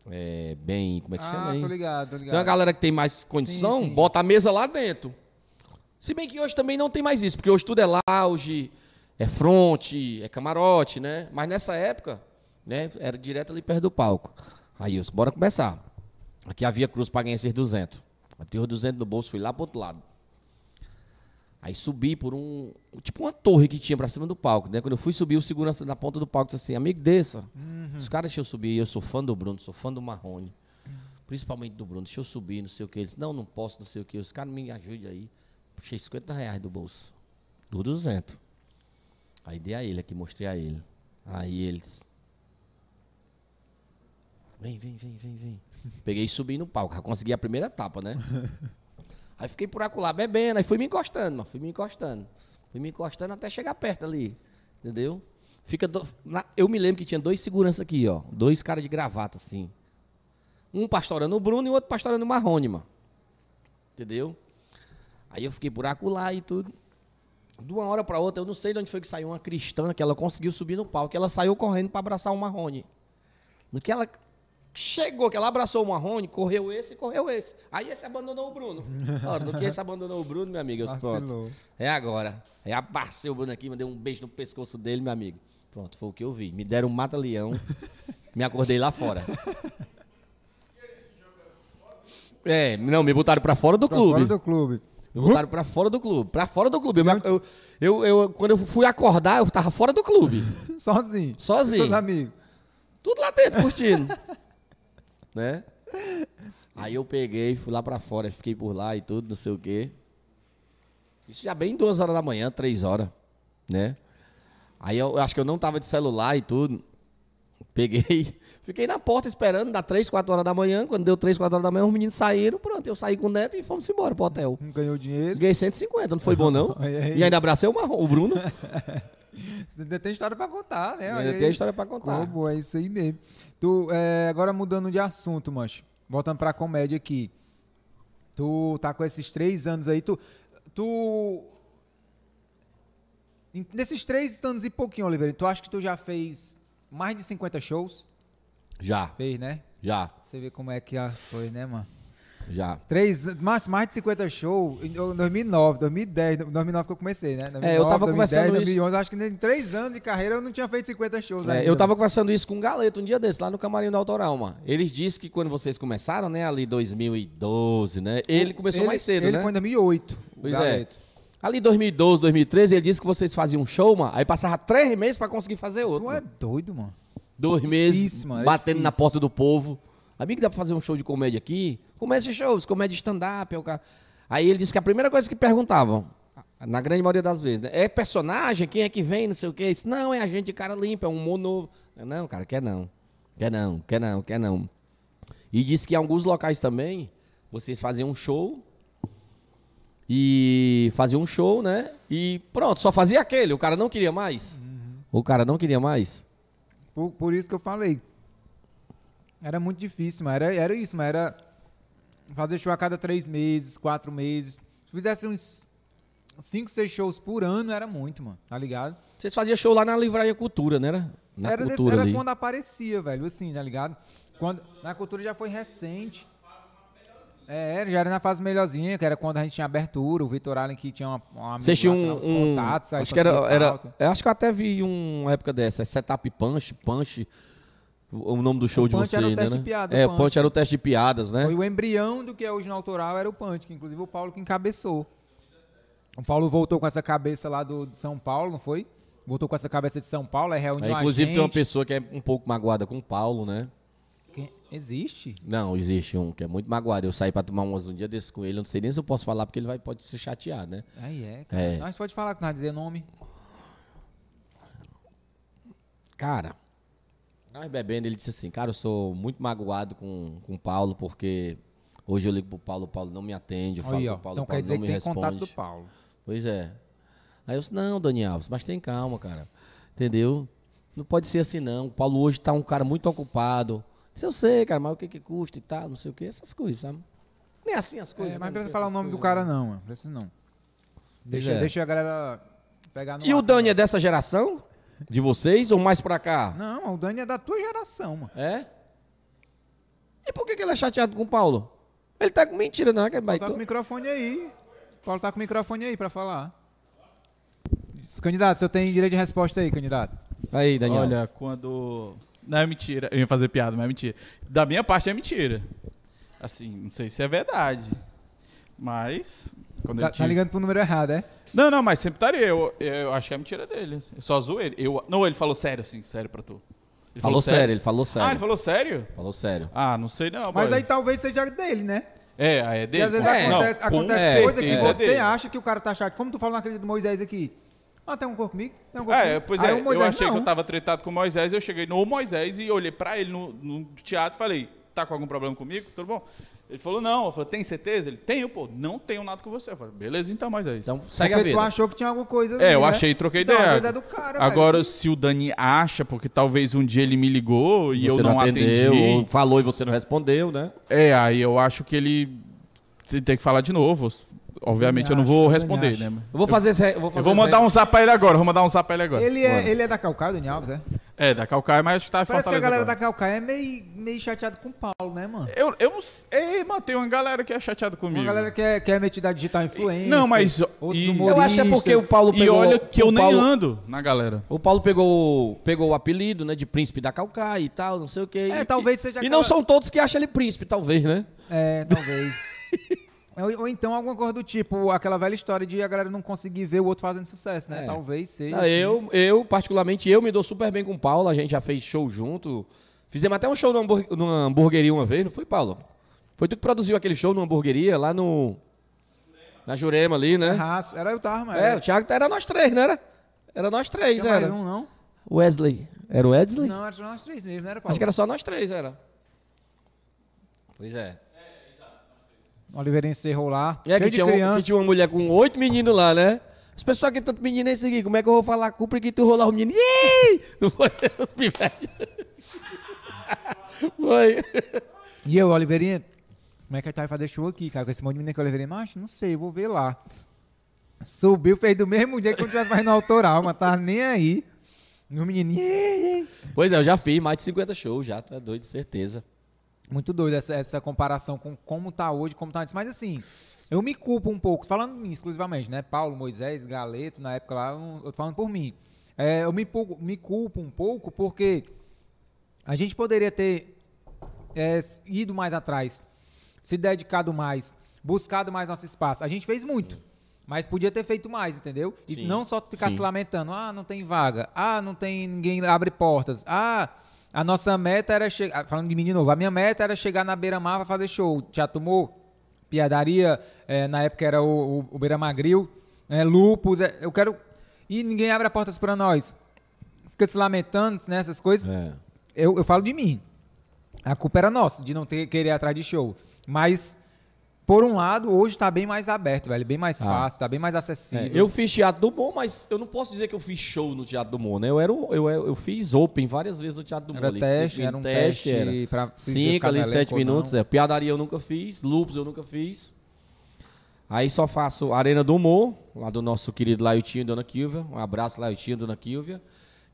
Speaker 1: é, bem. Como é que chama,
Speaker 2: Ah,
Speaker 1: hein?
Speaker 2: tô ligado, tô
Speaker 1: Tem uma
Speaker 2: ligado.
Speaker 1: galera que tem mais condição,
Speaker 2: Sim, sim.
Speaker 1: bota a mesa lá dentro. Se bem que hoje também não tem mais isso, porque hoje tudo é lounge, é front, é camarote, né? Mas nessa época, né, era direto ali perto do palco. Aí eu disse, bora começar. Aqui havia cruz pra ganhar esses 200. Botei os 200 no bolso, fui lá pro outro lado. Aí subi por um. Tipo uma torre que tinha pra cima do palco, né? Quando eu fui subir, o segurança na ponta do palco disse assim: amigo, desça.
Speaker 2: Uhum.
Speaker 1: Os caras deixam eu subir. Eu sou fã do Bruno, sou fã do Marrone. Principalmente do Bruno. Deixa eu subir, não sei o que. Ele disse: não, não posso, não sei o que. Os caras me ajudem aí. Puxei 50 reais do bolso. Do 200. Aí dei a ele aqui, mostrei a ele. Aí ele disse: vem, vem, vem, vem, vem. <laughs> Peguei e subi no palco. Já consegui a primeira etapa, né? Aí fiquei por acolá bebendo, aí fui me encostando, mano, fui me encostando. Fui me encostando até chegar perto ali, entendeu? Fica do- na- eu me lembro que tinha dois seguranças aqui, ó, dois caras de gravata assim. Um pastorando o Bruno e o outro pastorando o Marrone, mano. Entendeu? Aí eu fiquei por acolá e tudo. De uma hora pra outra, eu não sei de onde foi que saiu uma cristã que ela conseguiu subir no palco, ela saiu correndo pra abraçar o Marrone. No que ela chegou, que ela abraçou o Marrone, correu esse e correu esse. Aí esse abandonou o Bruno. Ora, no que esse abandonou o Bruno, meu amigo, eu disse, pronto.
Speaker 2: Vacilou.
Speaker 1: É agora. Aí apareceu o Bruno aqui, mandei um beijo no pescoço dele, meu amigo. Pronto, foi o que eu vi. Me deram um mata-leão, me acordei lá fora. É, não, me botaram pra fora do
Speaker 2: Pra
Speaker 1: clube.
Speaker 2: fora do clube. <laughs>
Speaker 1: Me botaram pra fora do clube. Pra fora do clube. Eu, me ac- eu- eu- eu- quando eu fui acordar, eu tava fora do clube.
Speaker 2: Sozinho.
Speaker 1: Sozinho.
Speaker 2: Com os amigos.
Speaker 1: Tudo lá dentro, curtindo. <laughs> né? Aí eu peguei, fui lá pra fora, fiquei por lá e tudo, não sei o quê. Isso já bem duas horas da manhã, três horas, né? Aí eu eu acho que eu não tava de celular e tudo. Peguei, <laughs> fiquei na porta esperando, dá três, quatro horas da manhã. Quando deu três, quatro horas da manhã, os meninos saíram, pronto, eu saí com o neto e fomos embora pro hotel.
Speaker 2: Não ganhou dinheiro.
Speaker 1: Ganhei 150, não foi bom não?
Speaker 2: Olha <laughs> aí.
Speaker 1: E ainda abracei o, Marrom,
Speaker 2: <laughs>
Speaker 1: o Bruno.
Speaker 2: Você ainda tem história pra contar, né?
Speaker 1: ainda
Speaker 2: Olha
Speaker 1: tem a
Speaker 2: aí.
Speaker 1: história pra contar.
Speaker 2: Como é isso aí mesmo. Tu, é, agora mudando de assunto, mancho. Voltando pra comédia aqui. Tu tá com esses três anos aí, tu. Tu. em- Nesses três anos e pouquinho, Oliveira, tu acha que tu já fez mais de 50 shows?
Speaker 1: Já,
Speaker 2: Fez, né?
Speaker 1: já,
Speaker 2: Você vê como é que ah, foi, né, mano?
Speaker 1: já.
Speaker 2: Três, an- mais, mais de 50 shows em 2009, 2010, 2009 que eu comecei, né? 2009,
Speaker 1: É, eu tava
Speaker 2: 2010,
Speaker 1: conversando isso.
Speaker 2: 2011, acho que em três anos de carreira eu não tinha feito 50 shows
Speaker 1: É,
Speaker 2: ainda.
Speaker 1: eu tava conversando isso com um galeto um dia desse, lá no camarim do Autoral, mano. Ele disse que quando vocês começaram, né, ali 2012, né? Ele começou
Speaker 2: Ele-
Speaker 1: mais cedo,
Speaker 2: ele
Speaker 1: né?
Speaker 2: foi em 2008. o
Speaker 1: Pois
Speaker 2: Galeto.
Speaker 1: é. Ali 2012, 2013, ele disse que vocês faziam um show, mano, aí passava três meses pra conseguir fazer outro.
Speaker 2: Tu é
Speaker 1: mano.
Speaker 2: doido, mano.
Speaker 1: Dois meses
Speaker 2: mano, é
Speaker 1: batendo na
Speaker 2: difícil.
Speaker 1: porta do povo. Amigo, dá pra fazer um show de comédia aqui? Começa shows, comédia stand-up. é o cara. Aí ele disse que a primeira coisa que perguntavam, na grande maioria das vezes, né, é personagem? Quem é que vem? Não sei o quê. Ele disse, não, é a gente de cara limpa, é um humor novo. Eu, Não, cara, quer não. Quer não, quer não, quer não. E disse que em alguns locais também, vocês faziam um show e faziam um show, né? E pronto, só fazia aquele. O cara não queria mais.
Speaker 2: Uhum.
Speaker 1: O cara não queria mais.
Speaker 2: Por, por isso que eu falei. Era muito difícil, mas era, era isso, mas era fazer show a cada três meses, quatro meses. Se fizesse uns cinco, seis shows por ano, era muito, mano, tá ligado?
Speaker 1: Vocês faziam show lá na Livraria Cultura, né? Era? Na
Speaker 2: era de-
Speaker 1: Cultura
Speaker 2: era
Speaker 1: ali.
Speaker 2: quando aparecia, velho, assim, tá ligado? Quando, na cultura já foi recente. É, era- já era na fase melhorzinha, que era quando a gente tinha abertura, o Vitor Allen que tinha uma, uma amigo
Speaker 1: Vocês tinham
Speaker 2: lá, sei lá,
Speaker 1: um,
Speaker 2: uns
Speaker 1: um-
Speaker 2: contatos, aí
Speaker 1: acho que era,
Speaker 2: conseguia
Speaker 1: era
Speaker 2: pauta.
Speaker 1: eu acho que eu até vi uma época dessa, é setup punch, punch, o o nome do show de
Speaker 2: punch
Speaker 1: vocês,
Speaker 2: era o
Speaker 1: né?
Speaker 2: teste de
Speaker 1: né?
Speaker 2: piada,
Speaker 1: é,
Speaker 2: punch.
Speaker 1: punch. era o teste de piadas, né?
Speaker 2: Foi o embrião do que é hoje no autoral, era o Punch, que inclusive o Paulo que encabeçou. O Paulo voltou com essa cabeça lá do, de São Paulo, não foi? Voltou com essa cabeça de São Paulo, é reunião.
Speaker 1: Aí, inclusive tem uma pessoa que é um pouco magoada com o Paulo, né?
Speaker 2: Existe?
Speaker 1: Não, existe um que é muito magoado. Eu saí pra tomar umas um dia desse com ele, eu não sei nem se eu posso falar porque ele vai pode se chatear, né?
Speaker 2: Aí é, cara.
Speaker 1: É.
Speaker 2: Nós pode falar que nós dizer nome.
Speaker 1: Cara, nós bebendo, ele disse assim, cara, eu sou muito magoado com com o Paulo porque hoje eu ligo pro Paulo, o Paulo não me atende, eu falo
Speaker 2: Aí,
Speaker 1: com
Speaker 2: ó.
Speaker 1: o Paulo,
Speaker 2: então
Speaker 1: o Paulo
Speaker 2: quer dizer
Speaker 1: não
Speaker 2: que
Speaker 1: me
Speaker 2: tem
Speaker 1: responde.
Speaker 2: contato do Paulo.
Speaker 1: Pois é. Aí eu disse, não, Dani Alves, mas tem calma, cara. Entendeu? Não pode ser assim, não. O Paulo hoje tá um cara muito ocupado. Disse, eu sei, cara, mas o que que custa e tal, não sei o que, essas coisas, sabe? Nem assim as
Speaker 2: É,
Speaker 1: coisas. né?
Speaker 2: mas não
Speaker 1: Não
Speaker 2: precisa né?
Speaker 1: tem
Speaker 2: falar o
Speaker 1: essas
Speaker 2: nome do
Speaker 1: coisas,
Speaker 2: cara, não, mano. Precisa não. Deixa,
Speaker 1: é.
Speaker 2: deixa a galera pegar no.
Speaker 1: né? E o
Speaker 2: ar.
Speaker 1: Dani é dessa geração? De vocês ou mais pra cá?
Speaker 2: Não, o Dani é da tua geração, mano.
Speaker 1: É? E por que que ele é chateado com o Paulo? Ele tá com mentira, não é? Que é
Speaker 2: Paulo tá com o
Speaker 1: baitola?
Speaker 2: microfone aí. Paulo tá com o microfone aí pra falar. Candidato, você tem direito de resposta aí, candidato. Tá-
Speaker 1: Aí, Dani
Speaker 4: Olha,
Speaker 1: Alves.
Speaker 4: quando. Não é mentira. Eu ia fazer piada, mas é mentira. Da minha parte é mentira. Assim, não sei se é verdade. Mas. Quando
Speaker 2: Tá,
Speaker 4: ele
Speaker 2: tá ligando pro número errado, é?
Speaker 4: Não, não, mas sempre estaria. Eu, eu achei a mentira dele. assim. Eu só zoei ele. Eu... Não, ele falou sério, assim, sério pra tu. Ele
Speaker 1: Falou sério, ele falou
Speaker 4: Ah, ele
Speaker 1: sério.
Speaker 4: falou sério?
Speaker 1: Falou sério.
Speaker 4: Ah, não sei não.
Speaker 2: Mas
Speaker 4: boy.
Speaker 2: aí talvez seja dele, né?
Speaker 4: É, aí é
Speaker 2: Porque
Speaker 4: dele.
Speaker 2: às vezes
Speaker 4: com- não,
Speaker 2: acontece,
Speaker 4: com
Speaker 2: acontece coisa que
Speaker 4: certeza é
Speaker 2: você
Speaker 4: dele.
Speaker 2: acha que o cara tá chato. Como tu falou naquele do Moisés aqui. Ah, tem um corpo comigo? Tem um corpo
Speaker 4: É,
Speaker 2: comigo?
Speaker 4: pois
Speaker 2: Aí
Speaker 4: é,
Speaker 2: o Moisés,
Speaker 4: eu achei que
Speaker 2: não.
Speaker 4: eu tava tretado com o Moisés, eu cheguei no Moisés e olhei pra ele no, no teatro e falei, tá com algum problema comigo? Tudo bom? Ele falou, não. Eu falei, tem certeza? Ele, tenho, pô, não tenho nada com você. Eu falei, beleza, então, Moisés.
Speaker 1: Então, segue a
Speaker 2: É Porque tu
Speaker 1: vida.
Speaker 2: achou que tinha alguma coisa ali,
Speaker 4: é, eu
Speaker 2: né?
Speaker 4: achei, troquei
Speaker 2: Então, às
Speaker 4: ideia.
Speaker 2: vezes é do cara,
Speaker 4: Agora,
Speaker 2: velho.
Speaker 4: se o Dani acha, porque talvez um dia ele me ligou e eu
Speaker 1: Você
Speaker 4: não,
Speaker 1: atendeu, ou
Speaker 4: atendi.
Speaker 1: falou e você não respondeu, né?
Speaker 4: É, aí eu acho que ele tem tem que falar de novo. Obviamente, eu não
Speaker 2: acha,
Speaker 4: vou
Speaker 2: Dani
Speaker 4: responder,
Speaker 2: acha.
Speaker 4: né?
Speaker 1: Eu vou fazer esse. Eu vou, fazer
Speaker 4: Eu vou
Speaker 1: esse-
Speaker 4: mandar um zap pra ele agora, vou mandar um zap pra ele agora.
Speaker 2: Ele é, ele é da Calcaia, o Daniel Alves, é?
Speaker 4: É, da Calcaia, mas acho que tá em
Speaker 2: Parece que a
Speaker 4: Fortaleza
Speaker 2: galera
Speaker 4: agora.
Speaker 2: da Calcaia é meio, meio chateada com o Paulo, né, mano?
Speaker 4: Eu, eu não sei. Ei, mano, tem uma galera que é chateada comigo.
Speaker 2: Uma galera que é, que é metida a digital influencer.
Speaker 4: Não, mas-
Speaker 2: Outros
Speaker 4: e-
Speaker 1: Eu acho que é porque o
Speaker 2: humoristas.
Speaker 1: Paulo
Speaker 4: E
Speaker 1: pegou.
Speaker 4: olha que
Speaker 1: o
Speaker 4: eu nem
Speaker 1: Paulo-
Speaker 4: ando na galera.
Speaker 1: O Paulo pegou, pegou o apelido, né? De príncipe da Calcaia e tal, não sei o quê.
Speaker 2: É,
Speaker 1: E-
Speaker 2: talvez seja
Speaker 1: E não
Speaker 2: aquela-
Speaker 1: são todos que acham ele príncipe, talvez, né?
Speaker 2: É,
Speaker 1: <laughs>
Speaker 2: talvez. ou, ou então alguma coisa do tipo, aquela velha história de a galera não conseguir ver o outro fazendo sucesso, né?
Speaker 1: É.
Speaker 2: Talvez seja.
Speaker 1: Não,
Speaker 2: assim.
Speaker 1: eu, eu, particularmente, eu me dou super bem com o Paulo. A gente já fez show junto. Fizemos até um show numa, hambur- numa hamburgueria uma vez, não foi, Paulo? Foi tu que produziu aquele show numa hamburgueria lá no. Na Jurema ali, né?
Speaker 2: Arraso. Era eu tava, mas.
Speaker 1: É, o Thiago era nós três, não era? Era nós três,
Speaker 2: tinha mais
Speaker 1: era.
Speaker 2: um, não?
Speaker 1: Wesley. Era o Wesley?
Speaker 2: Não, era só nós três mesmo, não era Paulo.
Speaker 1: Acho que era só nós três, era. Pois é.
Speaker 2: Oliveira encerrou lá.
Speaker 1: É
Speaker 2: cheio
Speaker 1: que
Speaker 2: de
Speaker 1: tinha, um,
Speaker 2: criança.
Speaker 1: que tinha uma mulher com oito meninos lá, né? Os pessoal que tanto menino é esse aqui, como é que eu vou falar cumpre que tu rolar o menino? Ih! Não foi? <laughs> Os pivetes. Foi.
Speaker 2: E eu, Oliveirinha, como é que a gente vai fazer show aqui, cara? Com esse monte de menina que o Oliveirinha macho? Não sei, vou ver lá. Subiu, fez do mesmo dia que eu tivesse mais no autoral, mas tava nem aí. E o menininho. "Ih, ih".
Speaker 1: Pois é, eu já fiz mais de 50 shows já, tu é doido, certeza.
Speaker 2: Muito doido essa, essa comparação com como tá hoje, como tá antes. Mas assim, eu me culpo um pouco, falando em mim exclusivamente, né? Paulo, Moisés, Galeto, na época lá, eu, não- eu tô falando por mim. É, eu me, pu- me culpo um pouco porque a gente poderia ter é, s- ido mais atrás, se dedicado mais, buscado mais nosso espaço. A gente fez muito, mas podia ter feito mais, entendeu? E
Speaker 1: Sim,
Speaker 2: não só ficar
Speaker 1: sim.
Speaker 2: se lamentando, ah, não tem vaga, ah, não tem ninguém abre portas, ah, A nossa meta era chegar. Falando de menino novo, a minha meta era chegar na Beira Mar pra fazer show. Teatro Humor, Piadaria, eh, na época era o, o, o Beira Magril, né, Lupus. eh, eu quero. E ninguém abre as portas pra nós. Fica se lamentando, né? Essas coisas.
Speaker 5: É.
Speaker 2: Eu, eu falo de mim. A culpa era nossa, de não ter querer ir atrás de show. Mas, por um lado, hoje tá bem mais aberto, velho. Bem mais
Speaker 5: Ah.
Speaker 2: fácil, tá bem mais acessível.
Speaker 1: É, eu fiz Teatro do Mon, mas eu não posso dizer que eu fiz show no Teatro do Mon, né? Eu, era, o- eu, eu fiz open várias vezes no Teatro do Mon.
Speaker 2: Era
Speaker 1: ali,
Speaker 2: teste,
Speaker 1: sempre
Speaker 2: era um
Speaker 1: teste,
Speaker 2: teste,
Speaker 1: era.
Speaker 2: pra se
Speaker 1: Cinco
Speaker 2: ficar no
Speaker 1: ali,
Speaker 2: elenco
Speaker 1: sete
Speaker 2: ou não.
Speaker 1: minutos. É. Piadaria eu nunca fiz, loops eu nunca fiz. Aí só faço Arena do Humor, lá do nosso querido Laiotinho e Dona Quilvia. Um abraço, Laiotinho e Dona Quilvia.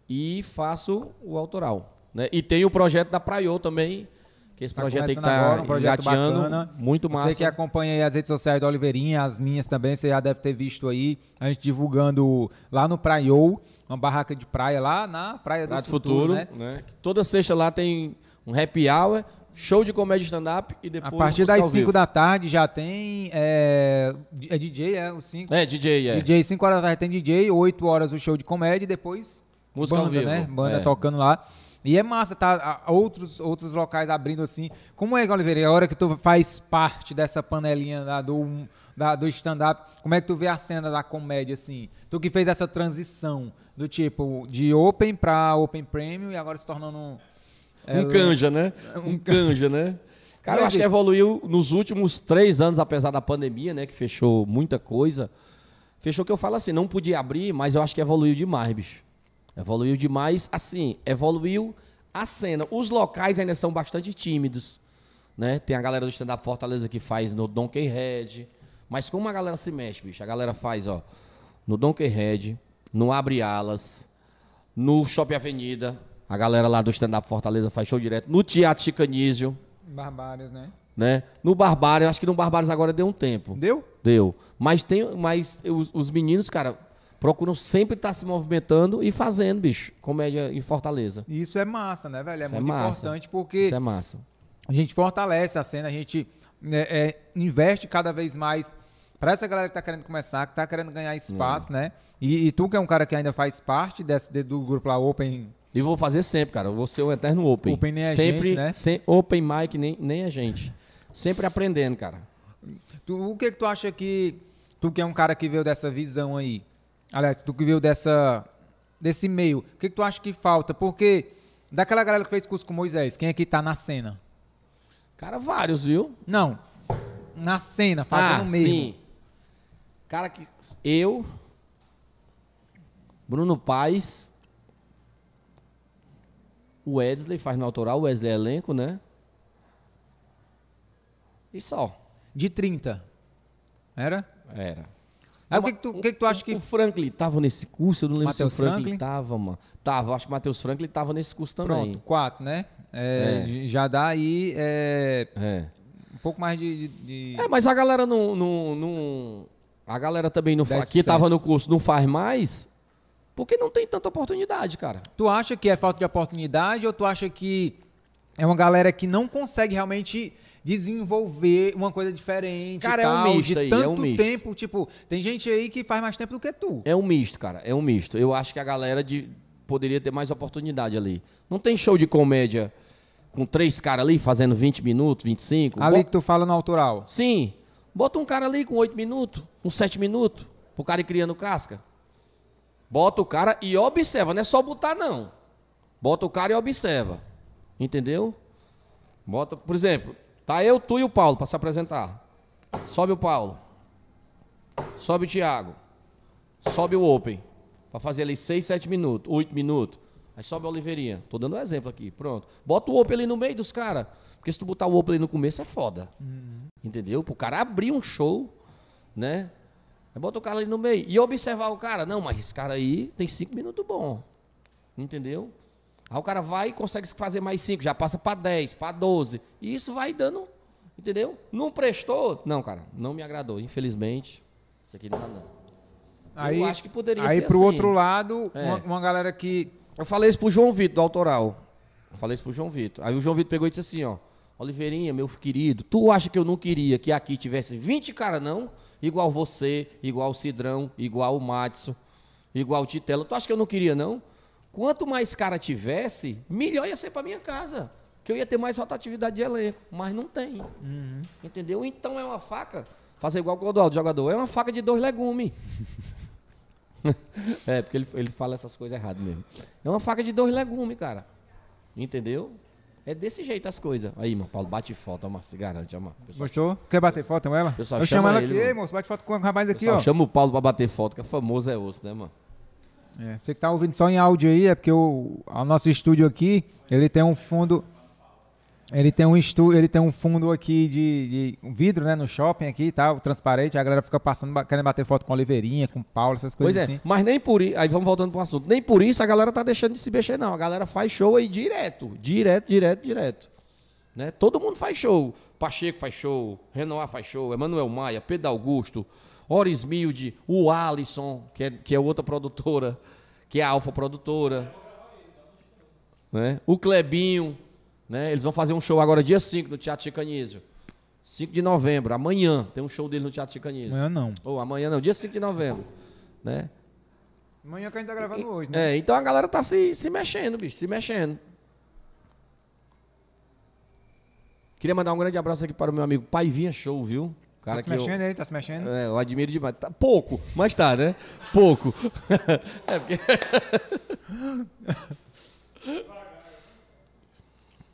Speaker 1: E faço o autoral. Né? E tem o projeto da Praiô também, que esse
Speaker 2: Tá
Speaker 1: projeto tem que
Speaker 2: começando agora,
Speaker 1: estar
Speaker 2: um projeto
Speaker 1: engateando.
Speaker 2: bacana.
Speaker 1: Muito massa.
Speaker 2: Você que é- acompanha aí as redes sociais do Oliveirinha, as minhas também, você já deve ter visto aí, a gente divulgando lá no Praiou, uma barraca de praia lá na Praia do
Speaker 1: Prato
Speaker 2: Futuro,
Speaker 1: Futuro,
Speaker 2: né?
Speaker 1: né? Toda sexta lá tem um happy hour, show de comédia stand-up e
Speaker 2: A
Speaker 1: depois...
Speaker 2: partir
Speaker 1: música
Speaker 2: das
Speaker 1: ao
Speaker 2: 5
Speaker 1: vivo.
Speaker 2: da tarde já tem. É, é DJ, é? Os 5.
Speaker 1: É, DJ, é.
Speaker 2: DJ, 5 horas da tarde tem DJ, 8 horas o show de comédia e depois
Speaker 1: Música
Speaker 2: banda,
Speaker 1: ao vivo.
Speaker 2: né? Banda
Speaker 1: É.
Speaker 2: tocando lá. E é massa, tá? A- Outros, outros locais abrindo assim. Como é, Oliveira, a hora que tu faz parte dessa panelinha lá do, um, da- do stand-up, como é que tu vê a cena da comédia, assim? Tu que fez essa transição do tipo de open pra open premium e agora se tornando um... é,
Speaker 1: um canja, né? Um canja, né? Cara, eu acho que evoluiu nos últimos três anos, apesar da pandemia, né? Que fechou muita coisa. Fechou que eu falo assim, não podia abrir, mas eu acho que evoluiu demais, bicho. Evoluiu demais, assim, evoluiu a cena. Os locais ainda são bastante tímidos, né? Tem a galera do stand-up Fortaleza que faz no Donkey Head. Mas como a galera se mexe, bicho? A galera faz, ó, no Donkey Head, no Abre Alas, no Shopping Avenida. A galera lá do Stand Up Fortaleza faz show direto. No Teatro Chicanísio,
Speaker 2: Barbários, né?
Speaker 1: né? No Barbário, acho que no Barbários agora deu um tempo.
Speaker 2: Deu?
Speaker 1: Deu. Mas tem, mas os, os meninos, cara, procuram sempre estar se movimentando e fazendo, bicho, comédia em Fortaleza.
Speaker 2: E Isso é massa, né, velho? É
Speaker 1: Isso é
Speaker 2: muito
Speaker 1: massa.
Speaker 2: importante porque...
Speaker 1: Isso é massa.
Speaker 2: a gente fortalece a cena, a gente né, é, investe cada vez mais para essa galera que tá querendo começar, que tá querendo ganhar espaço, né? E, e tu que é um cara que ainda faz parte desse, de- do grupo lá Open,
Speaker 1: E vou fazer sempre, cara. Eu vou ser o Eterno Open.
Speaker 2: Open nem a
Speaker 1: sempre,
Speaker 2: gente, né?
Speaker 1: sem- open mic nem, nem a gente. Sempre aprendendo, cara.
Speaker 2: tu, o que que tu acha que tu que é um cara que veio dessa visão aí, aliás, tu que veio dessa desse meio, o que que tu acha que falta? Porque daquela galera que fez curso com Moisés, quem é que tá na cena?
Speaker 1: Cara, vários, viu?
Speaker 2: Não, na cena,
Speaker 1: Ah,
Speaker 2: fazendo mesmo.
Speaker 1: Cara que eu Bruno Paz o Wesley faz no autoral, o Wesley é elenco, né? E só.
Speaker 2: De 30. Era?
Speaker 1: Era.
Speaker 2: Aí o que que tu, o que que tu acha que
Speaker 1: O Franklin tava nesse curso, eu não lembro
Speaker 2: Matheus
Speaker 1: se o Franklin,
Speaker 2: Franklin?
Speaker 1: tava, mano. Tava, acho que o Matheus Franklin tava nesse curso também.
Speaker 2: Pronto, quatro, né? É,
Speaker 1: É.
Speaker 2: j- Já dá aí é,
Speaker 1: É.
Speaker 2: um pouco mais de. de- de-
Speaker 1: É, mas a galera não. não, não- a galera também não faz.
Speaker 2: 10%.
Speaker 1: Que tava no curso não faz mais. Porque não tem tanta oportunidade, cara.
Speaker 2: Tu acha que é falta de oportunidade ou tu acha que é uma galera que não consegue realmente desenvolver uma coisa diferente?
Speaker 1: Cara,
Speaker 2: e
Speaker 1: é um
Speaker 2: tal,
Speaker 1: misto
Speaker 2: de
Speaker 1: aí, é
Speaker 2: tanto
Speaker 1: um misto.
Speaker 2: tempo, tipo, tem gente aí que faz mais tempo do que tu.
Speaker 1: É um misto, cara. É um misto. Eu acho que a galera de, poderia ter mais oportunidade ali. Não tem show de comédia com três caras ali fazendo 20 minutos, 25?
Speaker 2: Ali que
Speaker 1: Bota-
Speaker 2: tu fala no autoral.
Speaker 1: Sim. Bota um cara ali com 8 minutos, com 7 minutos, pro cara ir criando casca. Bota o cara e observa. Não é só botar, não. Bota o cara e observa. Entendeu? Bota, por exemplo, tá eu, tu e o Paulo pra se apresentar. Sobe o Paulo. Sobe o Thiago. Sobe o Open. Pra fazer ali 6, 7 minutos, 8 minutos. Aí sobe a Oliveirinha. Tô dando um exemplo aqui. Pronto. Bota o Open ali no meio dos caras. Porque se tu botar o Open ali no começo é foda. Entendeu? Pro cara abrir um show, né? Aí bota o cara ali no meio. E observar o cara. Não, mas esse cara aí tem 5 minutos bom. Entendeu? Aí o cara vai e consegue fazer mais 5, já passa pra 10, pra 12. E isso vai dando, entendeu? Não prestou? Não, cara, não me agradou, infelizmente. Isso aqui não dá, não.
Speaker 2: Aí,
Speaker 1: acho que poderia
Speaker 2: aí
Speaker 1: ser
Speaker 2: pro
Speaker 1: assim.
Speaker 2: outro lado,
Speaker 1: É.
Speaker 2: uma, uma galera que.
Speaker 1: Eu falei isso pro João Vitor, do autoral. Eu falei isso pro João Vitor. Aí o João Vitor pegou e disse assim, ó. Oliveirinha, meu querido, tu acha que eu não queria que aqui tivesse 20 caras, não? Igual você, igual o Cidrão, igual o Matson, igual o Titela. Tu acha que eu não queria, não? Quanto mais cara tivesse, melhor ia ser para minha casa. Que eu ia ter mais rotatividade de elenco. Mas não tem. Entendeu? Então é uma faca. Fazer igual o Clodoaldo, jogador. É uma faca de dois legumes. <laughs> é, porque ele, ele fala essas coisas errado mesmo. É uma faca de dois legumes, cara. Entendeu? É desse jeito as coisas. Aí, mano, Paulo, bate foto, ó, mano, se garante, ó, mano. Pessoal,
Speaker 2: Gostou? Quer bater foto com ela?
Speaker 1: Pessoal,
Speaker 2: eu chamo
Speaker 1: chama
Speaker 2: ela
Speaker 1: ele,
Speaker 2: aqui, ei,
Speaker 1: mano.
Speaker 2: moço. Bate foto com o rapaz aqui,
Speaker 1: pessoal,
Speaker 2: ó.
Speaker 1: chama o Paulo pra bater foto, que é famoso é osso, né, mano?
Speaker 2: É, você que tá ouvindo só em áudio aí, é porque o, o nosso estúdio aqui, ele tem um fundo. Ele tem um estúdio, ele tem um fundo aqui de, de um vidro, né? No shopping aqui e tal, transparente. A galera fica passando, ba- querendo bater foto com a Oliveirinha, com o Paulo, essas
Speaker 1: Pois
Speaker 2: coisas
Speaker 1: é,
Speaker 2: assim.
Speaker 1: mas nem por isso. Aí vamos voltando pro assunto. Nem por isso a galera tá deixando de se mexer, não. A galera faz show aí direto. Direto, direto, direto. Né? Todo mundo faz show. Pacheco faz show, Renoir faz show, Emanuel Maia, Pedro Augusto, Oris Milde, o Alisson, que é, que é outra produtora, que é a Alfa Produtora. Né? O Clebinho, né? Eles vão fazer um show agora dia 5 no Teatro Chicanísio. 5 de novembro, amanhã, tem um show dele no Teatro Chicanísio.
Speaker 2: Amanhã não.
Speaker 1: Ou amanhã não, dia 5 de novembro. Né?
Speaker 2: Amanhã que a gente tá gravando hoje, né?
Speaker 1: É, então a galera tá se, se mexendo, bicho, se mexendo. Queria mandar um grande abraço aqui para o meu amigo Paivinha Show, viu? Cara
Speaker 2: tá se
Speaker 1: que eu,
Speaker 2: mexendo aí, tá se mexendo.
Speaker 1: é, eu admiro demais. Tá- pouco, mas tá, né? Pouco. é porque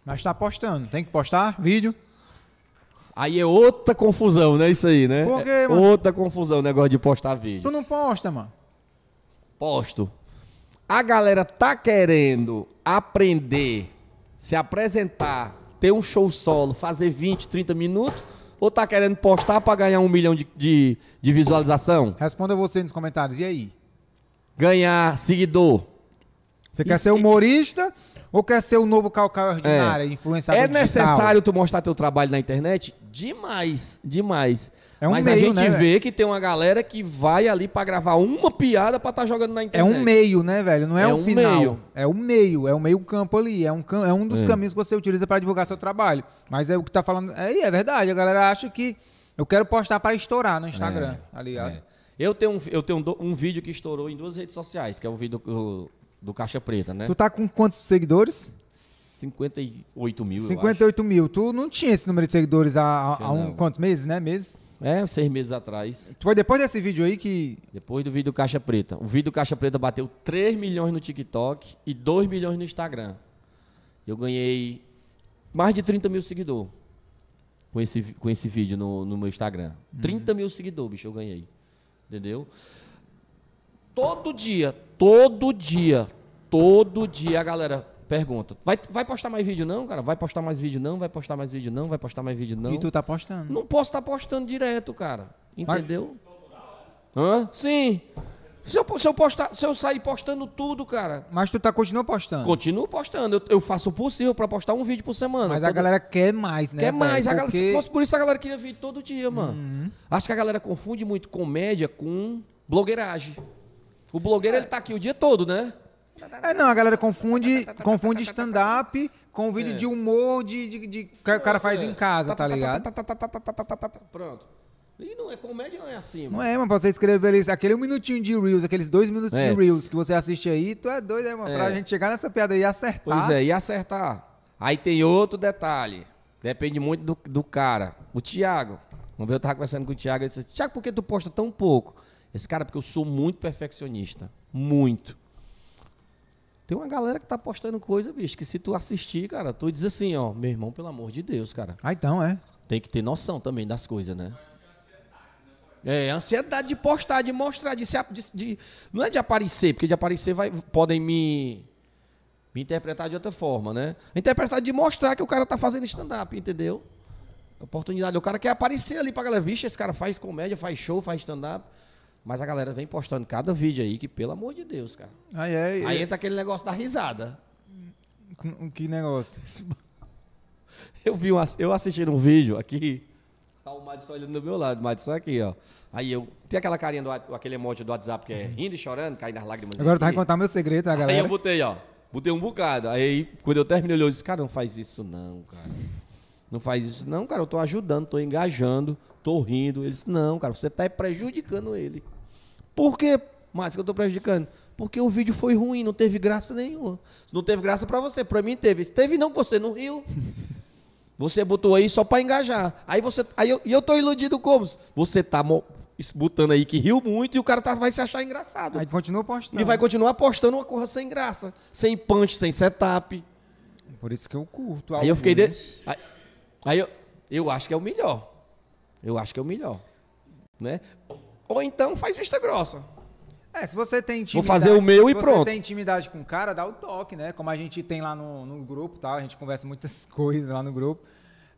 Speaker 2: Mas tá postando. Tem que postar vídeo.
Speaker 1: Aí é outra confusão, né? Isso aí, né?
Speaker 2: Por quê,
Speaker 1: É
Speaker 2: mano?
Speaker 1: Outra confusão o negócio de postar vídeo.
Speaker 2: Tu não posta, mano.
Speaker 1: Posto. A galera tá querendo aprender, se apresentar, ter um show solo, fazer 20, 30 minutos, ou tá querendo postar pra ganhar um milhão de, de, de visualização?
Speaker 2: Responda você nos comentários. E aí?
Speaker 1: Ganhar seguidor.
Speaker 2: Você quer
Speaker 1: Isso
Speaker 2: ser
Speaker 1: é-
Speaker 2: humorista ou quer ser o novo Calcaio Ordinário,
Speaker 1: É.
Speaker 2: influenciador
Speaker 1: É
Speaker 2: digital?
Speaker 1: necessário tu mostrar teu trabalho na internet? Demais, demais.
Speaker 2: É um
Speaker 1: Mas a
Speaker 2: meio,
Speaker 1: gente
Speaker 2: né,
Speaker 1: vê que tem uma galera que vai ali pra gravar uma piada pra tá jogando na
Speaker 2: É
Speaker 1: internet.
Speaker 2: um meio, né, velho? Não é,
Speaker 1: É
Speaker 2: um
Speaker 1: um
Speaker 2: final.
Speaker 1: meio.
Speaker 2: É um meio, é um meio campo ali. É um, cam- é um dos caminhos que você utiliza para divulgar seu trabalho. Mas é o que tá falando. É, é verdade, a galera acha que eu quero postar para estourar no Instagram. tá ligado?
Speaker 1: É. Eu tenho, um, eu tenho um, do- um vídeo que estourou em duas redes sociais, que é o vídeo do, do Caixa Preta, né?
Speaker 2: Tu tá com quantos seguidores?
Speaker 1: 58 mil, 58.
Speaker 2: 58 mil. Tu não tinha esse número de seguidores há, há- há um,
Speaker 1: não.
Speaker 2: quantos meses, né? Meses?
Speaker 1: É, uns seis meses atrás.
Speaker 2: Foi depois desse vídeo aí que.
Speaker 1: Depois do vídeo do Caixa Preta. O vídeo do Caixa Preta bateu 3 milhões no TikTok e 2 milhões no Instagram. Eu ganhei mais de 30 mil seguidores com esse, vi- com esse vídeo no, no meu Instagram. 30 mil seguidores, bicho, eu ganhei. Entendeu? Todo dia, todo dia, todo dia a galera pergunta: vai, vai postar mais vídeo não, cara? Vai postar mais vídeo não? Vai postar mais vídeo não? Vai postar mais vídeo não?
Speaker 2: E tu tá postando.
Speaker 1: Não posso estar postando direto, cara. Entendeu? Hã? Sim. Se eu, se, eu postar, se eu sair postando tudo, cara,
Speaker 2: Mas tu tá continuando postando.
Speaker 1: continuo postando. Eu, eu faço o possível pra postar um vídeo por semana.
Speaker 2: Mas a
Speaker 1: Todo-
Speaker 2: galera quer mais, né?
Speaker 1: Quer mais.
Speaker 2: velho?
Speaker 1: A galera,
Speaker 2: Porque-
Speaker 1: se fosse por isso a galera queria vídeo todo dia, mano. Acho que a galera confunde muito comédia com blogueiragem. O blogueiro, ele tá aqui o dia todo, né?
Speaker 2: É, não, a galera confunde, confunde stand-up com o
Speaker 1: É.
Speaker 2: vídeo de humor de, de, de- que o cara faz em casa, tá ligado?
Speaker 1: Pronto. E não é comédia, não é assim, mano.
Speaker 2: Não é, mano, pra você escrever ali, aquele um minutinho de Reels, aqueles dois minutos
Speaker 1: É.
Speaker 2: de Reels que você assiste aí, tu é doido, né, mano? Pra
Speaker 1: É.
Speaker 2: gente chegar nessa piada aí e acertar.
Speaker 1: Pois é, e acertar. Aí tem outro detalhe. Depende muito do, do cara. O Thiago. Uma vez eu tava conversando com o Thiago, ele disse, Thiago, por que tu posta tão pouco? Esse cara, porque eu sou muito perfeccionista. Muito. Tem uma galera que tá postando coisa, bicho, que se tu assistir, cara, tu diz assim, ó, meu irmão, pelo amor de Deus, cara.
Speaker 2: Ah, então, é.
Speaker 1: Tem que ter noção também das coisas, né? É, ansiedade de postar, de mostrar, de, se, ap- de, de- não é de aparecer, porque de aparecer vai, podem me, me interpretar de outra forma, né? Interpretar de mostrar que o cara tá fazendo stand-up, entendeu? Oportunidade, o cara quer aparecer ali pra galera, vixe, esse cara faz comédia, faz show, faz stand-up, mas a galera vem postando cada vídeo aí, que pelo amor de Deus, cara.
Speaker 2: Aí é.
Speaker 1: Aí entra aquele negócio da risada.
Speaker 2: com- Que negócio.
Speaker 1: <laughs> Eu vi um, ass- eu assistindo um vídeo aqui. Tá o Madison olhando do meu lado, o Madison aqui, ó. Aí eu. Tem aquela carinha do Whats- aquele emoji do WhatsApp que é rindo e chorando, caindo as lágrimas.
Speaker 2: Uhum. Agora tu vai
Speaker 1: aqui.
Speaker 2: contar meu segredo, tá,
Speaker 1: Aí eu
Speaker 2: galera?
Speaker 1: botei, ó. Botei um bocado. Aí, quando eu terminei, ele disse, cara, não faz isso não, cara. Não faz isso não, cara. Eu tô ajudando, tô engajando, tô rindo. Ele disse, não, cara, você tá prejudicando ele. Por quê, Márcio, que eu tô prejudicando? Porque o vídeo foi ruim, não teve graça nenhuma. Não teve graça pra você, pra mim teve. Se teve não, você não riu. Você botou aí só pra engajar. Aí você, aí eu, e eu tô iludido como? Você tá mo- botando aí que riu muito e o cara tá, vai se achar engraçado.
Speaker 2: Aí continua postando.
Speaker 1: E vai continuar postando uma coisa sem graça, sem punch, sem setup.
Speaker 2: Por isso que eu curto.
Speaker 1: Aí eu fiquei. De...
Speaker 2: alguns.
Speaker 1: Aí, aí eu, eu acho que é o melhor. Eu acho que é o melhor. Né? Ou então faz vista grossa.
Speaker 2: É, se você tem intimidade.
Speaker 1: Vou fazer o meu e
Speaker 2: se
Speaker 1: pronto.
Speaker 2: você tem intimidade com o cara, dá o toque, né? Como a gente tem lá no, no grupo, tá? A gente conversa muitas <laughs> coisas lá no grupo.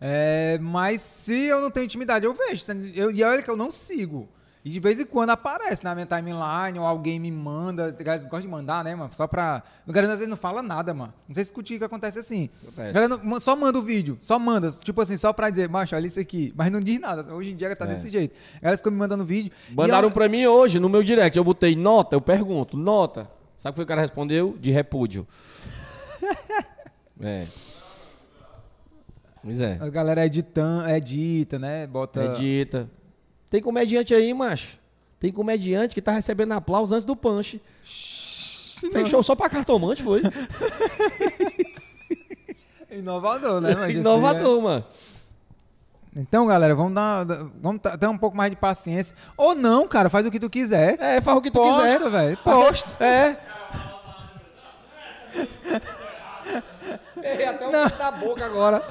Speaker 2: É, mas se eu não tenho intimidade, eu vejo. Eu- e olha que eu não sigo. E de vez em quando aparece na minha timeline, ou alguém me manda. Eles gostam de mandar, né, mano? Só pra. O cara às vezes não fala nada, mano. Não sei se contigo que acontece assim.
Speaker 1: Acontece.
Speaker 2: A galera não- ma- só manda o vídeo, só manda. Tipo assim, só pra dizer, macho, olha isso aqui. Mas não diz nada. Hoje em dia tá desse jeito. A galera fica me mandando vídeo. e
Speaker 1: É. Mandaram
Speaker 2: ela-
Speaker 1: pra mim hoje no meu direct. Eu botei nota, eu pergunto, nota. Sabe o que o cara respondeu? De repúdio. é. Pois é.
Speaker 2: A galera edita, edita né? Bota.
Speaker 1: Acredita. Tem comediante aí, macho. Tem comediante que tá recebendo aplausos antes do punch. Fechou só pra cartomante,
Speaker 2: <laughs>
Speaker 1: foi.
Speaker 2: Inovador, né? Mas isso aí é-
Speaker 1: Inovador, mano.
Speaker 2: Então, galera, vamos dar, vamos ta- ter um pouco mais de paciência. Ou não, cara, faz o que tu quiser.
Speaker 1: É, faz o que tu
Speaker 2: Posta,
Speaker 1: quiser.
Speaker 2: velho, posta.
Speaker 1: É. Errei até o
Speaker 2: Não.
Speaker 1: canto da boca agora.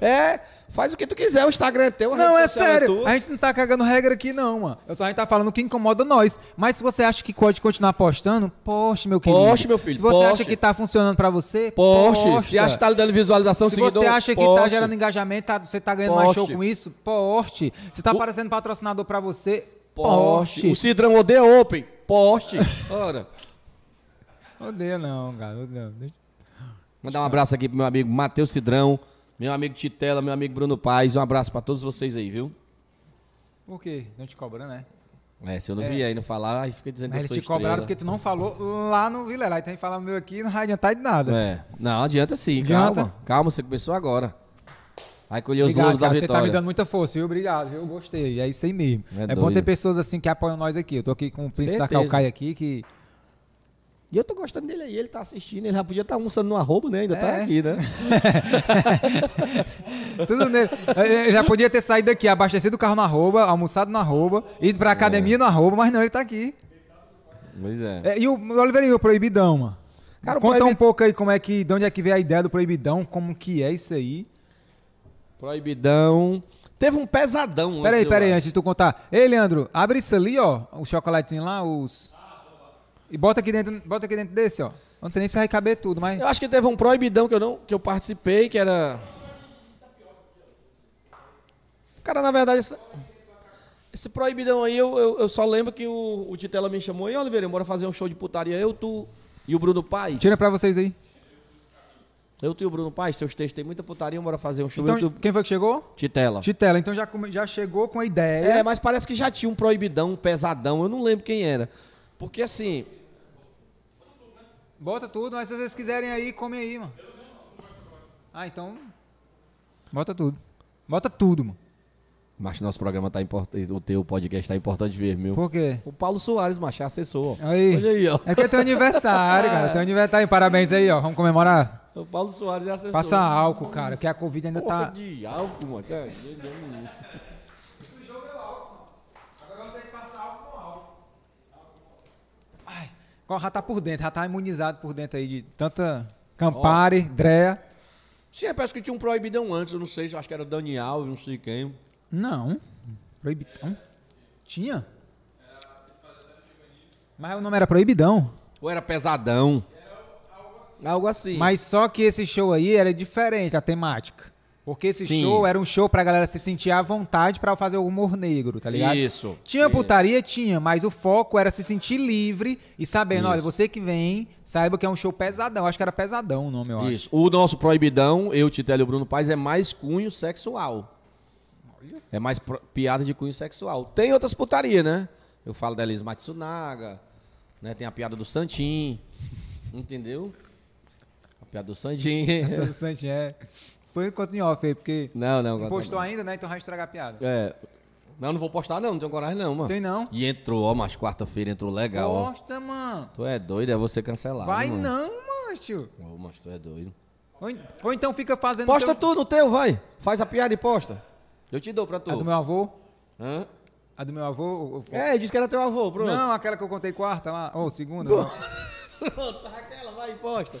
Speaker 1: É, faz o que tu quiser, o Instagram é teu, a
Speaker 2: Não,
Speaker 1: rede
Speaker 2: é
Speaker 1: social é
Speaker 2: sério.
Speaker 1: tua.
Speaker 2: a gente não tá cagando regra aqui, não, mano. Eu só a gente tá falando o que incomoda nós. Mas se você acha que pode continuar postando, poste, meu querido.
Speaker 1: Poste, meu filho,
Speaker 2: Se você
Speaker 1: poste.
Speaker 2: acha que tá funcionando pra você,
Speaker 1: Poste,
Speaker 2: posta.
Speaker 1: se acha que tá dando visualização,
Speaker 2: é. Se
Speaker 1: seguidor,
Speaker 2: você acha que tá
Speaker 1: poste.
Speaker 2: gerando engajamento, tá- você tá ganhando mais
Speaker 1: Poste.
Speaker 2: show com isso, poste. Se tá aparecendo patrocinador pra você,
Speaker 1: Poste.
Speaker 2: poste.
Speaker 1: O Cidrão odeia Open. Poste. Ora.
Speaker 2: Odeio não, cara. Odeio. Deixa-
Speaker 1: Mandar um abraço aqui pro meu amigo Matheus Cidrão, meu amigo Titela, meu amigo Bruno Paz. Um abraço pra todos vocês aí, viu?
Speaker 2: Por quê? Não te cobrando, né?
Speaker 1: É, se eu não
Speaker 2: É.
Speaker 1: vier aí não falar, aí fica dizendo
Speaker 2: Mas
Speaker 1: que eu
Speaker 2: eles
Speaker 1: sou
Speaker 2: te cobraram
Speaker 1: estrela.
Speaker 2: porque tu não falou lá no Vilela. Então a gente fala meu aqui não vai adiantar de nada.
Speaker 1: É. Não, adianta sim,
Speaker 2: Adianta?
Speaker 1: calma. Calma, você começou agora. Vai colher os
Speaker 2: Obrigado,
Speaker 1: louros da
Speaker 2: cara. Você
Speaker 1: vitória.
Speaker 2: tá me dando muita força, viu? Obrigado, viu? Eu gostei. É isso aí mesmo.
Speaker 1: É
Speaker 2: É, bom
Speaker 1: doido.
Speaker 2: ter pessoas assim que apoiam nós aqui. Eu tô aqui com o Príncipe da
Speaker 1: Certeza.
Speaker 2: Calcaia aqui, que
Speaker 1: E eu tô gostando dele aí, ele tá assistindo, ele já podia estar almoçando no arroba, né? Ainda tá
Speaker 2: É.
Speaker 1: aqui, né?
Speaker 2: Tudo <laughs> nele. Ele já podia ter saído daqui, abastecido o carro na arroba, almoçado na arroba, ido
Speaker 1: É.
Speaker 2: pra academia na arroba, mas não, ele tá aqui.
Speaker 1: Pois é.
Speaker 2: É, e o o Oliveirinho, o Proibidão, mano.
Speaker 1: Cara, o
Speaker 2: Conta
Speaker 1: Proibi-
Speaker 2: um pouco aí como é que, de onde é que veio a ideia do Proibidão, como que é isso aí.
Speaker 1: Proibidão. Teve um pesadão.
Speaker 2: Peraí,
Speaker 1: antes,
Speaker 2: peraí,
Speaker 1: eu
Speaker 2: antes de tu contar. Ei, Leandro, abre isso ali, ó, o chocolatezinho lá, os... E bota aqui dentro, bota aqui dentro desse, ó. Eu Não sei nem se vai caber tudo, mas...
Speaker 1: Eu acho que teve um proibidão que eu não, que eu participei, que era Cara, na verdade esse, esse proibidão aí eu, eu, eu só lembro que o, o Titela me chamou e Oliveira, bora fazer um show de putaria eu, tu e o Bruno Paz.
Speaker 2: Tira pra vocês aí.
Speaker 1: Eu, tu e o Bruno Paz, seus textos tem muita putaria, bora fazer um show
Speaker 2: Então,
Speaker 1: eu, tu...
Speaker 2: quem foi que chegou?
Speaker 1: Titela.
Speaker 2: Titela, então já, come- já chegou com a ideia.
Speaker 1: É, mas parece que já tinha um proibidão, um pesadão, eu não lembro quem era. Porque assim,
Speaker 2: Bota tudo, mas se vocês quiserem aí, come aí, mano. Ah, então. Bota tudo. Bota tudo, mano.
Speaker 1: mas nosso programa tá importante, o teu podcast tá importante ver, meu.
Speaker 2: Por quê?
Speaker 1: O Paulo Soares, macho, é assessor. ó.
Speaker 2: Aí.
Speaker 1: Olha aí, ó.
Speaker 2: É porque é teu aniversário, cara.
Speaker 1: <laughs>
Speaker 2: Teu aniversário. Tá aí, parabéns aí, ó. Vamos comemorar.
Speaker 1: O Paulo Soares é assessor.
Speaker 2: Passa álcool, cara, que a Covid ainda tá.
Speaker 1: de álcool, mano. é
Speaker 2: Ó, Já tá por dentro, já tá imunizado por dentro aí de tanta. Campari, Drea.
Speaker 1: Sim, parece que tinha um proibidão antes, eu não sei, eu acho que era o Daniel, Alves, não sei quem.
Speaker 2: Não. Proibidão. Tinha? Mas o nome era Proibidão.
Speaker 1: Ou era pesadão. Algo assim.
Speaker 2: Mas só que esse show aí era diferente a temática. Porque esse
Speaker 1: Sim.
Speaker 2: show era um show pra galera se sentir à vontade pra fazer o humor negro, tá ligado?
Speaker 1: Isso.
Speaker 2: Tinha
Speaker 1: Isso.
Speaker 2: putaria? Tinha, mas o foco era se sentir livre e sabendo, olha, você que vem, saiba que é um show pesadão. Acho que era pesadão o nome, eu acho.
Speaker 1: Isso. O nosso proibidão, eu, Titelo e o Bruno Paz, é mais cunho sexual. É mais pro- piada de cunho sexual. Tem outras putarias, né? Eu falo da Elisa Matsunaga, né? Tem a piada do Santim, entendeu? A piada do Santim.
Speaker 2: <laughs> Interessante, é. Por enquanto em off aí, porque <laughs>
Speaker 1: Não, não.
Speaker 2: não
Speaker 1: agora tá
Speaker 2: postou
Speaker 1: bom.
Speaker 2: ainda, né? Então vai estragar a piada.
Speaker 1: É. Não, não vou postar, não. Não tenho coragem, não, mano.
Speaker 2: Tem não?
Speaker 1: E entrou, ó, mas quarta-feira entrou legal. ó.
Speaker 2: Posta, mano.
Speaker 1: Tu é doido, é você cancelar.
Speaker 2: Vai
Speaker 1: mano.
Speaker 2: não, macho.
Speaker 1: Ô, mas tu é doido.
Speaker 2: Ou, en- ou então fica fazendo...
Speaker 1: Posta
Speaker 2: teu...
Speaker 1: tu no teu, vai. Faz a piada e posta. Eu te dou pra tu.
Speaker 2: A É do meu avô.
Speaker 1: Hã?
Speaker 2: A do meu avô. o- o-
Speaker 1: É, disse que era teu avô, pronto.
Speaker 2: Não, aquela que eu contei quarta lá. Ou segunda. Não.
Speaker 1: Pronto, Raquel, vai e posta.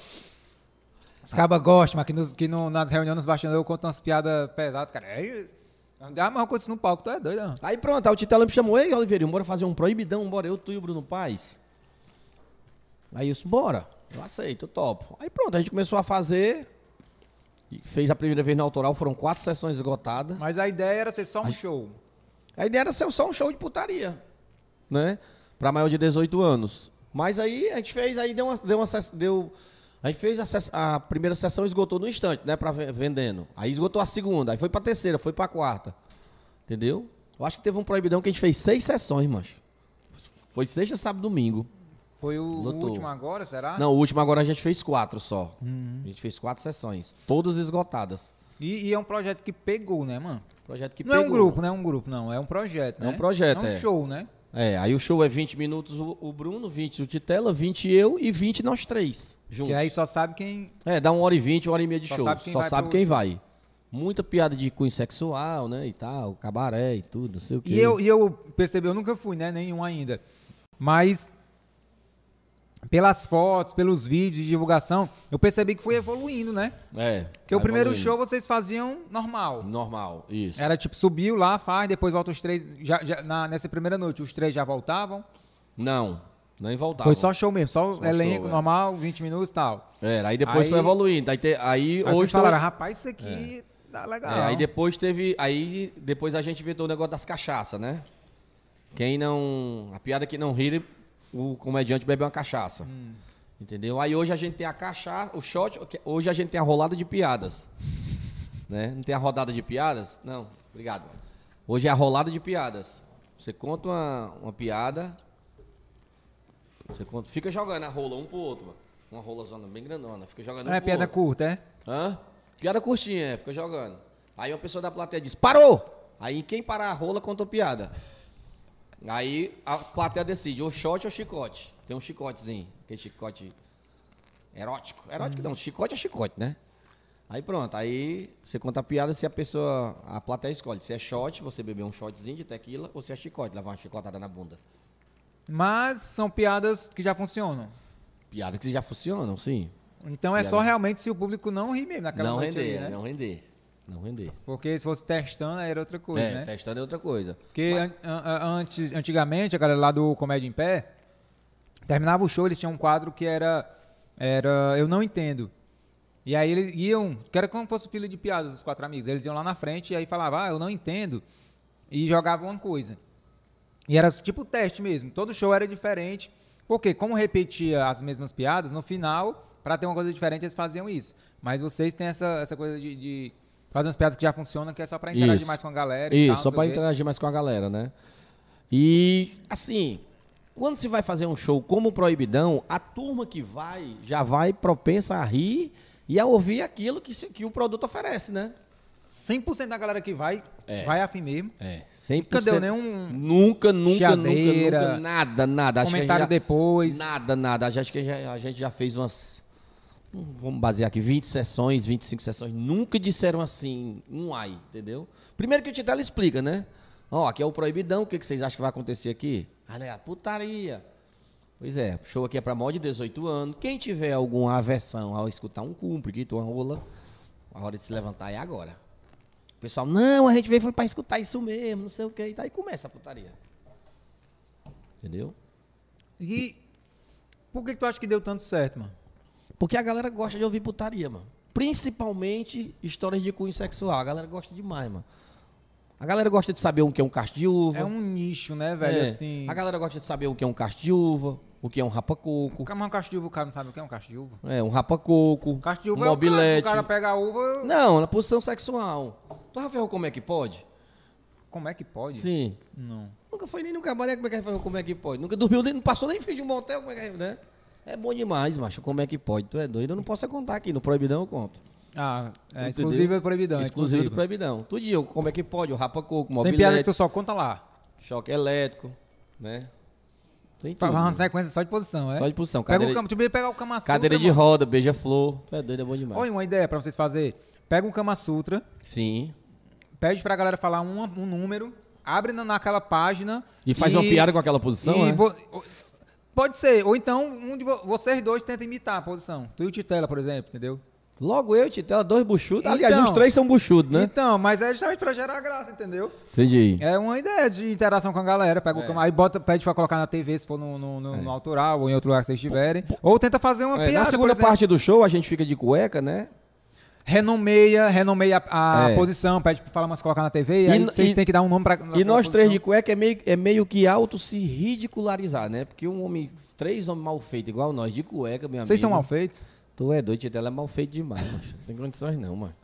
Speaker 2: Os cabas gostam, mas que, nos- que no- nas reuniões nos bastidores eu conto umas piadas pesadas, cara. Aí, ah, mas eu conto isso no palco, tu é doido, não.
Speaker 1: Aí pronto, aí o Titelão me chamou, ei, Oliveirinho, bora fazer um proibidão, bora, eu, tu e o Bruno Paz. Aí eu disse, bora, eu aceito, eu topo. Aí pronto, a gente começou a fazer, e fez a primeira vez na autoral, foram quatro sessões esgotadas.
Speaker 2: Mas a ideia era ser só um show.
Speaker 1: A ideia era ser só um show de putaria, né? Pra maior de 18 anos. Mas aí a gente fez, aí deu uma, deu uma ses- deu, a gente fez a, ses- a primeira sessão esgotou no instante, né, para vendendo. Aí esgotou a segunda, aí foi pra terceira, foi pra quarta. Entendeu? Eu acho que teve um proibidão que a gente fez seis sessões, macho. Foi sexta, sábado, domingo.
Speaker 2: Foi o, o
Speaker 1: Lotou.
Speaker 2: último agora, será?
Speaker 1: Não, o último agora a gente fez quatro só.
Speaker 2: Uhum.
Speaker 1: A gente fez quatro sessões, todas esgotadas.
Speaker 2: E, e é um projeto que pegou, né, mano?
Speaker 1: Projeto que
Speaker 2: não é um
Speaker 1: pegou.
Speaker 2: grupo, não é um grupo, não. É um projeto,
Speaker 1: É
Speaker 2: né?
Speaker 1: um projeto,
Speaker 2: É um
Speaker 1: é.
Speaker 2: show, né?
Speaker 1: É, aí o show é 20 minutos o, o Bruno, 20 o Titela, 20 eu e 20 nós três juntos.
Speaker 2: Que aí só sabe quem...
Speaker 1: É, dá uma hora e 20, uma hora e meia de
Speaker 2: Só
Speaker 1: show.
Speaker 2: sabe quem
Speaker 1: Só
Speaker 2: vai
Speaker 1: sabe
Speaker 2: pro-
Speaker 1: quem vai. Muita piada de cunho sexual, né, e tal, cabaré e tudo, não sei o quê.
Speaker 2: E eu, e eu percebi, eu nunca fui, né? Nenhum ainda. Mas pelas fotos, pelos vídeos de divulgação, eu percebi que foi evoluindo, né?
Speaker 1: É.
Speaker 2: Porque o
Speaker 1: vai
Speaker 2: primeiro
Speaker 1: evoluindo.
Speaker 2: show vocês faziam normal.
Speaker 1: Normal, isso.
Speaker 2: Era tipo, subiu lá, faz, depois volta os três. Já, já- na- nessa primeira noite, os três já voltavam.
Speaker 1: Não, é nem voltava.
Speaker 2: Foi só show mesmo, só,
Speaker 1: Tá Só
Speaker 2: elenco
Speaker 1: show, é.
Speaker 2: normal, 20 minutos e tal.
Speaker 1: Era, aí depois
Speaker 2: Aí-
Speaker 1: foi evoluindo. Aí, te- aí,
Speaker 2: Aí
Speaker 1: hoje um
Speaker 2: vocês
Speaker 1: foi-
Speaker 2: falaram, rapaz, isso aqui tá legal.
Speaker 1: É, aí depois teve. Aí depois a gente inventou o negócio das cachaças, né? Quem não. A piada é que não rir, o comediante bebe uma cachaça.
Speaker 2: Hum.
Speaker 1: Entendeu? Aí hoje a gente tem a cachaça, o shot, hoje a gente tem a rolada de piadas.
Speaker 2: <laughs>
Speaker 1: né? Não tem a rodada de piadas? Não, obrigado. Hoje é a rolada de piadas. Você conta uma, uma piada, você conta, fica jogando a rola um pro outro, mano. Uma rolazona bem grandona, fica jogando
Speaker 2: Não
Speaker 1: um
Speaker 2: é
Speaker 1: pro
Speaker 2: piada
Speaker 1: outro.
Speaker 2: curta, é?
Speaker 1: Hã? Piada curtinha, é, fica jogando. Aí uma pessoa da plateia diz, parou! Aí quem parar a rola contou piada. Aí a plateia decide, ou shot ou chicote. Tem um chicotezinho, aquele chicote erótico. Erótico
Speaker 2: Hum.
Speaker 1: não, chicote é chicote, né? Aí pronto, aí você conta a piada se a pessoa, a plateia escolhe. Se é shot, você beber um shotzinho de tequila, ou se é chicote, levar uma chicotada na bunda.
Speaker 2: Mas são piadas que já funcionam.
Speaker 1: Piada que já funcionam, sim.
Speaker 2: Então é
Speaker 1: Piada.
Speaker 2: só realmente se o público não rir mesmo naquela
Speaker 1: não
Speaker 2: noite
Speaker 1: render,
Speaker 2: ali, né?
Speaker 1: não render, não render.
Speaker 2: Porque se fosse testando, aí era outra coisa,
Speaker 1: é,
Speaker 2: né?
Speaker 1: testando é outra coisa.
Speaker 2: Porque an- an- an- antes, antigamente, a galera lá do Comédia em Pé, terminava o show, eles tinham um quadro que era, era Eu Não Entendo. E aí eles iam, que era como se fosse filho de piadas, os quatro amigos. Eles iam lá na frente e aí falavam, ah, eu não entendo. E jogavam uma coisa. E era tipo teste mesmo. Todo show era diferente. Porque, como repetia as mesmas piadas, no final, para ter uma coisa diferente, eles faziam isso. Mas vocês têm essa, essa coisa de, de fazer umas piadas que já funcionam, que é só pra interagir
Speaker 1: Isso.
Speaker 2: mais com a galera. e
Speaker 1: Isso,
Speaker 2: tal, não
Speaker 1: só
Speaker 2: sei
Speaker 1: pra
Speaker 2: o quê.
Speaker 1: interagir mais com a galera, né? E, assim, quando se vai fazer um show como Proibidão, a turma que vai já vai propensa a rir e a ouvir aquilo que, se- que o produto oferece, né?
Speaker 2: 100% da galera que vai,
Speaker 1: É.
Speaker 2: vai afim mesmo.
Speaker 1: É, sempre.
Speaker 2: Nunca deu nenhum
Speaker 1: Nunca, nunca,
Speaker 2: Chiadeira,
Speaker 1: nunca, nunca, nada, nada. Acho que a gente
Speaker 2: comentário
Speaker 1: já-
Speaker 2: depois.
Speaker 1: Nada, nada. A gente, acho que já- a gente já fez umas. hum, Vamos basear aqui, 20 sessões, 25 sessões. Nunca disseram assim, um ai, entendeu? Primeiro que o Titela explica, né? Ó, aqui é o proibidão, o que, que vocês acham que vai acontecer aqui? Ah, né? Putaria. Pois é, o show aqui é pra maior de 18 anos. Quem tiver alguma aversão ao escutar um cúmplice, uma rola, a hora de se levantar é agora. O pessoal, não, a gente veio foi pra escutar isso mesmo, não sei o quê. E daí começa a putaria. Entendeu?
Speaker 2: E por que, que tu acha que deu tanto certo, mano?
Speaker 1: Porque a galera gosta de ouvir putaria, mano. Principalmente histórias de cunho sexual. A galera gosta demais, mano. A galera gosta de saber o que é um cacho de uva.
Speaker 2: É um nicho, né, velho?
Speaker 1: É.
Speaker 2: Assim.
Speaker 1: A galera gosta de saber o que é um cacho de uva, o que é um
Speaker 2: O
Speaker 1: rapacoco.
Speaker 2: cara, mas um cacho de uva, o cara não sabe o que é um cacho de uva.
Speaker 1: É, um rapacoco.
Speaker 2: Um cacho de uva é o cacho
Speaker 1: mobilete.
Speaker 2: que o cara pega a uva.
Speaker 1: Não, na posição sexual. Tu já ferrou como é que pode?
Speaker 2: Como é que pode?
Speaker 1: Sim.
Speaker 2: Não.
Speaker 1: Nunca foi nem no cabaré, como é que, como é que pode? Nunca dormiu, nem, não passou nem fim de um motel, como é que é, né? É bom demais, macho. Como é que pode? Tu é doido? Eu não posso é contar aqui. No Proibidão eu conto.
Speaker 2: Ah, é
Speaker 1: Entendeu?
Speaker 2: exclusiva do Proibidão. é
Speaker 1: Exclusiva do Proibidão. Tudinho, como é que pode? O Rapa Coco,
Speaker 2: Tem piada que
Speaker 1: mobilete,
Speaker 2: tu só conta lá.
Speaker 1: choque elétrico, né? Tem
Speaker 2: Faz
Speaker 1: tudo.
Speaker 2: uma sequência só de posição, é?
Speaker 1: Só de posição.
Speaker 2: Pega
Speaker 1: Cadeira,
Speaker 2: o cama, tu podia pegar o Kama Sutra.
Speaker 1: cadeira de
Speaker 2: mano.
Speaker 1: roda, beija-flor. Tu É doido, é bom demais.
Speaker 2: Olha uma ideia pra vocês fazerem. Pega um Kama Sutra,
Speaker 1: Sim.
Speaker 2: pede pra galera falar um, um número, abre na, naquela página.
Speaker 1: E faz uma piada com aquela posição,
Speaker 2: e
Speaker 1: né?
Speaker 2: vo- o- Pode ser, ou então um de vo- vocês dois tenta imitar a posição. Tu e o Titela, por exemplo, entendeu?
Speaker 1: Logo eu, Titela, dois buchudos. Aliás,
Speaker 2: Então.
Speaker 1: os três são buchudos, né?
Speaker 2: Então, mas é justamente pra gerar graça, entendeu?
Speaker 1: Entendi.
Speaker 2: É uma ideia de interação com a galera. Pega o cama, aí bota, pede pra colocar na TV se for no, no, no- no autoral ou em outro lugar que vocês estiverem. Ou tenta fazer uma
Speaker 1: É,
Speaker 2: piada.
Speaker 1: na
Speaker 2: por
Speaker 1: segunda
Speaker 2: exemplo.
Speaker 1: parte do show, a gente fica de cueca, né?
Speaker 2: Renomeia, renomeia a, a
Speaker 1: É.
Speaker 2: posição, pede pra falar, mas colocar na TV, e, aí
Speaker 1: no-
Speaker 2: vocês
Speaker 1: e-
Speaker 2: têm que dar um nome pra.
Speaker 1: E nós três de cueca é meio, é meio que auto se ridicularizar, né? Porque um homem, três homens mal feitos igual nós, de cueca, meu amigo.
Speaker 2: Vocês são mal feitos?
Speaker 1: Tu é doido, Titela é mal feito demais, mano. Não tem condições não, mano.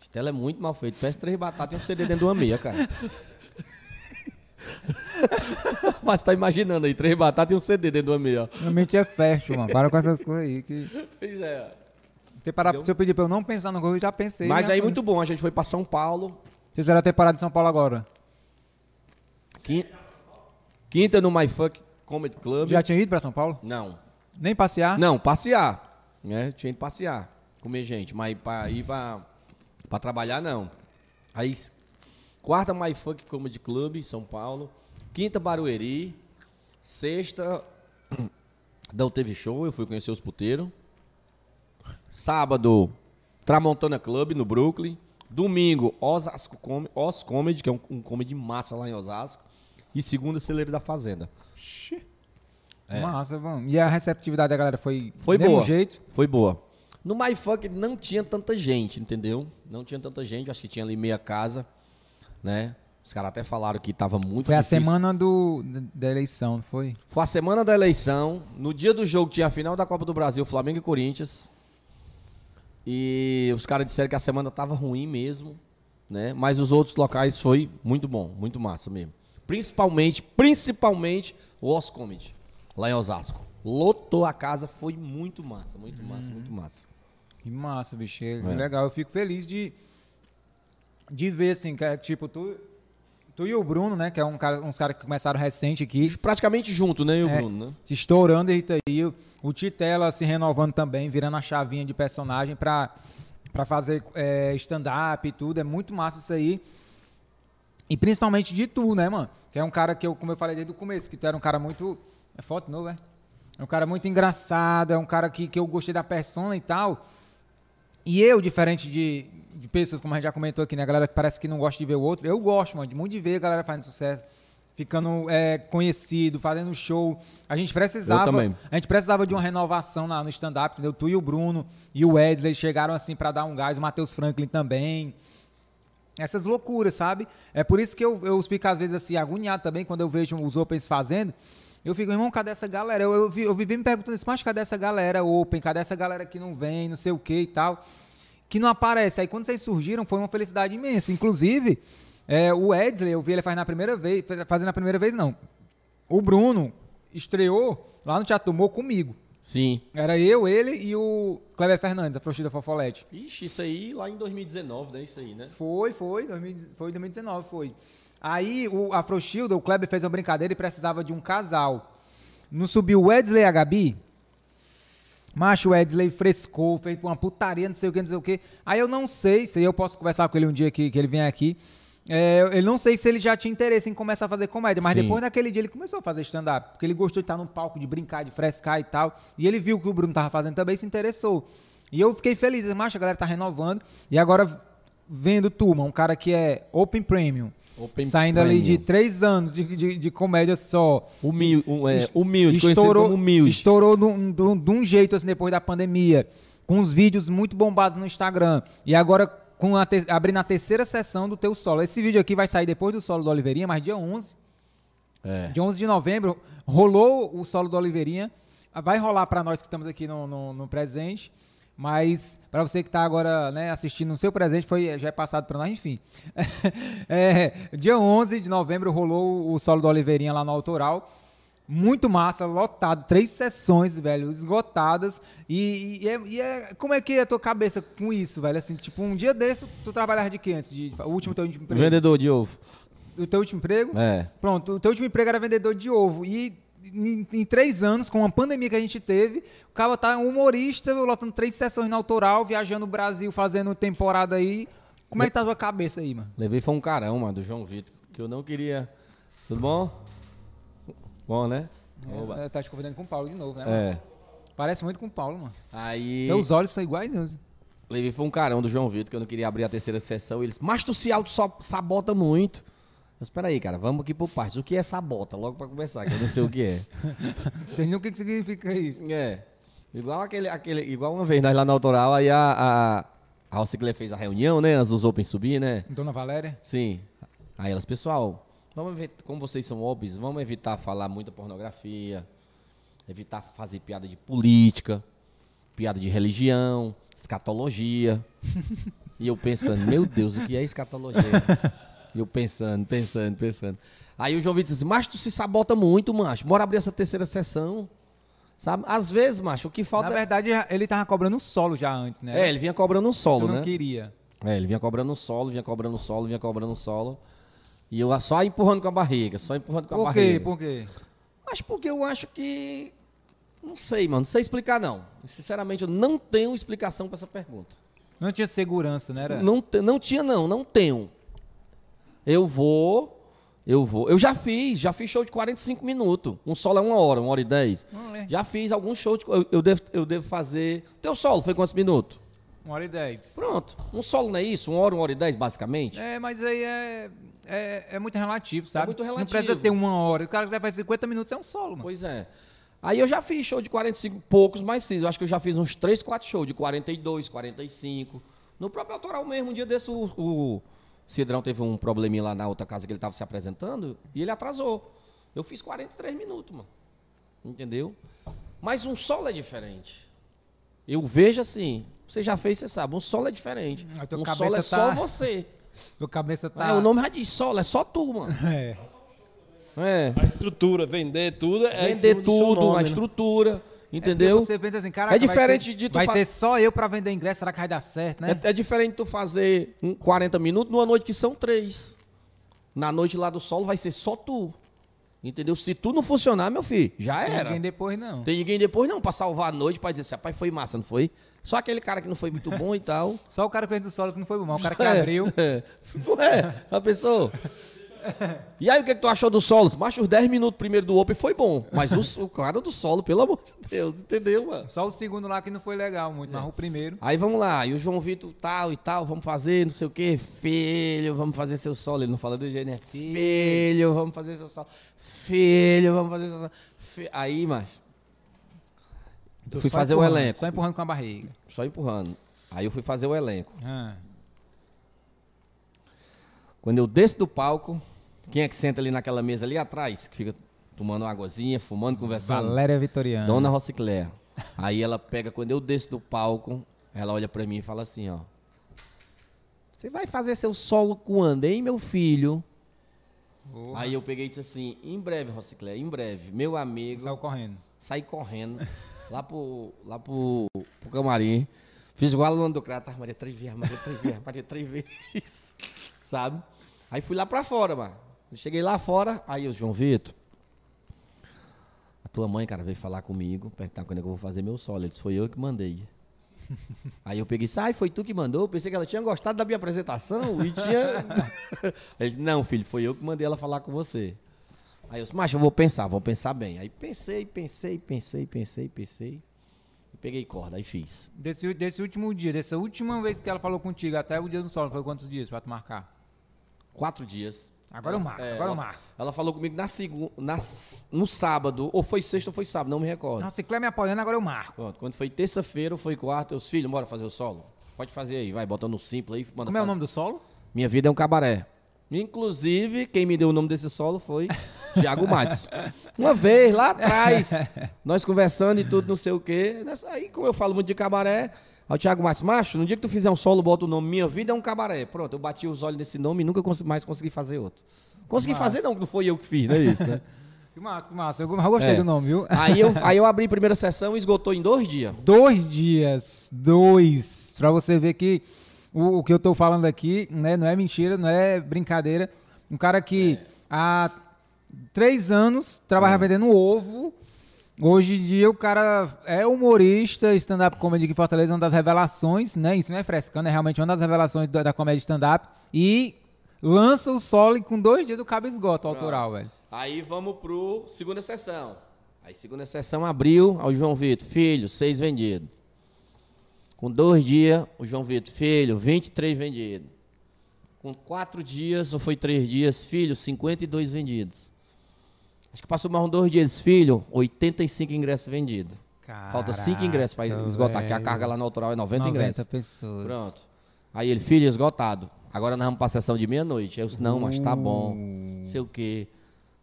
Speaker 1: Titela é muito mal feito. Parece três batatas e um CD dentro de uma meia, cara. <laughs> Mas tá imaginando aí, três batatas e um CD dentro de uma meia. ó.
Speaker 2: Realmente é fértil, mano. Para com essas coisas aí. Que...
Speaker 1: Pois é.
Speaker 2: Tem parar, se eu pedir pra eu não pensar no coisa, eu já pensei.
Speaker 1: Mas
Speaker 2: né?
Speaker 1: aí muito bom, a gente foi pra São Paulo.
Speaker 2: Vocês eram ter parado em São Paulo agora.
Speaker 1: Quin- Quinta no My Fuck Comedy Club.
Speaker 2: Já tinha ido pra São Paulo?
Speaker 1: Não.
Speaker 2: Nem passear?
Speaker 1: Não, passear. Né? Tinha ido passear, comer gente, mas pra ir pra, pra trabalhar, não. Aí, s- quarta, My Funk Comedy Club, em São Paulo. Quinta, Barueri. Sexta, <clears throat> não teve show, eu fui conhecer os puteiros. Sábado, Tramontana Club, no Brooklyn. Domingo, Osasco Com Os Comedy, que é um, um comedy massa lá em Osasco. E segunda, Celeiro da Fazenda.
Speaker 2: Massa, vamos. E a receptividade da galera foi.
Speaker 1: É. Foi
Speaker 2: mesmo
Speaker 1: boa.
Speaker 2: jeito?
Speaker 1: Foi boa. No MyFunk não tinha tanta gente, entendeu? Não tinha tanta gente, acho que tinha ali meia casa, né? Os caras até falaram que tava muito
Speaker 2: Foi a
Speaker 1: difícil.
Speaker 2: semana do, da eleição, não foi?
Speaker 1: Foi a semana da eleição. No dia do jogo tinha a final da Copa do Brasil, Flamengo e Corinthians. E os caras disseram que a semana tava ruim mesmo, né? Mas os outros locais foi muito bom, muito massa mesmo. Principalmente, principalmente o Os Comedy, lá em Osasco. Lotou a casa, foi muito massa, muito massa,
Speaker 2: Uhum.
Speaker 1: muito massa.
Speaker 2: Que massa, bicho. É Legal. Eu fico feliz de, de ver, assim, que, é, tipo, tu, tu e o Bruno, né? Que é um cara, uns caras que começaram recente aqui,
Speaker 1: praticamente junto, né, eu e o
Speaker 2: É.
Speaker 1: Bruno, né?
Speaker 2: se estourando aí, tá aí. O- O Titela se renovando também, virando a chavinha de personagem pra, pra fazer é, stand-up e tudo. É muito massa isso aí. E principalmente de tu, né, mano? Que é um cara que eu, como eu falei desde o começo, que tu era um cara muito. É foto de novo, é? É um cara muito engraçado, é um cara que, que eu gostei da persona e tal. E eu, diferente de, de pessoas, como a gente já comentou aqui, né? A galera que parece que não gosta de ver o outro. Eu gosto, mano, de muito de ver a galera fazendo sucesso. Ficando é, conhecido, fazendo show. A gente precisava.
Speaker 1: Eu também.
Speaker 2: A gente precisava de uma renovação na- no stand-up, entendeu? Tu e o Bruno e o Wesley chegaram assim pra dar um gás, o Matheus Franklin também. Essas loucuras, sabe? É por isso que eu, eu fico, às vezes, assim, agoniado também quando eu vejo os Opens fazendo. Eu fico, irmão, cadê essa galera? Eu, eu, vi- eu vivi me perguntando assim, mas cadê essa galera Open? Cadê essa galera que não vem, não sei o que e tal? Que não aparece. Aí quando vocês surgiram, foi uma felicidade imensa. Inclusive, é, o Edsley, eu vi ele faz na primeira vez, fazendo na primeira vez, não. O Bruno estreou lá no Teatro do Humor comigo.
Speaker 1: Sim.
Speaker 2: Era eu, ele e o Kleber Fernandes, a Frouxida Fofolete.
Speaker 1: Ixi, isso aí lá em 2019, né? Isso aí, né?
Speaker 2: Foi, foi, 2000, foi 2019, foi. Aí o Afrochilda, o Kleber fez uma brincadeira e precisava de um casal. Não subiu o Edsley e a Gabi? Macho, o Edsley frescou, fez uma putaria, não sei o que, não sei o que. Aí eu não sei, se eu posso conversar com ele um dia que, que ele vem aqui. É, eu- eu não sei se ele já tinha interesse em começar a fazer comédia, mas
Speaker 1: Sim.
Speaker 2: depois naquele dia ele começou a fazer stand-up, porque ele gostou de estar no palco, de brincar, de frescar e tal. E ele viu que o Bruno tava fazendo também e se interessou. E eu fiquei feliz, macho, a galera tá renovando. E agora, vendo Turma, um cara que é Open Premium,
Speaker 1: Open
Speaker 2: saindo ali de
Speaker 1: Premium.
Speaker 2: três anos de- de, de comédia só,
Speaker 1: Humilde, um, é, humilde conhecido como humilde.
Speaker 2: Estourou de um- de um de um jeito assim depois da pandemia, com os vídeos muito bombados no Instagram. E agora com a te- abrindo a terceira sessão do teu solo. Esse vídeo aqui vai sair depois do solo do Oliveirinha, mas dia 11,
Speaker 1: É.
Speaker 2: dia 11 de novembro, rolou o solo do Oliveirinha. Vai rolar pra nós que estamos aqui no, no- no presente. Mas pra você que tá agora né, assistindo no seu presente, foi, já é passado pra nós, enfim. <laughs> É, dia 11 de novembro rolou o solo do Oliveirinha lá no Autoral. Muito massa, lotado, três sessões, velho, esgotadas. E, e é, e é- como é que é a tua cabeça com isso, velho? Assim, tipo, um dia desse, tu trabalhava de quê antes? De, o último teu emprego?
Speaker 1: Vendedor de ovo.
Speaker 2: O teu último emprego?
Speaker 1: É.
Speaker 2: Pronto, o teu último emprego era vendedor de ovo. E em, em três anos, com a pandemia que a gente teve, o cara tá um humorista, lotando três sessões na autoral, viajando o Brasil, fazendo temporada aí. Como é que tá a tua cabeça aí, mano?
Speaker 1: Levei foi um carão, mano, do João Vitor, que eu não queria. Tudo bom? Bom, né? Oba.
Speaker 2: É, Tá te convidando com o Paulo de novo, né? mano?
Speaker 1: É.
Speaker 2: Parece muito com o Paulo, mano.
Speaker 1: Aí.
Speaker 2: Teus olhos são iguaizinhos.
Speaker 1: Levei foi um carão do João Vitor, que eu não queria abrir a terceira sessão. E eles, mas tu se auto-sabota muito. Mas peraí, cara, vamos aqui por partes. O que é sabota? Logo pra conversar, que eu não sei o que é.
Speaker 2: Vocês não o que que significa isso.
Speaker 1: É. Igual aquele, aquele. Igual uma vez nós lá na autoral, aí a. A, a Alcicler fez a reunião, né? Antes dos Open subir, né?
Speaker 2: Dona Valéria?
Speaker 1: Sim. Aí elas, pessoal, vamos evitar, como vocês são óbvios, vamos evitar falar muita pornografia, evitar fazer piada de política, piada de religião,
Speaker 2: <laughs>
Speaker 1: escatologia. e eu pensando, meu Deus, o que é escatologia? E eu pensando, pensando, pensando. Aí o João Vitor disse, macho, tu se sabota muito, macho. Bora abrir essa terceira sessão. Sabe? Às vezes, macho, o que falta.
Speaker 2: Na verdade, ele tava cobrando um solo já antes, né?
Speaker 1: é, ele vinha cobrando um
Speaker 2: Eu
Speaker 1: solo,
Speaker 2: não
Speaker 1: né?
Speaker 2: queria.
Speaker 1: É, ele vinha cobrando um solo, vinha cobrando um solo, vinha cobrando um solo. E eu só empurrando com a barriga, só empurrando com a
Speaker 2: Por quê?
Speaker 1: barriga.
Speaker 2: Por quê?
Speaker 1: Mas porque eu acho que. Não sei, mano. Não sei explicar, não. Sinceramente, eu não tenho explicação pra essa pergunta.
Speaker 2: Não tinha segurança, né? Era...
Speaker 1: Não, te- não tinha, não. Não tenho. Eu vou. Eu vou. Eu já fiz, já fiz show de 45 minutos. Um solo é uma hora, uma hora e dez.
Speaker 2: Não é.
Speaker 1: Já fiz algum show de. Eu, eu devo, eu devo fazer. Teu solo foi quantos minutos?
Speaker 2: Uma hora e dez.
Speaker 1: Pronto. Um solo não é isso? Uma hora, uma hora e dez, basicamente?
Speaker 2: É, mas aí é, é, é muito relativo, sabe?
Speaker 1: muito
Speaker 2: Não
Speaker 1: relativo.
Speaker 2: precisa ter uma hora. O cara que vai fazer 50 minutos é um solo, mano.
Speaker 1: Pois é. Aí eu já fiz show de 45, poucos, mas fiz. Eu acho que eu já fiz uns 3, 4 shows de 42, 45. No próprio autoral mesmo, um dia desse o, o Cidrão teve um probleminha lá na outra casa que ele tava se apresentando e ele atrasou. Eu fiz 43 minutos, mano. Entendeu? Mas um solo é diferente. Eu vejo assim, você já fez, você sabe, um solo é diferente.
Speaker 2: A tua
Speaker 1: Um
Speaker 2: cabeça
Speaker 1: solo é só
Speaker 2: tá-
Speaker 1: você.
Speaker 2: Tua cabeça <laughs> tá.
Speaker 1: É, o nome já diz, solo é só
Speaker 2: <laughs>
Speaker 1: tu, mano.
Speaker 2: É.
Speaker 1: É.
Speaker 3: A estrutura, vender tudo é em cima
Speaker 1: Vender
Speaker 3: do seu
Speaker 1: tudo,
Speaker 3: nome,
Speaker 1: a
Speaker 3: né?
Speaker 1: estrutura,
Speaker 2: É,
Speaker 1: entendeu?
Speaker 2: Você pensa assim, caraca,
Speaker 1: É diferente
Speaker 2: vai ser,
Speaker 1: de tu
Speaker 2: Vai
Speaker 1: fa-
Speaker 2: ser só eu pra vender ingresso, será que vai dar certo, né?
Speaker 1: É, é diferente tu fazer um 40 minutos numa noite que são três. Na noite lá do solo vai ser só tu. Entendeu? Se tu não funcionar, meu filho, já
Speaker 2: Tem
Speaker 1: É, era.
Speaker 2: Ninguém depois não.
Speaker 1: Tem ninguém depois não pra salvar a noite, pra dizer assim, rapaz, foi massa, não foi? Só aquele cara que não foi muito bom
Speaker 2: <laughs>
Speaker 1: e tal.
Speaker 2: Só o cara que fez do solo que não foi bom, mas o cara que
Speaker 1: <laughs> É,
Speaker 2: abriu.
Speaker 1: É, Ué, a pessoa. E aí, o que, que tu achou do solo? Macho, os 10 minutos primeiro do Open foi bom. Mas o, o cara do solo, pelo amor de Deus, entendeu, mano?
Speaker 2: Só o segundo lá que não foi legal muito,
Speaker 1: É.
Speaker 2: mas o primeiro.
Speaker 1: Aí vamos lá, e o João Vitor tal e tal, vamos fazer, não sei o quê, filho, vamos fazer seu solo. Ele não fala do jeito, né? Filho, vamos fazer seu solo. Filho, vamos fazer seu solo. Fi- Aí, macho,
Speaker 2: Tu
Speaker 1: fui
Speaker 2: só
Speaker 1: fazer o
Speaker 2: empurrando,
Speaker 1: elenco.
Speaker 2: Só empurrando com a barriga.
Speaker 1: só empurrando. Aí eu fui fazer o elenco.
Speaker 2: Ah.
Speaker 1: Quando eu desço do palco, quem é que senta ali naquela mesa ali atrás, que fica tomando uma águazinha, fumando, conversando?
Speaker 2: Valéria Vitoriana.
Speaker 1: Dona Rocicler. Aí ela pega, quando eu desço do palco, ela olha pra mim e fala assim, ó. Você vai fazer seu solo quando, hein, meu filho?
Speaker 2: Porra.
Speaker 1: Aí eu peguei e disse assim, em breve, Rocicler, em breve. Meu amigo,
Speaker 2: Saiu correndo.
Speaker 1: saí correndo lá pro, lá pro, pro camarim. Fiz igual a Luana do Crato, Maria três vezes, Maria três vezes, Maria três vezes, <laughs> sabe? Aí fui lá pra fora, mano. Eu Cheguei lá fora, aí o João Vitor, a tua mãe, cara, veio falar comigo, perguntar quando é que eu vou fazer meu solo. Ele disse, foi eu que mandei. Aí eu peguei, sai, foi tu que mandou. Eu pensei que ela tinha gostado da minha apresentação e tinha. Ele disse, não, filho, foi eu que mandei ela falar com você. Aí eu disse, macho, eu vou pensar, vou pensar bem. Aí pensei, pensei, pensei, pensei, pensei. E peguei corda, aí fiz.
Speaker 2: Desse, desse último dia, dessa última vez que ela falou contigo, até o dia do solo, foi quantos dias pra tu marcar?
Speaker 1: Quatro dias.
Speaker 2: Agora eu marco, agora eu
Speaker 1: ela,
Speaker 2: marco.
Speaker 1: Ela falou comigo na segunda, na, s- no sábado, ou foi sexta ou foi sábado, não me recordo.
Speaker 2: Nossa, Ciclé me apoiando, agora eu marco.
Speaker 1: Pronto, quando foi terça-feira ou foi quarta, eu disse, filho, bora fazer o solo? Pode fazer aí, vai, botando no simples aí. Manda
Speaker 2: Como é o
Speaker 1: fazer.
Speaker 2: nome do solo?
Speaker 1: Minha vida é um cabaré. Inclusive, quem me deu o nome desse solo foi <laughs> Thiago Matos. <laughs> Uma vez, lá atrás, nós conversando e tudo, não sei o quê. Nessa- Aí, como eu falo muito de cabaré, aí o Thiago Matos, macho, no dia que tu fizer um solo, bota o nome Minha Vida é um Cabaré. Pronto, eu <laughs> bati os olhos nesse nome e nunca cons- mais consegui fazer outro. Consegui fazer, não, que não foi eu que fiz, não é isso, né?
Speaker 2: Que massa, que massa. Eu gostei
Speaker 1: É.
Speaker 2: do nome, viu? <laughs>
Speaker 1: Aí eu, aí eu abri a primeira sessão e esgotou em dois dias.
Speaker 2: Dois dias, dois, pra você ver que o, o que eu tô falando aqui, né, não é mentira, não é brincadeira. Um cara que
Speaker 1: É.
Speaker 2: há três anos trabalha vendendo ovo. Hoje em dia o cara é humorista, stand-up comedy aqui em Fortaleza, uma das revelações, né? Isso não é frescando, é realmente uma das revelações da, da comédia stand-up. E lança o solo e com dois dias o cabo esgota o autoral, velho.
Speaker 1: Aí vamos pro segunda sessão. Aí segunda sessão abriu, ao João Vitor, filho, seis vendidos. Com dois dias, o João Vitor, filho, 23 vendidos. Com quatro dias, ou foi três dias, filho, 52 vendidos. Acho que passou mais uns dois dias, filho, 85 ingressos vendidos. Falta cinco ingressos para esgotar, que a carga lá no autoral é 90 ingressos.
Speaker 2: pessoas.
Speaker 1: Pronto. Aí ele, filho, esgotado. Agora nós vamos pra sessão de meia-noite. Eu disse, não, mas tá bom. Não sei o quê.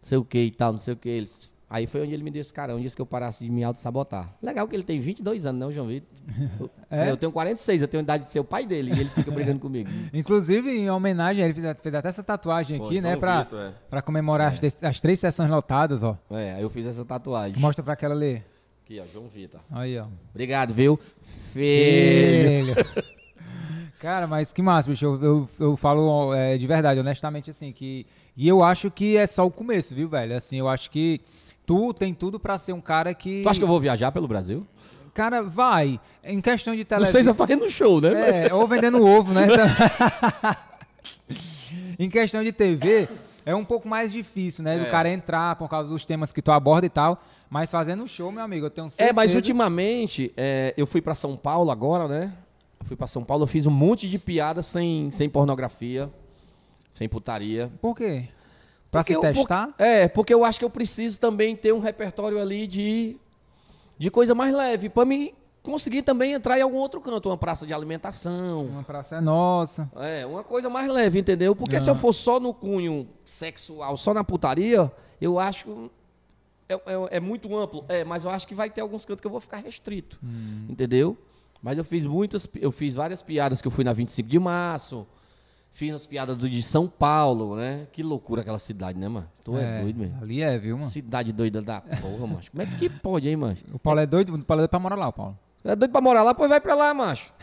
Speaker 1: Não sei o quê e tal, não sei o quê. Ele disse- Aí foi onde ele me deu esse carão, disse que eu parasse de me auto-sabotar. Legal que ele tem 22 anos, não, João <laughs> Vitor? Eu- Eu tenho 46, eu tenho a idade de ser o pai dele. E ele fica brigando <laughs> comigo.
Speaker 2: Inclusive, em homenagem, ele fez, fez até essa tatuagem
Speaker 1: Foi,
Speaker 2: aqui, né?
Speaker 4: João
Speaker 2: Pra,
Speaker 4: Vitor, é.
Speaker 2: pra comemorar as, te- as três sessões lotadas, ó.
Speaker 1: É, aí eu fiz essa tatuagem.
Speaker 2: Mostra pra aquela ali.
Speaker 1: Aqui, ó, João Vitor.
Speaker 2: Aí, ó.
Speaker 1: Obrigado, viu? Filho.
Speaker 2: <laughs> Cara, mas que massa, bicho. Eu, eu, eu falo ó, é, de verdade, honestamente, assim, que. E eu acho que é só o começo, viu, velho? Assim, eu acho que tu tem tudo pra ser um cara que.
Speaker 1: Tu acha que eu vou viajar pelo Brasil?
Speaker 2: Cara, vai. Em questão de
Speaker 1: Não
Speaker 2: televisão.
Speaker 1: sei se eu fazendo show, né?
Speaker 2: É, ou vendendo ovo,
Speaker 1: <laughs>
Speaker 2: né? em questão de TV, é um pouco mais difícil, né? Do
Speaker 1: É.
Speaker 2: cara entrar por causa dos temas que tu aborda e tal. Mas fazendo show, meu amigo, eu tenho certeza.
Speaker 1: É, mas ultimamente, é, eu fui pra São Paulo agora, né? Eu fui pra São Paulo, eu fiz um monte de piada sem, sem pornografia, sem putaria.
Speaker 2: Por quê? Pra se
Speaker 1: tipo- Porque eu-
Speaker 2: testar?
Speaker 1: por- é, porque eu acho que eu preciso também ter um repertório ali de, de coisa mais leve, pra me conseguir também entrar em algum outro canto, uma praça de alimentação.
Speaker 2: Uma praça é nossa.
Speaker 1: É, uma coisa mais leve, entendeu? Porque se eu for só no cunho sexual, só na putaria, eu acho. É, é- é muito amplo. É, mas eu acho que vai ter alguns cantos que eu vou ficar restrito. Entendeu? Mas eu fiz muitas. pi- Eu fiz várias piadas que eu fui na 25 de março. Fiz as piadas do, de São Paulo, né? Que loucura aquela cidade, né, mano? Tu é, doido mesmo.
Speaker 2: Ali é, viu, mano?
Speaker 1: Cidade doida da porra, macho. Como é que pode, hein, macho?
Speaker 2: O Paulo é doido, o Paulo é doido pra morar lá, o Paulo.
Speaker 1: É doido pra morar lá, pois vai pra lá,
Speaker 2: <laughs>
Speaker 1: macho.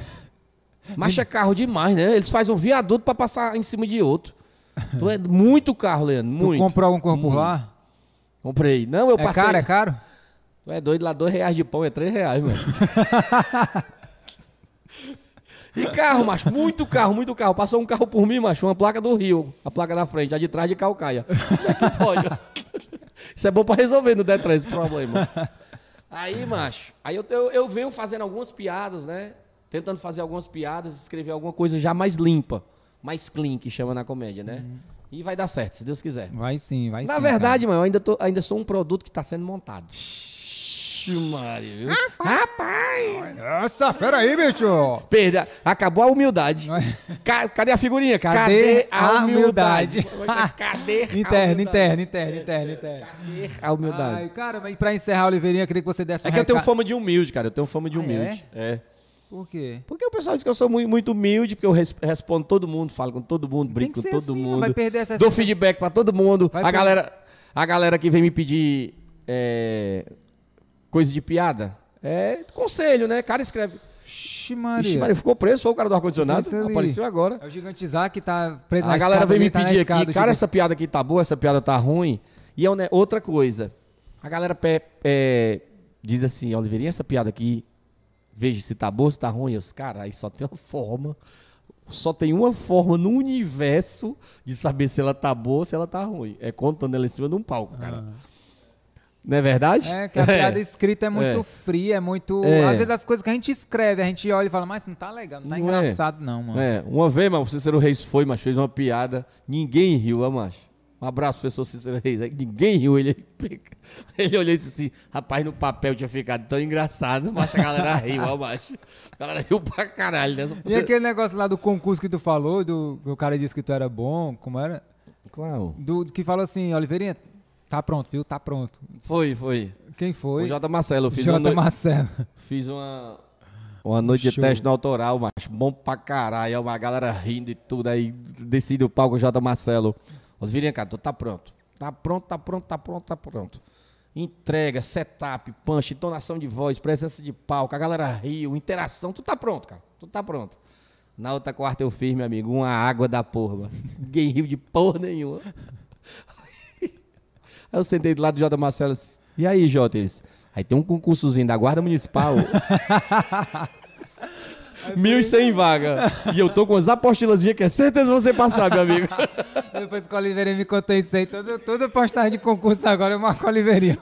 Speaker 1: Macho é carro demais, né? Eles fazem um viaduto pra passar em cima de outro. Tu é muito carro, Leandro, muito.
Speaker 2: Tu comprou algum corpo por lá?
Speaker 1: Comprei. Não, eu
Speaker 2: É
Speaker 1: passei.
Speaker 2: caro, é caro?
Speaker 1: Tu é doido lá, dois reais de pão é três reais, mano. e carro, macho, muito carro, muito carro. Passou um carro por mim, macho, uma placa do Rio, a placa da frente, a de trás de Calcaia. Como é que pode? <laughs> Isso é bom pra resolver no D3 esse problema. Aí, macho, aí eu, eu, eu venho fazendo algumas piadas, né? Tentando fazer algumas piadas, escrever alguma coisa já mais limpa, mais clean, que chama na comédia, né? E vai dar certo, se Deus quiser.
Speaker 2: Vai sim, vai sim.
Speaker 1: Na
Speaker 2: cara.
Speaker 1: verdade, mano, eu ainda, tô- ainda sou um produto que tá sendo montado. Ixi, Maria, viu? Rapaz!
Speaker 2: Nossa, pera aí, bicho!
Speaker 1: Perda, acabou a humildade. Ca- cadê a figurinha?
Speaker 2: é? Cadê a humildade?
Speaker 1: Ah, <laughs> cadê a
Speaker 2: Interno,
Speaker 1: humildade?
Speaker 2: interno, interno, interno, interno.
Speaker 1: Cadê a humildade?
Speaker 2: Ai, cara, mas pra encerrar, Oliveirinha, eu queria que você desse um
Speaker 1: é que eu tenho
Speaker 2: reca-
Speaker 1: fama de humilde, cara. Eu tenho fama de
Speaker 2: Ah, é?
Speaker 1: humilde. é?
Speaker 2: Por quê?
Speaker 1: Porque o pessoal diz que eu sou muito, muito humilde, porque eu res- respondo todo mundo, falo com todo mundo, brinco
Speaker 2: que
Speaker 1: com
Speaker 2: ser
Speaker 1: todo
Speaker 2: assim,
Speaker 1: mundo.
Speaker 2: vai perder essa
Speaker 1: Dou
Speaker 2: essência.
Speaker 1: feedback pra todo mundo.
Speaker 2: Vai
Speaker 1: a,
Speaker 2: perder.
Speaker 1: galera, a galera que vem me pedir é, coisa de piada. É conselho, né? Cara escreve.
Speaker 2: Ixi,
Speaker 1: Ixi,
Speaker 2: Maria.
Speaker 1: Maria, ficou preso, foi o cara do ar-condicionado.
Speaker 2: Isso ali.
Speaker 1: Apareceu agora.
Speaker 2: É o gigante Isaac que tá preto na
Speaker 1: A galera
Speaker 2: escada
Speaker 1: vem me
Speaker 2: ali, tá na
Speaker 1: pedir aqui,
Speaker 2: escada, o
Speaker 1: cara,
Speaker 2: gigante-
Speaker 1: essa piada aqui tá boa, essa piada tá ruim. E é um ne- outra coisa. A galera pe- é, diz assim, Oliveirinha, essa piada aqui, veja se tá boa, se tá ruim. Os caras, aí só tem uma forma, só tem uma forma no universo de saber se ela tá boa ou se ela tá ruim. É contando ela em cima de um palco, cara. Não <laughs> é verdade?
Speaker 2: Ah. É, que a piada escrita é muito
Speaker 1: É.
Speaker 2: fria, é muito.
Speaker 1: É.
Speaker 2: Às vezes as coisas que a gente escreve, a gente olha e fala, mas não tá legal, não tá
Speaker 1: Não é.
Speaker 2: engraçado, não, mano.
Speaker 1: É, uma vez, mano, o Cícero Reis foi, mas fez uma piada. Ninguém riu, ah, macho. Um abraço, professor Cícero Reis. Aí Ninguém riu. Ele, <laughs> ele olhou e disse assim: rapaz, no papel tinha ficado tão engraçado, mas a galera riu, ah, macho. A galera riu pra caralho. Dessa...
Speaker 2: E aquele negócio lá do concurso que tu falou, do que o cara disse que tu era bom, como era?
Speaker 1: Qual?
Speaker 2: Do que falou assim, Oliveirinha, tá pronto, viu? Tá pronto.
Speaker 1: Foi, foi.
Speaker 2: Quem foi?
Speaker 1: O J. Marcelo. eu Fiz, um
Speaker 2: Jota
Speaker 1: uma, noi-
Speaker 2: Marcelo.
Speaker 1: fiz uma, uma noite de
Speaker 2: Show.
Speaker 1: teste no autoral, macho. Bom pra caralho. É Uma galera rindo e tudo. Aí desci do palco, o J. Marcelo. Os virinha, cara, tu tá pronto. Tá pronto, tá pronto, tá pronto, tá pronto. Entrega, setup, punch, entonação de voz, presença de palco, a galera riu, interação. Tu tá pronto, cara. Tu tá pronto. Na outra quarta eu fiz, meu amigo, uma água da porra. <laughs> Ninguém riu de porra nenhuma. <laughs> Aí eu sentei do lado do Jota Marcelo. disse, E aí, Jota? Ele disse, Aí tem um concursozinho da Guarda Municipal. 1.100 vaga. E eu tô com umas apostilazinhas que é certeza que você passar, meu amigo.
Speaker 2: Depois que o Oliveirinho me contou isso aí, toda, toda postagem de concurso agora eu marco o
Speaker 1: <laughs>
Speaker 2: Oliveirinho.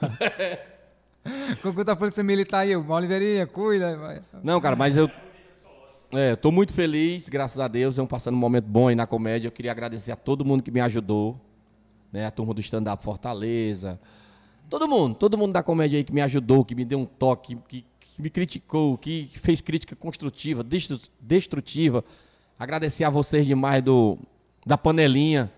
Speaker 2: concurso da Polícia Militar aí, o Oliveirinha, cuida. vai.
Speaker 1: <laughs> Não, cara, mas eu. É, tô muito feliz, graças a Deus. Estamos passando um momento bom aí na comédia. Eu queria agradecer a todo mundo que me ajudou. Né? A turma do stand-up Fortaleza. Todo mundo, todo mundo da comédia aí que me ajudou, que me deu um toque, que, que me criticou, que fez crítica construtiva, destru- destrutiva. Agradecer a vocês demais do, da panelinha.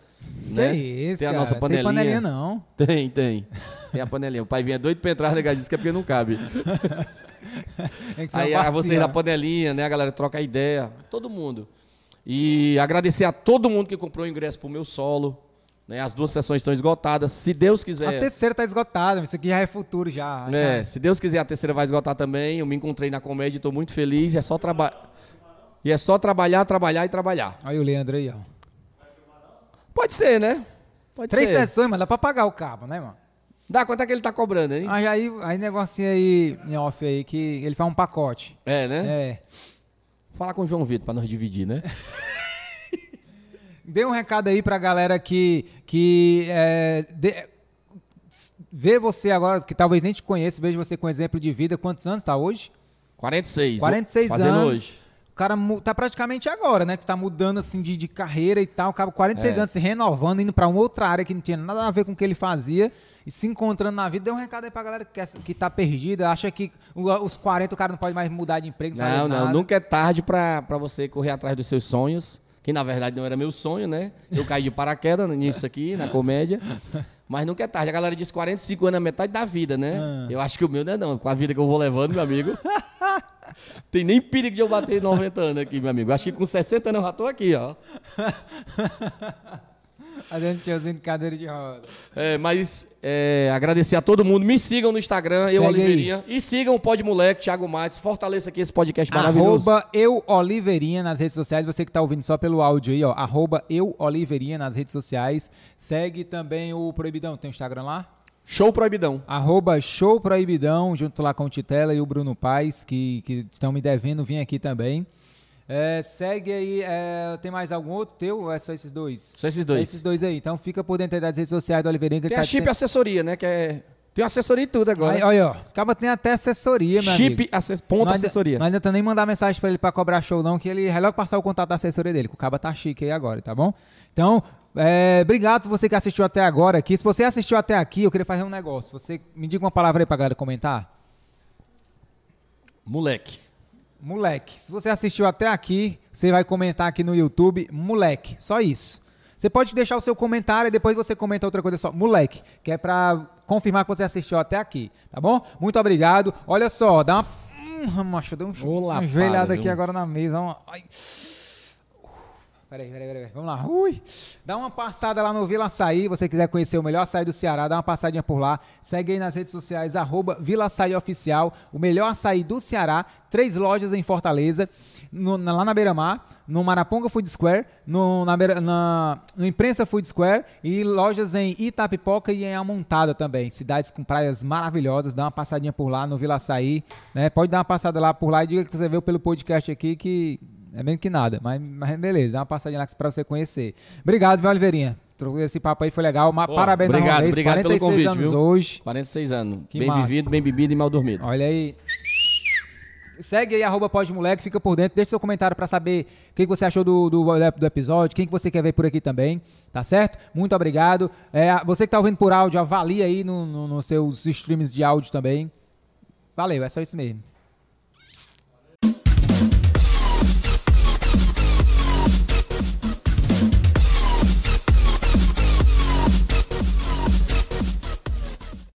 Speaker 1: né?
Speaker 2: Que isso,
Speaker 1: Tem a
Speaker 2: cara,
Speaker 1: nossa panelinha.
Speaker 2: Tem panelinha não.
Speaker 1: Tem, tem. Tem a panelinha. O pai vinha doido pra entrar, né? Diz que é porque não cabe.
Speaker 2: Tem que ser
Speaker 1: Aí ah,
Speaker 2: uma
Speaker 1: a vocês
Speaker 2: parceira.
Speaker 1: da panelinha, né? A galera troca ideia, todo mundo. E agradecer a todo mundo que comprou o ingresso pro meu solo. Né? As duas sessões estão esgotadas. Se Deus
Speaker 2: A
Speaker 1: quiser.
Speaker 2: terceira tá esgotada, isso aqui já é futuro já. é.
Speaker 1: né,
Speaker 2: já.
Speaker 1: Se Deus quiser, a terceira vai esgotar também. Eu me encontrei na comédia, estou muito feliz. É só trabalhar. E é só trabalhar, trabalhar e trabalhar.
Speaker 2: Aí o Leandro aí, ó.
Speaker 1: Pode ser, né? Pode
Speaker 2: Três
Speaker 1: ser.
Speaker 2: sessões, mano, dá pra pagar o cabo, né, mano?
Speaker 1: Dá quanto é que ele tá cobrando, hein?
Speaker 2: Mas aí, aí negocinho aí, em off aí, que ele faz um pacote.
Speaker 1: É, né?
Speaker 2: É.
Speaker 1: Falar com o João Vitor pra nós dividir, né?
Speaker 2: Dê um recado aí pra galera que, que é, dê- s- vê você agora, que talvez nem te conheça, veja você com exemplo de vida. Quantos anos tá hoje?
Speaker 1: 46.
Speaker 2: 46
Speaker 1: fazendo
Speaker 2: anos.
Speaker 1: hoje.
Speaker 2: O cara mu- tá praticamente agora, né? Que tá mudando assim de, de carreira e tal. O cara com 46
Speaker 1: É.
Speaker 2: anos se renovando, indo pra uma outra área que não tinha nada a ver com o que ele fazia e se encontrando na vida. Dê um recado aí pra galera que, quer- que tá perdida, acha que o- os 40 o cara não pode mais mudar de emprego, não,
Speaker 1: Não,
Speaker 2: fazer
Speaker 1: não,
Speaker 2: nada.
Speaker 1: nunca é tarde pra pra você correr atrás dos seus sonhos, que na verdade não era meu sonho, né? Eu caí de paraquedas nisso aqui, na comédia. Mas nunca é tarde. A galera diz 45 anos é metade da vida, né?
Speaker 2: Ah.
Speaker 1: Eu acho que o meu não é não. Com a vida que eu vou levando,
Speaker 2: <laughs>
Speaker 1: meu amigo. Tem nem perigo de eu bater 90 anos aqui, meu amigo. Acho que com 60 anos eu já tô aqui, ó.
Speaker 2: Fazendo showzinho de cadeira de roda.
Speaker 1: É, mas é, agradecer a todo mundo. Me sigam no Instagram, eu
Speaker 2: Segue
Speaker 1: Oliveirinha. E sigam o Pod Moleque, Thiago Matos. Fortaleça aqui esse podcast maravilhoso.
Speaker 2: Arroba eu Oliveirinha nas redes sociais. Você que tá ouvindo só pelo áudio aí, ó. Arroba eu Oliveirinha nas redes sociais. Segue também o Proibidão. Tem o Instagram lá?
Speaker 1: Show Proibidão.
Speaker 2: Arroba Show Proibidão, junto lá com o Titela e o Bruno Paes, que que estão me devendo vir aqui também. É, segue aí, é, tem mais algum outro teu ou é só esses dois? Só
Speaker 1: esses dois.
Speaker 2: esses dois aí. Então fica por dentro aí das redes sociais do Oliveirinha. que ele
Speaker 1: Tem
Speaker 2: tá
Speaker 1: a Chip
Speaker 2: dizendo-
Speaker 1: Assessoria, né? Que é... Tem assessoria e tudo agora. né?
Speaker 2: Aí, olha, ó, acaba tem até assessoria, meu amigo. é-
Speaker 1: Chip Assessoria. Ponto
Speaker 2: Não
Speaker 1: assessoria.
Speaker 2: Ainda, não adianta nem mandar mensagem pra ele pra cobrar show, não, que ele vai logo passar o contato da assessoria dele, que o caba tá chique aí agora, tá bom? Então, é, obrigado por você que assistiu até agora aqui. Se você assistiu até aqui, eu queria fazer um negócio. Você me diga uma palavra aí pra galera comentar.
Speaker 1: Moleque.
Speaker 2: Moleque. Se você assistiu até aqui, você vai comentar aqui no YouTube, moleque. Só isso. Você pode deixar o seu comentário e depois você comenta outra coisa só, moleque, que é pra confirmar que você assistiu até aqui, tá bom? Muito obrigado. Olha só, dá uma. Hum, macho, deu um
Speaker 1: Ô,
Speaker 2: uma
Speaker 1: lapada,
Speaker 2: joelhada aqui
Speaker 1: viu?
Speaker 2: agora na mesa. Uma... Ai. Peraí, peraí, peraí. peraí. Vamos lá. Ui! Dá uma passada lá no Vila Açaí. você quiser conhecer o melhor açaí do Ceará, dá uma passadinha por lá. Segue aí nas redes sociais, arroba Vila Açaí Oficial, o melhor açaí do Ceará. Três lojas em Fortaleza, no- na- lá na Beira-Mar, no Maraponga Food Square, no, na, Beira- na- no Imprensa Food Square e lojas em Itapipoca e em Amontada também. Cidades com praias maravilhosas. Dá uma passadinha por lá no Vila Açaí, né? Pode dar uma passada lá por lá e diga que você veio pelo podcast aqui que é mesmo que nada, mas, mas beleza, dá uma passadinha lá pra você conhecer. Obrigado, viu, Oliveirinha? Trocou esse papo aí, foi legal. Mas parabéns
Speaker 1: obrigado,
Speaker 2: novamente,
Speaker 1: obrigado pelo
Speaker 2: 46
Speaker 1: convite,
Speaker 2: anos
Speaker 1: viu?
Speaker 2: hoje.
Speaker 1: 46 anos.
Speaker 2: Que
Speaker 1: bem
Speaker 2: massa.
Speaker 1: vivido, bem bebido e mal dormido.
Speaker 2: Olha aí. Segue aí, arroba podmoleque, fica por dentro. Deixa seu comentário pra saber o que que você achou do, do, do episódio, quem que você quer ver por aqui também, tá certo? Muito obrigado. É, você que tá ouvindo por áudio, avalia aí no- no- nos seus streams de áudio também. Valeu, é só isso mesmo.